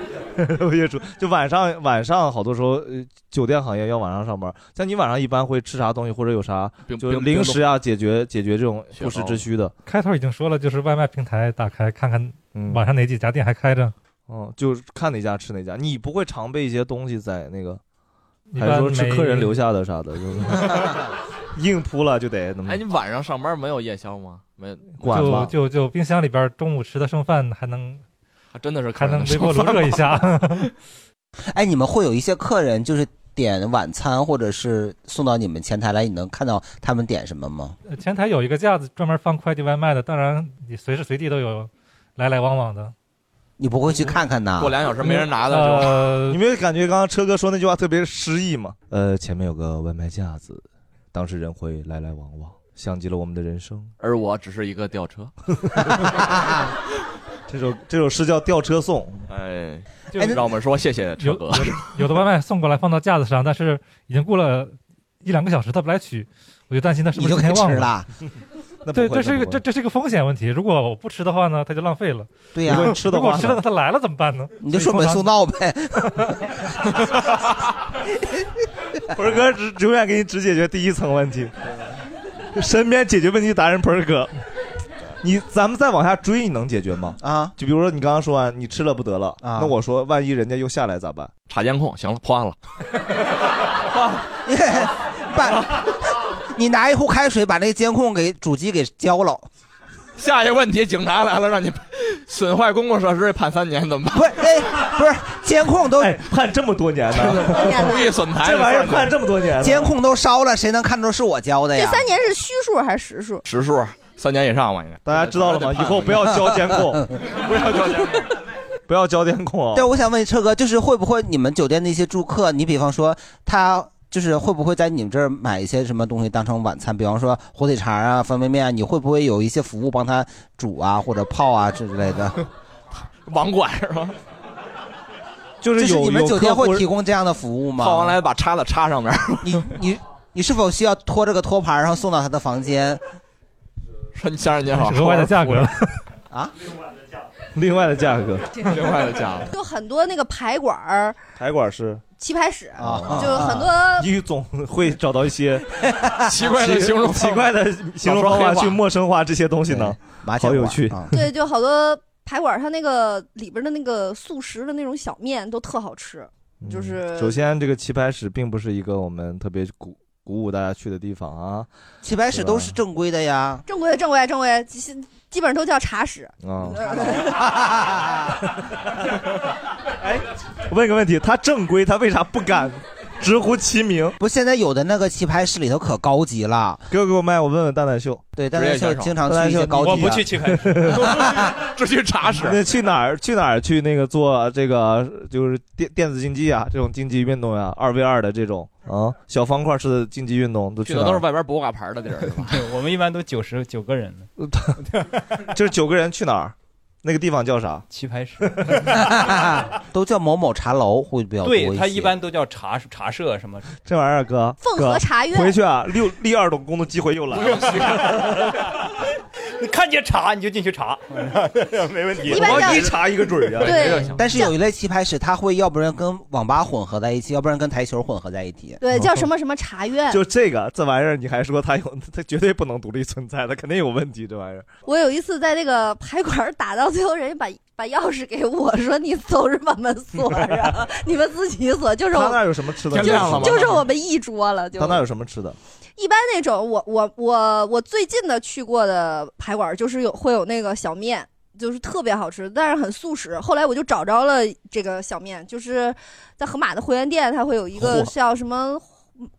夜出，就晚上晚上好多时候呃酒店行业要晚上上班，像你晚上一般会吃啥东西或者有啥
冰
就
冰
零
冰
食啊解决解决这种
雪
不时
糕
之需的，
开头已经说了，就是外卖平台打开看看
嗯
晚上哪几家店还开着。
嗯，就是看哪家吃哪家，你不会常备一些东西在那个，
一
还
般
是说吃
没
客人留下的啥的， 就是硬扑了就得怎么
哎，你晚上上班没有夜宵吗？没，
管
就
吧？
就就冰箱里边中午吃的剩饭还能
还真的是
还
客人
能
剩
微波炉
饭
热一下。
哎，你们会有一些客人就是点晚餐，或者是送到你们前台来，你能看到他们点什么吗？
呃前台有一个架子专门放快递外卖的，当然你随时随地都有来来往往的。
你不会去看看呐？
过 两小时没人拿的就。
呃，你没有感觉刚刚车哥说那句话特别诗意吗？呃，前面有个外卖架子，当事人会来来往往，像极了我们的人生。
而我只是一个吊车。
这首这首诗叫《吊车颂》。
哎，
就
让我们说谢谢车
有
哥
有。有的外卖送过来放到架子上，但是已经过了一两个小时，他不来取，我就担心他是不是今天忘 了。
那不
对，
会
这是
那
一个
不会
这这是一个风险问题。如果我不吃的话呢，他就浪费了。
对呀
如果
吃的
如果
话呢
吃了他来了怎么办呢？
你就说没送到呗。
盆儿哥只永远给你只解决第一层问题，身边解决问题达人盆儿哥。你咱们再往下追，你能解决吗？
啊，
就比如说你刚刚说完你吃了不得了，那我说万一人家又下来咋办？
查监控，行了，破案了。啊
把，你拿一壶开水把那监控给主机给浇了。
下一个问题，警察来了，让你 损坏公共设施判三年，怎么办？
不是，哎，不是，监控都
判这么多年
呢，故意损牌，
这玩意儿判这么多年呢
监控都烧了，谁能看出是我浇的
这
哎
呀？
三年是虚数还是实数？
实数啊三年以上吧，应该。
大家知道了吗？以后不要交 监 控，不要交监控，不要交监
哦
控啊！
对，我想问车哥，就是会不会你们酒店的一些住客，你比方说他就是会不会在你们这儿买一些什么东西当成晚餐，比方说火腿肠啊、方便面啊，你会不会有一些服务帮他煮啊或者泡啊之类的？
网管是吧？
就是
就是
有
你们
有
酒店
客户
会提供这样的服务吗？
泡完来把叉子 插上面。
你你你是否需要拖着个托盘，然后送到他的房间？
说先生 您好
额外的价 格
啊，
另外的价格，
另外的价格，
就很多那个排馆儿、
台馆是
棋牌室，
啊
就 很多
你总会找到 一些
奇怪的形容方法
奇怪的形容方
老说黑
法
话
去陌生化这些东西呢，
哎
好有趣。
啊
对，就好多排馆儿，它那个里边儿的那个速食的那种小面都特好吃，就是
嗯首先，这个棋牌室并不是一个我们特别鼓鼓舞大家去的地方啊。
棋牌室都是正规的呀。
正规的正规的正规的，基基本上都叫茶室。
啊，
哎，
问个问题，他正规，他为啥不 敢直呼其名？
不，现在有的那个棋牌室里头可高级了。
给我给我麦，我问问蛋蛋秀。
对蛋蛋秀经常去一些高级啊我不去棋牌
室，
只去茶室。
那去哪儿？去哪儿？去那个做这个就是电电子竞技啊，这种竞技运动呀、二 v 二的这种啊，小方块式的竞技运动都
去
去
的
哪
都
儿
是
外边博物馆牌的地儿，
对我们一般都九十九个人，
就是九个人去哪儿？那个地方叫啥？
棋牌室。
都叫某某茶楼会比较多
对
一
他一
些。
般都叫茶茶社什么，
这玩意儿，啊哥，
凤和
哥
茶院
回去啊，六立二董公的机会又来 了。
你看见茶你就进去查， 没问题。
一般
我
叫
一啊
查一个
啊
准
呀。
但是有一类棋牌室，它会要不然跟网吧混合在一起，要不然跟台球混合在一起。
对，叫什么什么茶院。
就这个这玩意儿，你还说它有，它绝对不能独立存在的，肯定有问题。这玩意儿，
我有一次在那个排馆儿打到最后，人家把把钥匙给我说：“你总是把门锁上， 你们自己锁。”就是
他
我
那儿有什么吃的？
就是就是我们一桌了，就
他那儿有什么吃的？
一般那种我我我我最近的去过的排馆儿就是有会有那个小面，就是特别好吃，但是很速食。后来我就找着了这个小面，就是在河马的回源店，它会有一个
嚯
叫什么。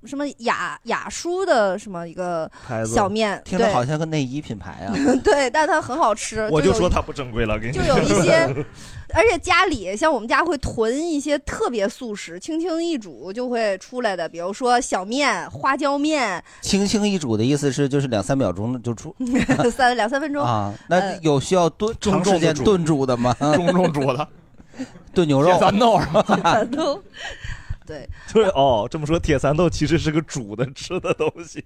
什么雅雅舒的什么一个
牌子
小面，
听着
对
好像个内衣品牌啊。
对，但它很好吃。
我就
有
说它不正规了，给你
就有一 些而且家里像我们家会囤一些特别速食，轻轻一煮就会出来的，比如说小面、花椒面，
轻轻一煮的意思是就是两三秒钟就出
三两三分钟
啊。
嗯呃
那有需要炖
重
长时间
重地煮
炖煮的吗？
重重煮的，
炖牛肉
铁三豆
反正对，
就是啊哦，这么说，铁三豆其实是个煮的吃的东西。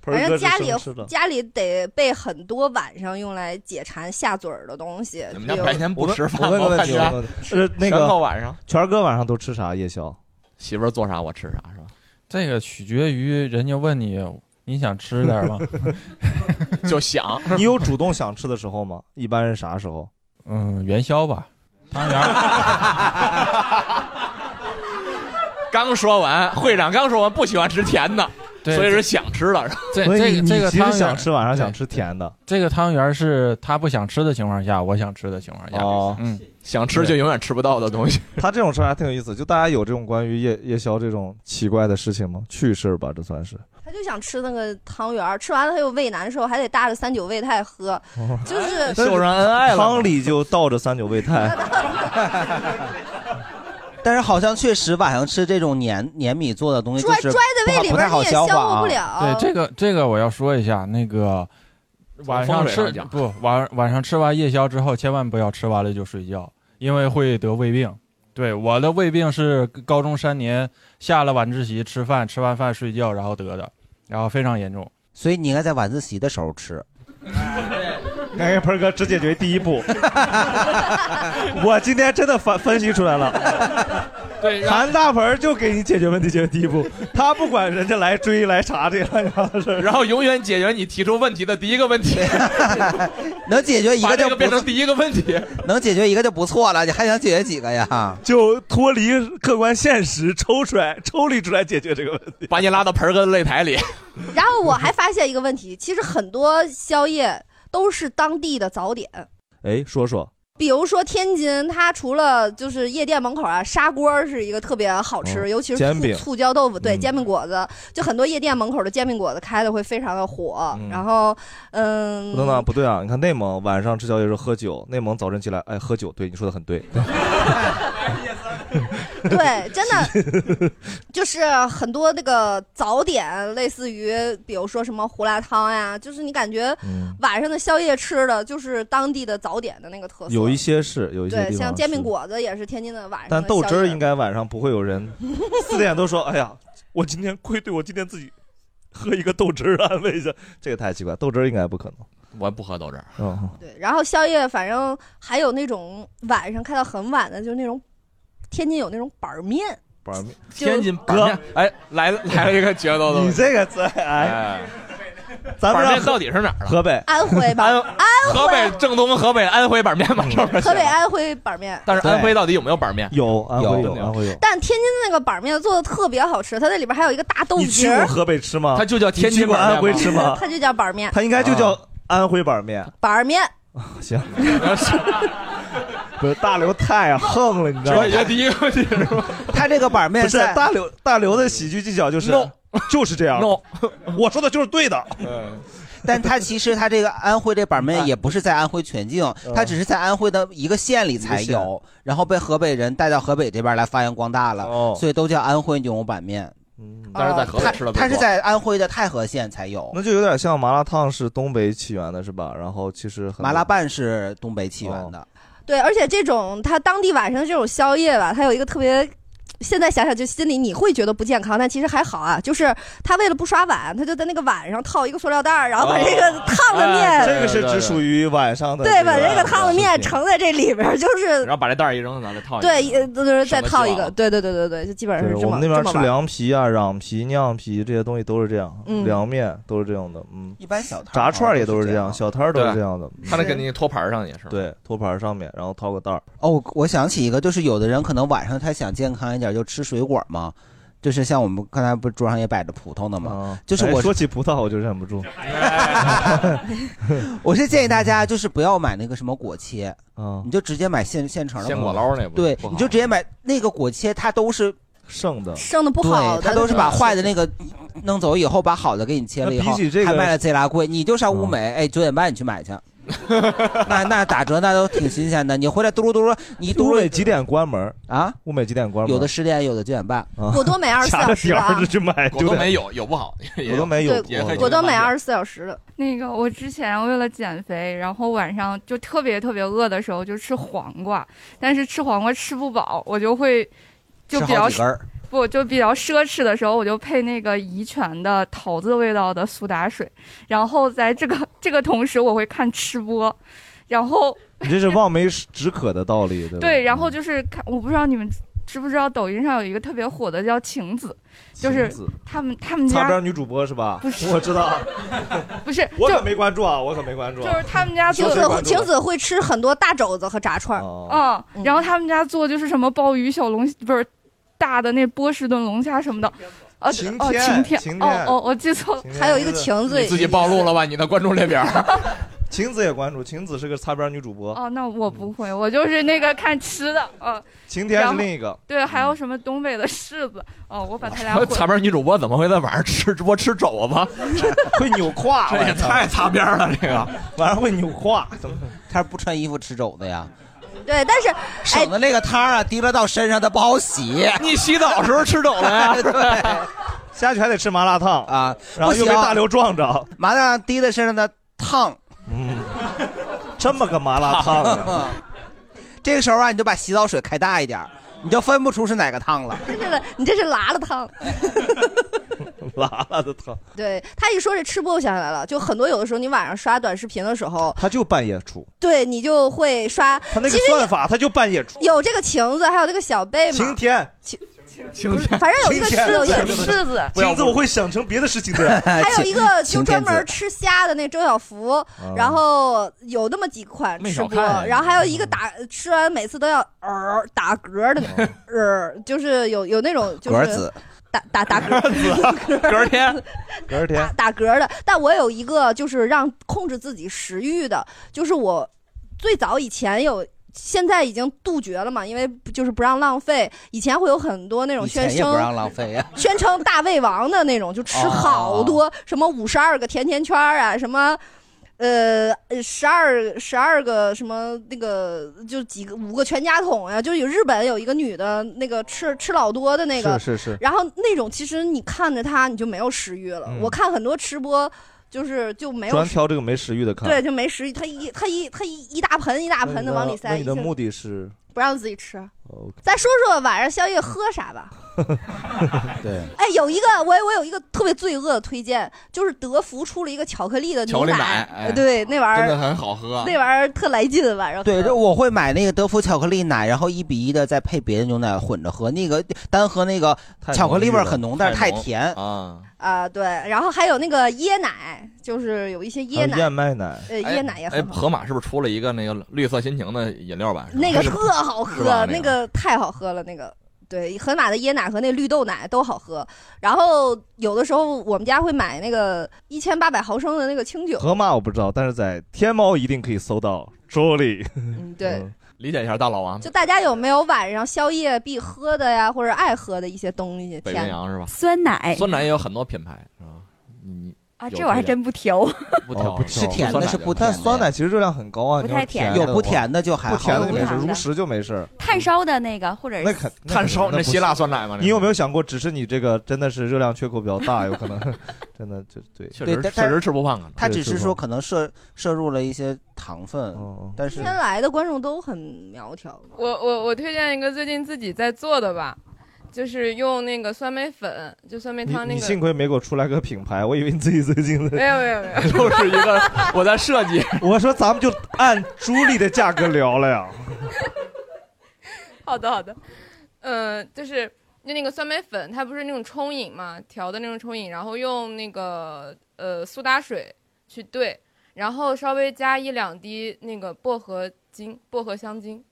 盆儿
反
哥
正
是
哎家
生
里
吃的
家里得备很多晚上用来解馋下嘴儿的东西。
你
比
们
如
家白天不吃饭
我问个问题，
我
我
感
问个问
觉
题是那
全
个
靠晚上，
权儿哥晚上都吃啥夜宵？
媳妇儿做啥我吃啥是吧？
这个取决于人家问你你想吃点儿吗？
就想
你有主动想吃的时候吗？一般是啥时候？
嗯，元宵吧，
汤圆。刚说完，会长刚说完不喜欢吃甜的，
对
所以是想吃的。
这这个这个
其实
汤圆
想吃
晚上
想
吃甜的。
这个汤圆是他不想吃的情况下，我想吃的情况下，
哦，
嗯，
想吃就永远吃不到的东西。
他这种事儿还挺有意思，就大家有这种关于夜夜宵这种奇怪的事情吗？趣事儿吧，这算是。
他就想吃那个汤圆儿，吃完了他又胃难受，还得搭着三九胃泰喝，
哦
啊
就是
秀上恩爱了，汤里 就倒着三九味太。
但是好像确实晚上吃这种粘粘米做的东西，
拽
就是
拽在胃里边
不太好
你也
消化
消化
啊
不了
对这个这个我要说一下，那个晚上
风水
吃
上讲
不晚晚上吃完夜宵之后，千万不要吃完了就睡觉，因为会得胃病。对，我的胃病是高中三年下了晚自习吃饭，吃完饭睡觉，然后得的，然后非常严重。
所以你应该在晚自习的时候吃。
感谢哎鹏哥，只解决第一步。我今天真的分分析出来了，
对，然后
韩大鹏就给你解决问题解决第一步，他不管人家来追来查这个，
然后永远解决你提出问题的第一个问题，
能解决一
把
个
这
就
个
不
变成第一个 问题。
能解决一个就不错了，你还想解决几个呀？
就脱离客观现实，抽出来抽离出来解决这个问题，
把你拉到盆儿哥的擂台里。
然后我还发现一个问题，其实很多宵夜都是当地的早点，
哎，说说，
比如说天津，它除了就是夜店门口啊，砂锅儿是一个特别好吃，
哦
尤其是
煎
醋
饼嗯
醋椒豆腐，对，煎饼果子，就很多夜店门口的煎饼果子开的会非常的火。
嗯
然后，嗯，
不等等，不对啊！你看内蒙晚上吃宵夜时候喝酒，内蒙早晨起来哎喝酒，对你说的很对。
对，真的就是很多那个早点，类似于比如说什么胡辣汤呀，就是你感觉
嗯
晚上的宵夜吃的就是当地的早点的那个特色。
有一些是有一些地
对，
方
像
是
煎饼果子也是天津的晚上的宵
但
夜。
豆汁儿应该晚上不会有人四点都说，哎呀，
我今天愧对我今天自己喝一个豆汁儿安慰一下。
这个太奇怪，豆汁儿应该不可能。
我不喝豆汁儿。
嗯，
对，然后宵夜反正还有那种晚上开到很晚的，就是那种天津有那种板儿面，
板面，
就
天津板面，哎，来了来了一个决斗的，
你这个在
哎，
咱们
板
让
面到底是哪儿的？
河北，
安徽吧，安
河北哎正宗河北的安徽板面嘛，这不是
河？北安徽板儿面。
但是安徽到底有没有板面？
有，安
徽
有安徽有。
但天津那个板儿面做的特别好吃，它那里边还有一个大豆
你
皮
去
儿
过，河北吃吗？
它就叫天津
你去过
板面
安
吗
徽吃吗？
它就叫板儿面。啊
它应该就叫安徽板面。
板儿面。
行，
不是大刘太横了，你知道吗？
这也第一个问题 是吧？
他这个板
面
不是
在
大刘，大刘的喜剧技巧就是
No
就是这样。
no，
我说的就是对的。
嗯
但他其实他这个安徽这板面也不是在安徽全境，他只是在安徽的一个县里才
一个县
有，然后被河北人带到河北这边来发扬光大了，所以都叫安徽牛肉板面。哦
但是在河北吃的
他是在安徽的太和县才有，
那就有点像麻辣烫是东北起源的是吧？然后其实哦麻辣
拌是东北起源的。
对，而且这种它当地晚上这种宵夜吧，它有一个特别。现在想想，就心里你会觉得不健康，但其实还好啊。就是他为了不刷碗，他就在那个碗上套一个塑料袋儿，然后把这个
哦
烫的面，
哎这个是只属于晚上的。啊
对，把这个烫的面盛在这里边儿，就是
然后把这袋儿一扔，咱再套一个。
对，也就是再
省得
套
洗
一个，
碗
对对对对对，就基本上
对
是这
我
么
们那边
这么
吃
玩儿
凉皮啊、瓤皮、酿皮这些东西都是这样，
嗯
凉面都是这样的，嗯，
一般小摊
炸串儿也都是这
啊
样，小摊儿
啊
都是这样的，
他那肯定托盘上也是。
对，托盘上面，然后套个袋儿。
哦，我想起一个，就是有的人可能晚上他想健康一点，就吃水果嘛。就是像我们刚才不是桌上也摆着葡萄呢嘛，就是
哎
我
说起葡萄我就忍不住，
我是建议大家就是不要买那个什么果 切，
嗯，
你就直接买现现成的
鲜
葡萄
果捞那不
对
不，好
你就直接买那个果切，它都是
剩的
剩的不好的
它都是把坏的那个弄走以后，把好的给你切了以后，
那比起这个嗯
还卖的贼拉贵。你就上物美，哎，九点半你去买去。 那那打折那都挺新鲜的，你回来嘟噜嘟噜，你嘟噜
美几点关门
啊？
物美几点关门？
有的十点，有的九点半。
果多美24小时啊
去 买
果冻没有，有不好，也也可以
果冻美二十四小时的，
那个，我之前为了减肥，然后晚上就特别特别饿的时候就吃黄瓜，但是吃黄瓜吃不饱，我就会就比
吃好
较
几根儿
不就比较奢侈的时候，我就配那个怡泉的桃子味道的苏打水，然后在这个这个同时，我会看吃播，然后
你 这是望梅止渴的道理，对吧？嗯
对，然后就是看，我不知道你们知不知道抖音上有一个特别火的叫晴子，就是
晴子
他们他们
擦
家
边女主播是吧？
不是
我知道，
不是
我可没关注啊，我可没关注啊。
就是他们家
晴
做
子会
啊
晴子会吃很多大肘子和炸串儿，
哦
嗯
啊、然后他们家做就是什么鲍鱼小龙，不是大的那波士顿龙虾什么的，啊，晴哦，
天
晴天，
晴
哦
天
哦，我记错了，
还有一个晴
你自己暴露了吧？你的关注列表，
晴子也关注，晴子是个擦边女主播，
哦，那我不会，我就是那个看吃的，啊，
嗯晴天
然
是
后
另一个。嗯
对，还有什么东北的柿子，哦，我把他俩混
擦边女主播怎么会在晚上吃直播吃肘 子？
会扭胯，
这也太擦边了，这个
晚上会扭胯，啊 他不穿衣服吃肘子呀？
对，但是
省的那个汤啊，滴落到身上它不好洗。
你洗澡时候吃肘 子呀
对，
下去还得吃麻辣烫
啊，
然后又被大刘撞着，
麻辣烫滴在身上的烫。
嗯，这么个麻辣烫啊
这个时候啊，你就把洗澡水开 大一点儿，你就分不出是哪个烫了。
真是的，你这是拉了汤。
拉了都疼。
对他一说这吃播，我想起来了，就很多有的时候你晚上刷短视频的时候，
他就半夜出，
对你就会刷，
他那
其
个
实
算法他就半夜出。
有这个晴子，还有这个小贝嘛，
晴天，
晴
晴
天反正有一个柿子有柿子
晴子我会想成别的事情的。
哎
还有一
嗯
个就
晴天
专
子
门吃虾的那周小福，
啊
然后有那么几款
没
吃
少
播，
看
然后还
嗯
有一个打吃完每次都要呃打嗝的
哦
那种，呃就是有有那种就
嗝
是
子
打打打嗝嗝
隔儿 天，隔儿天，
打嗝的，但我有一个就是让控制自己食欲的，就是我最早以前有。现在已经杜绝了嘛，因为不就是不让浪费。以前会有很多那种
以
宣
前也不让
称
浪费啊呀。
宣称大胃王的那种，就
哦
吃好多什么五十二个甜甜圈儿啊，什么呃十二十二个什么那个就几个五个全家桶呀、就有日本有一个女的那个吃吃老多的那个，
是是是
然后那种其实你看着她你就没有食欲了。
嗯
我看很多吃播就是就没有
专
食
挑这个没食欲的看。
对，就没食欲，他一他一他一一大盆一大
那
盆
你
的往里塞，
那你的
一下
目的是哦
不让自己吃。
OK
再说说晚上宵夜喝啥吧。
对，
哎，有一个我我有一个特别罪恶的推荐，就是德芙出了一个巧克力的
巧克力
奶
奶，哎
对，那玩意儿
真的很啊好喝
那玩意儿特来劲，晚上喝
对，这我会买那个德芙巧克力奶，然后一比一的再配别的牛奶混着喝。那个单喝那个
太
巧克力味儿
浓郁了
很浓，但是
太
太
浓
甜
啊。
啊、对，然后还有那个椰奶，就是有一些椰奶，
麦奶
呃，椰奶也
哎，
很好。
盒马是不是出了一个那个绿色心情的饮料版？是吧
那个特好
是
喝，
吧
那
那
个太好喝了，那个对，盒马的椰奶和那绿豆奶都好喝。然后有的时候我们家会买那个一千八百毫升的那个清酒，
河马我不知道，但是在天猫一定可以搜到 Jolly。
对。
理解一下大老王
就，大家有没有晚上宵夜必喝的呀，或者爱喝的一些东西？
北
甜
冰洋是吧？
酸奶
酸奶也有很多品牌是吧？你你
啊，
有
这我还
推荐
真不挑。
不挑
哦不
是吧
甜
酸
的
奶
是
就
不但
甜的
酸奶其实热量很高啊，
不
你要
太
是
甜
甜
有
的
不
话
甜的就还
不甜
好
的没
有
事，
不
如
糖的
实就没事。
炭烧的那个，或者
那肯那
炭
肯
烧
那
那
不
希腊
是
酸奶吗？
你有没有想过，只是你这个真的是热量缺口比较大，有可 能真的就对，
确
对，但但他
啊
只
对吃
是
不
说
胖啊哦
可能摄摄入了一些糖分，但是
今天来的观众都很苗条，
我我我推荐一个最近自己在做的吧，就是用那个酸梅粉，就酸梅
你
汤那
你
个。
幸亏没给我出来个品牌，我以为你自己最近
没
的。
有没有没有，
就是一个 我在设计，
我说咱们就按朱莉的价格聊了呀。
好的好的，嗯、就是就那个酸梅粉，它不是那种冲饮嘛，调的那种冲饮，然后用那个呃苏打水去兑，然后稍微加一两滴那个薄荷精、薄荷香精，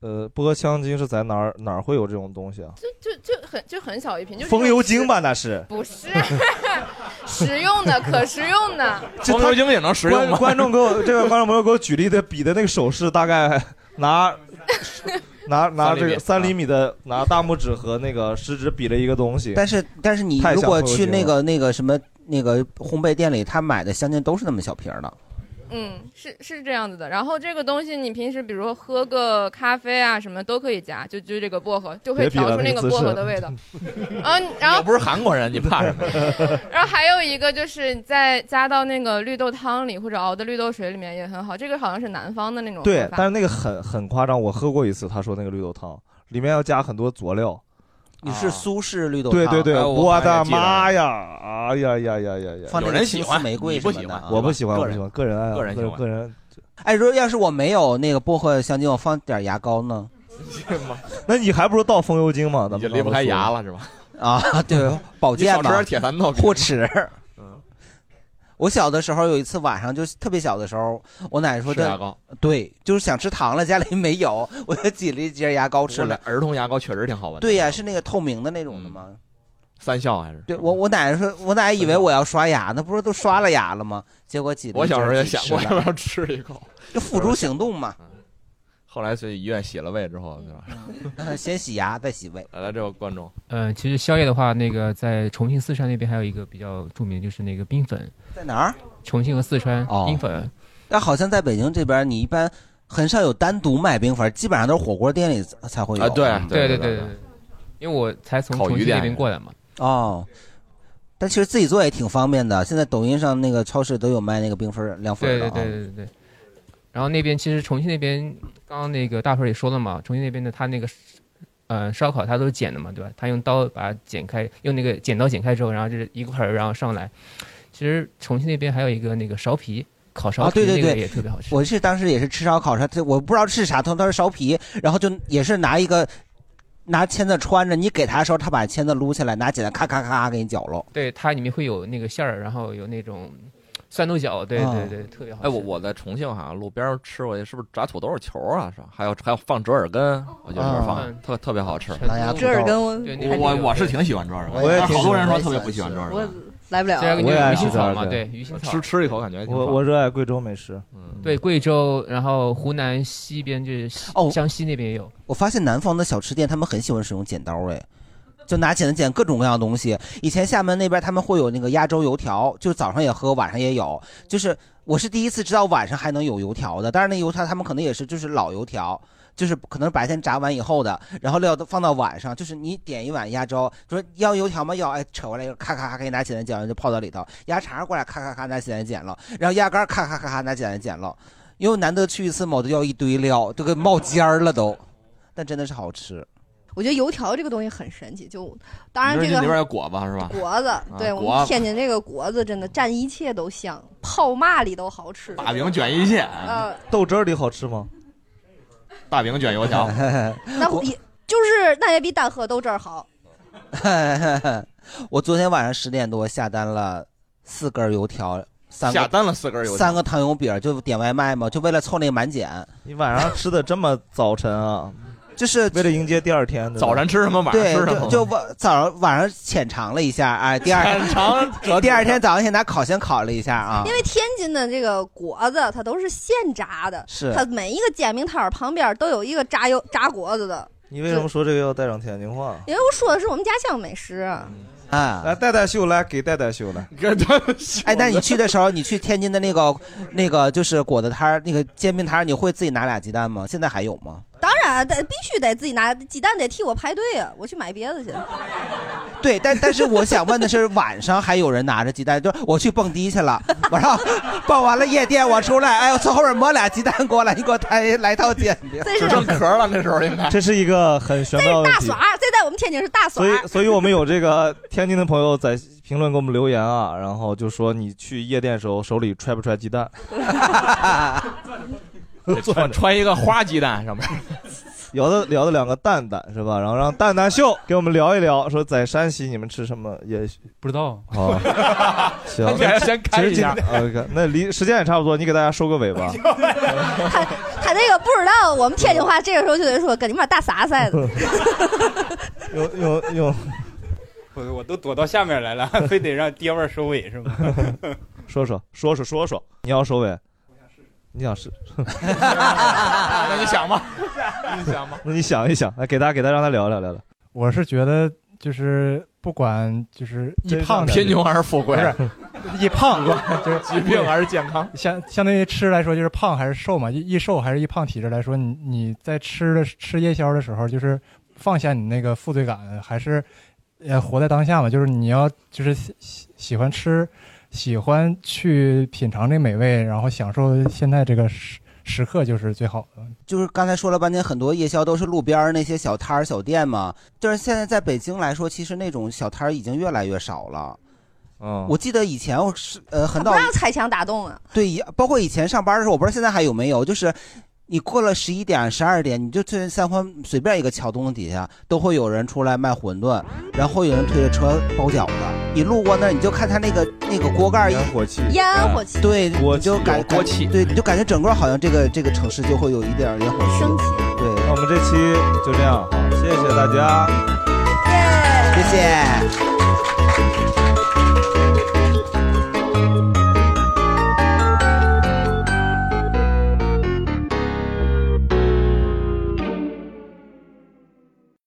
呃，薄荷香精是在哪儿哪儿会有这种东西啊？
就就就很就很小一瓶，就是
风油精吧，那是。
不是 食用的，可食用的。
这
风油精也能食用吗
观观众给我这位观众朋友给我举例的比的那个手势，大 概拿拿拿这个三
啊
厘米的拿大拇指和那个食指比了一个东西。
但是但是你
太
如
像
果
风油
去
精
那
了
个那个什么那个烘焙店里，他买的香精都是那么小瓶儿的。
嗯，是是这样子的。然后这个东西你平时比如说喝个咖啡啊什么都可以加，就就这个薄荷就会
别比了
调出那
那
个
个
薄
姿
荷
势
的味 道。然后然后
又不是韩国人，你怕什么？
然后还有一个就是你再加到那个绿豆汤里或者熬的绿豆水里面也很好。这个好像是南方的那种
对
喝，法
但是那个很很夸张，我喝过一次，他说那个绿豆汤里面要加很多佐料。
你是苏式绿豆
哦对对对，
汤哎我
我
好像
的
记得
妈呀！哎呀呀呀呀呀！
放那个有人喜欢青丝玫瑰
你
你不什么喜的欢啊
我不喜欢，
个
我不
人
喜欢，个人爱好，
个
个
人喜欢
个 人。
哎，如果要是我没有那个薄荷香精，我放点牙膏呢？
那你还不如倒风油精嘛，咱们
就离不开牙了是吧？
啊，对，保
你少
健
吃
嘛，
点铁蚕豆，
护齿。 我小的时候有一次晚上，就是特别小的时候，我奶奶说
吃
这
牙膏，
对，就是想吃糖了，家里没有，我就挤了一节牙膏吃
我那嗯
了。
儿童牙膏确实挺好闻的。
对呀、是那个透明的那种的吗？
三笑还是？
对我，我奶奶说，我奶奶以为我要刷牙呢，不是都刷了牙了吗？结果挤了
我
一节
小时候也
吃
想过
了
要不要吃一口，
就付诸行动嘛。
后来去医院洗了胃之后，对吧？
先洗牙，再洗胃。
嗯来来，这位观众，
呃，其实宵夜的话，那个在重庆、四川那边还有一个比较著名，就是那个冰粉。
在哪儿？
重庆和四川、
哦
冰粉。
那好像在北京这边，你一般很少有单独卖冰粉，基本上都是火锅店里才会有。
啊对
嗯
对对对对对对因为我才从
烤
重
鱼
庆
店
那边过来嘛。
哦，但其实自己做也挺方便的。现在抖音上那个超市都有卖那个冰粉凉粉
对
的、
对
啊。
对对对对。然后那边其实重庆那边，刚刚那个大头也说了嘛，重庆那边的它那个呃烧烤它都是剪的嘛，对吧？他用刀把它剪开，用那个剪刀剪开之后，然后就是一块儿然后上来。其实重庆那边还有一个那个苕皮烤苕
啊，
皮
对对
那个
对，
也特别好吃。
我是当时也是吃烧烤，它它我不知道是啥，它它是苕皮，然后就也是拿一个拿签子穿着，你给他的时候，他把签子撸下来，拿剪子咔咔咔给你绞喽。
对，它里面会有那个馅儿，然后有那种蒜豆角，对
啊
对对，特别好吃。
哎，我我在重庆好像路边儿吃过，是不是炸土豆球啊？是吧还有还有放折耳根，我觉得里面
啊
放特特别好吃。
狼牙土豆折耳根我对那个
我我我是挺喜欢折耳根，但是好多人说特别不喜欢折耳根。
我来不了
虽。然
我也爱
鱼
吃
腥
折耳
草嘛，
根
对鱼腥草，
吃吃一口感觉还挺
我
棒
我热爱贵州美食，
对贵州，然后湖南西边就是西
哦
湘西那边也有。
我发现南方的小吃店他们很喜欢使用剪刀，哎，就拿剪子剪各种各样的东西。以前厦门那边他们会有那个压轴油条，就是早上也喝，晚上也有。就是我是第一次知道晚上还能有油条的，但是那油条他们可能也是就是老油条。就是可能白天炸完以后的，然后料都放到晚上，就是你点一碗鸭粥，说要油条吗？要，哎，扯过来，咔咔咔，给你拿剪子剪了，就泡到里头。鸭肠过来，咔咔咔，拿剪子剪了，然后鸭肝，咔咔咔咔，拿剪子剪了。因为难得去一次某都要一堆料，都给冒尖儿了都。但真的是好吃。
我觉得油条这个东西很神奇，就当然
你
这
说
个
里边有果子是吧？
果子，对我
果
们
子
天津这个果子真的蘸一切都香，泡嘛里都好吃。
大饼卷一切，
呃，
豆汁儿里好吃吗？
大饼卷 油条。
那也就是那也比单喝豆汁儿好。
我昨天晚上十点多下单了四根油条，三个
下单了四根油条
三个糖油饼，就点外卖嘛，就为了凑那个满减。
你晚上吃的这么早晨啊？
就是
为了迎接第二天。对吧
早上吃什么晚上
对，
吃什么
就就晚早上晚上浅尝了一下，哎，第二
浅尝辄止
第二天早上先拿烤箱烤了一下啊
因。为天津的这个果子，它都是现炸的，
是
它每一个煎饼摊儿旁边都有一个炸油炸果子的。
你为什么说这个要带上天津话？
因为我说的是我们家乡美食，
啊，
来带带秀来给带带秀来，
哎，那你去的时候，你去天津的那个那个就是果子摊儿、那个煎饼摊儿，你会自己拿俩鸡蛋吗？现在还有吗？
当然得必须得自己拿鸡蛋得替我排队啊，我去买别的去。
对，但但是我想问的 是，晚上还有人拿着鸡蛋，就是我去蹦迪去了，晚上蹦完了夜店，我出来，哎，我从后面摸俩鸡蛋过来，你给我来来套煎饼，
这是只剩
壳了，那时候应该
这是一个很玄
这
妙
是
的问
大
题
耍。儿，这在我们天津是大耍
所以，
儿。
所以我们有这个天津的朋友在评论给我们留言啊，然后就说你去夜店的时候手里揣不揣鸡蛋？
穿穿一个花鸡蛋上面。
聊的聊的两个蛋蛋是吧？然后让蛋蛋 秀给我们聊一聊，说在山西你们吃什么也
不知道。
好，行，
那你还 先开一下
其实今天 OK，那离时间也差不多，你给大家收个尾 吧。
他那个不知道我们天津话，这个时候就得说跟你妈大啥赛的。
有有有，
我我都躲到下面来了， 非得让爹味儿收尾是 吗？
说说说说说说，你要收尾，你想试？
啊那你 想吧，你想 吧。
那你想一想，来给大家给大家让他聊一聊聊聊。
我是觉得就是不管就是一胖
贫穷还是富贵
不是一胖 就是
疾病还是健康，
相相对于吃来说，就是胖还是瘦嘛，一一瘦还是一胖体质来说，你你在吃的吃夜宵的时候，就是放下你那个负罪感，还是呃活在当下嘛，就是你要就是喜喜喜欢吃，喜欢去品尝这美味，然后享受现在这个时时刻就是最好的。
就是刚才说了半天，很多夜宵都是路边儿那些小摊儿、小店嘛。就是现在在北京来说，其实那种小摊儿已经越来越少了。
嗯，
我记得以前我是呃很
不
早
让拆墙打洞啊！
对，以包括以前上班的时候，我不知道现在还有没有，就是你过了十一点、十二点，你就去三环随便一个桥洞底下，都会有人出来卖馄饨，然后有人推着车包饺子。你路过那儿，你就看他那个那个锅盖儿一
烟火气啊
烟火气
对，你就感
锅
气，对，你就感觉整个好像这个这个城市就会有一点儿烟火气
升起。
对，
那我们这期就这样，好，谢谢大家。
谢谢。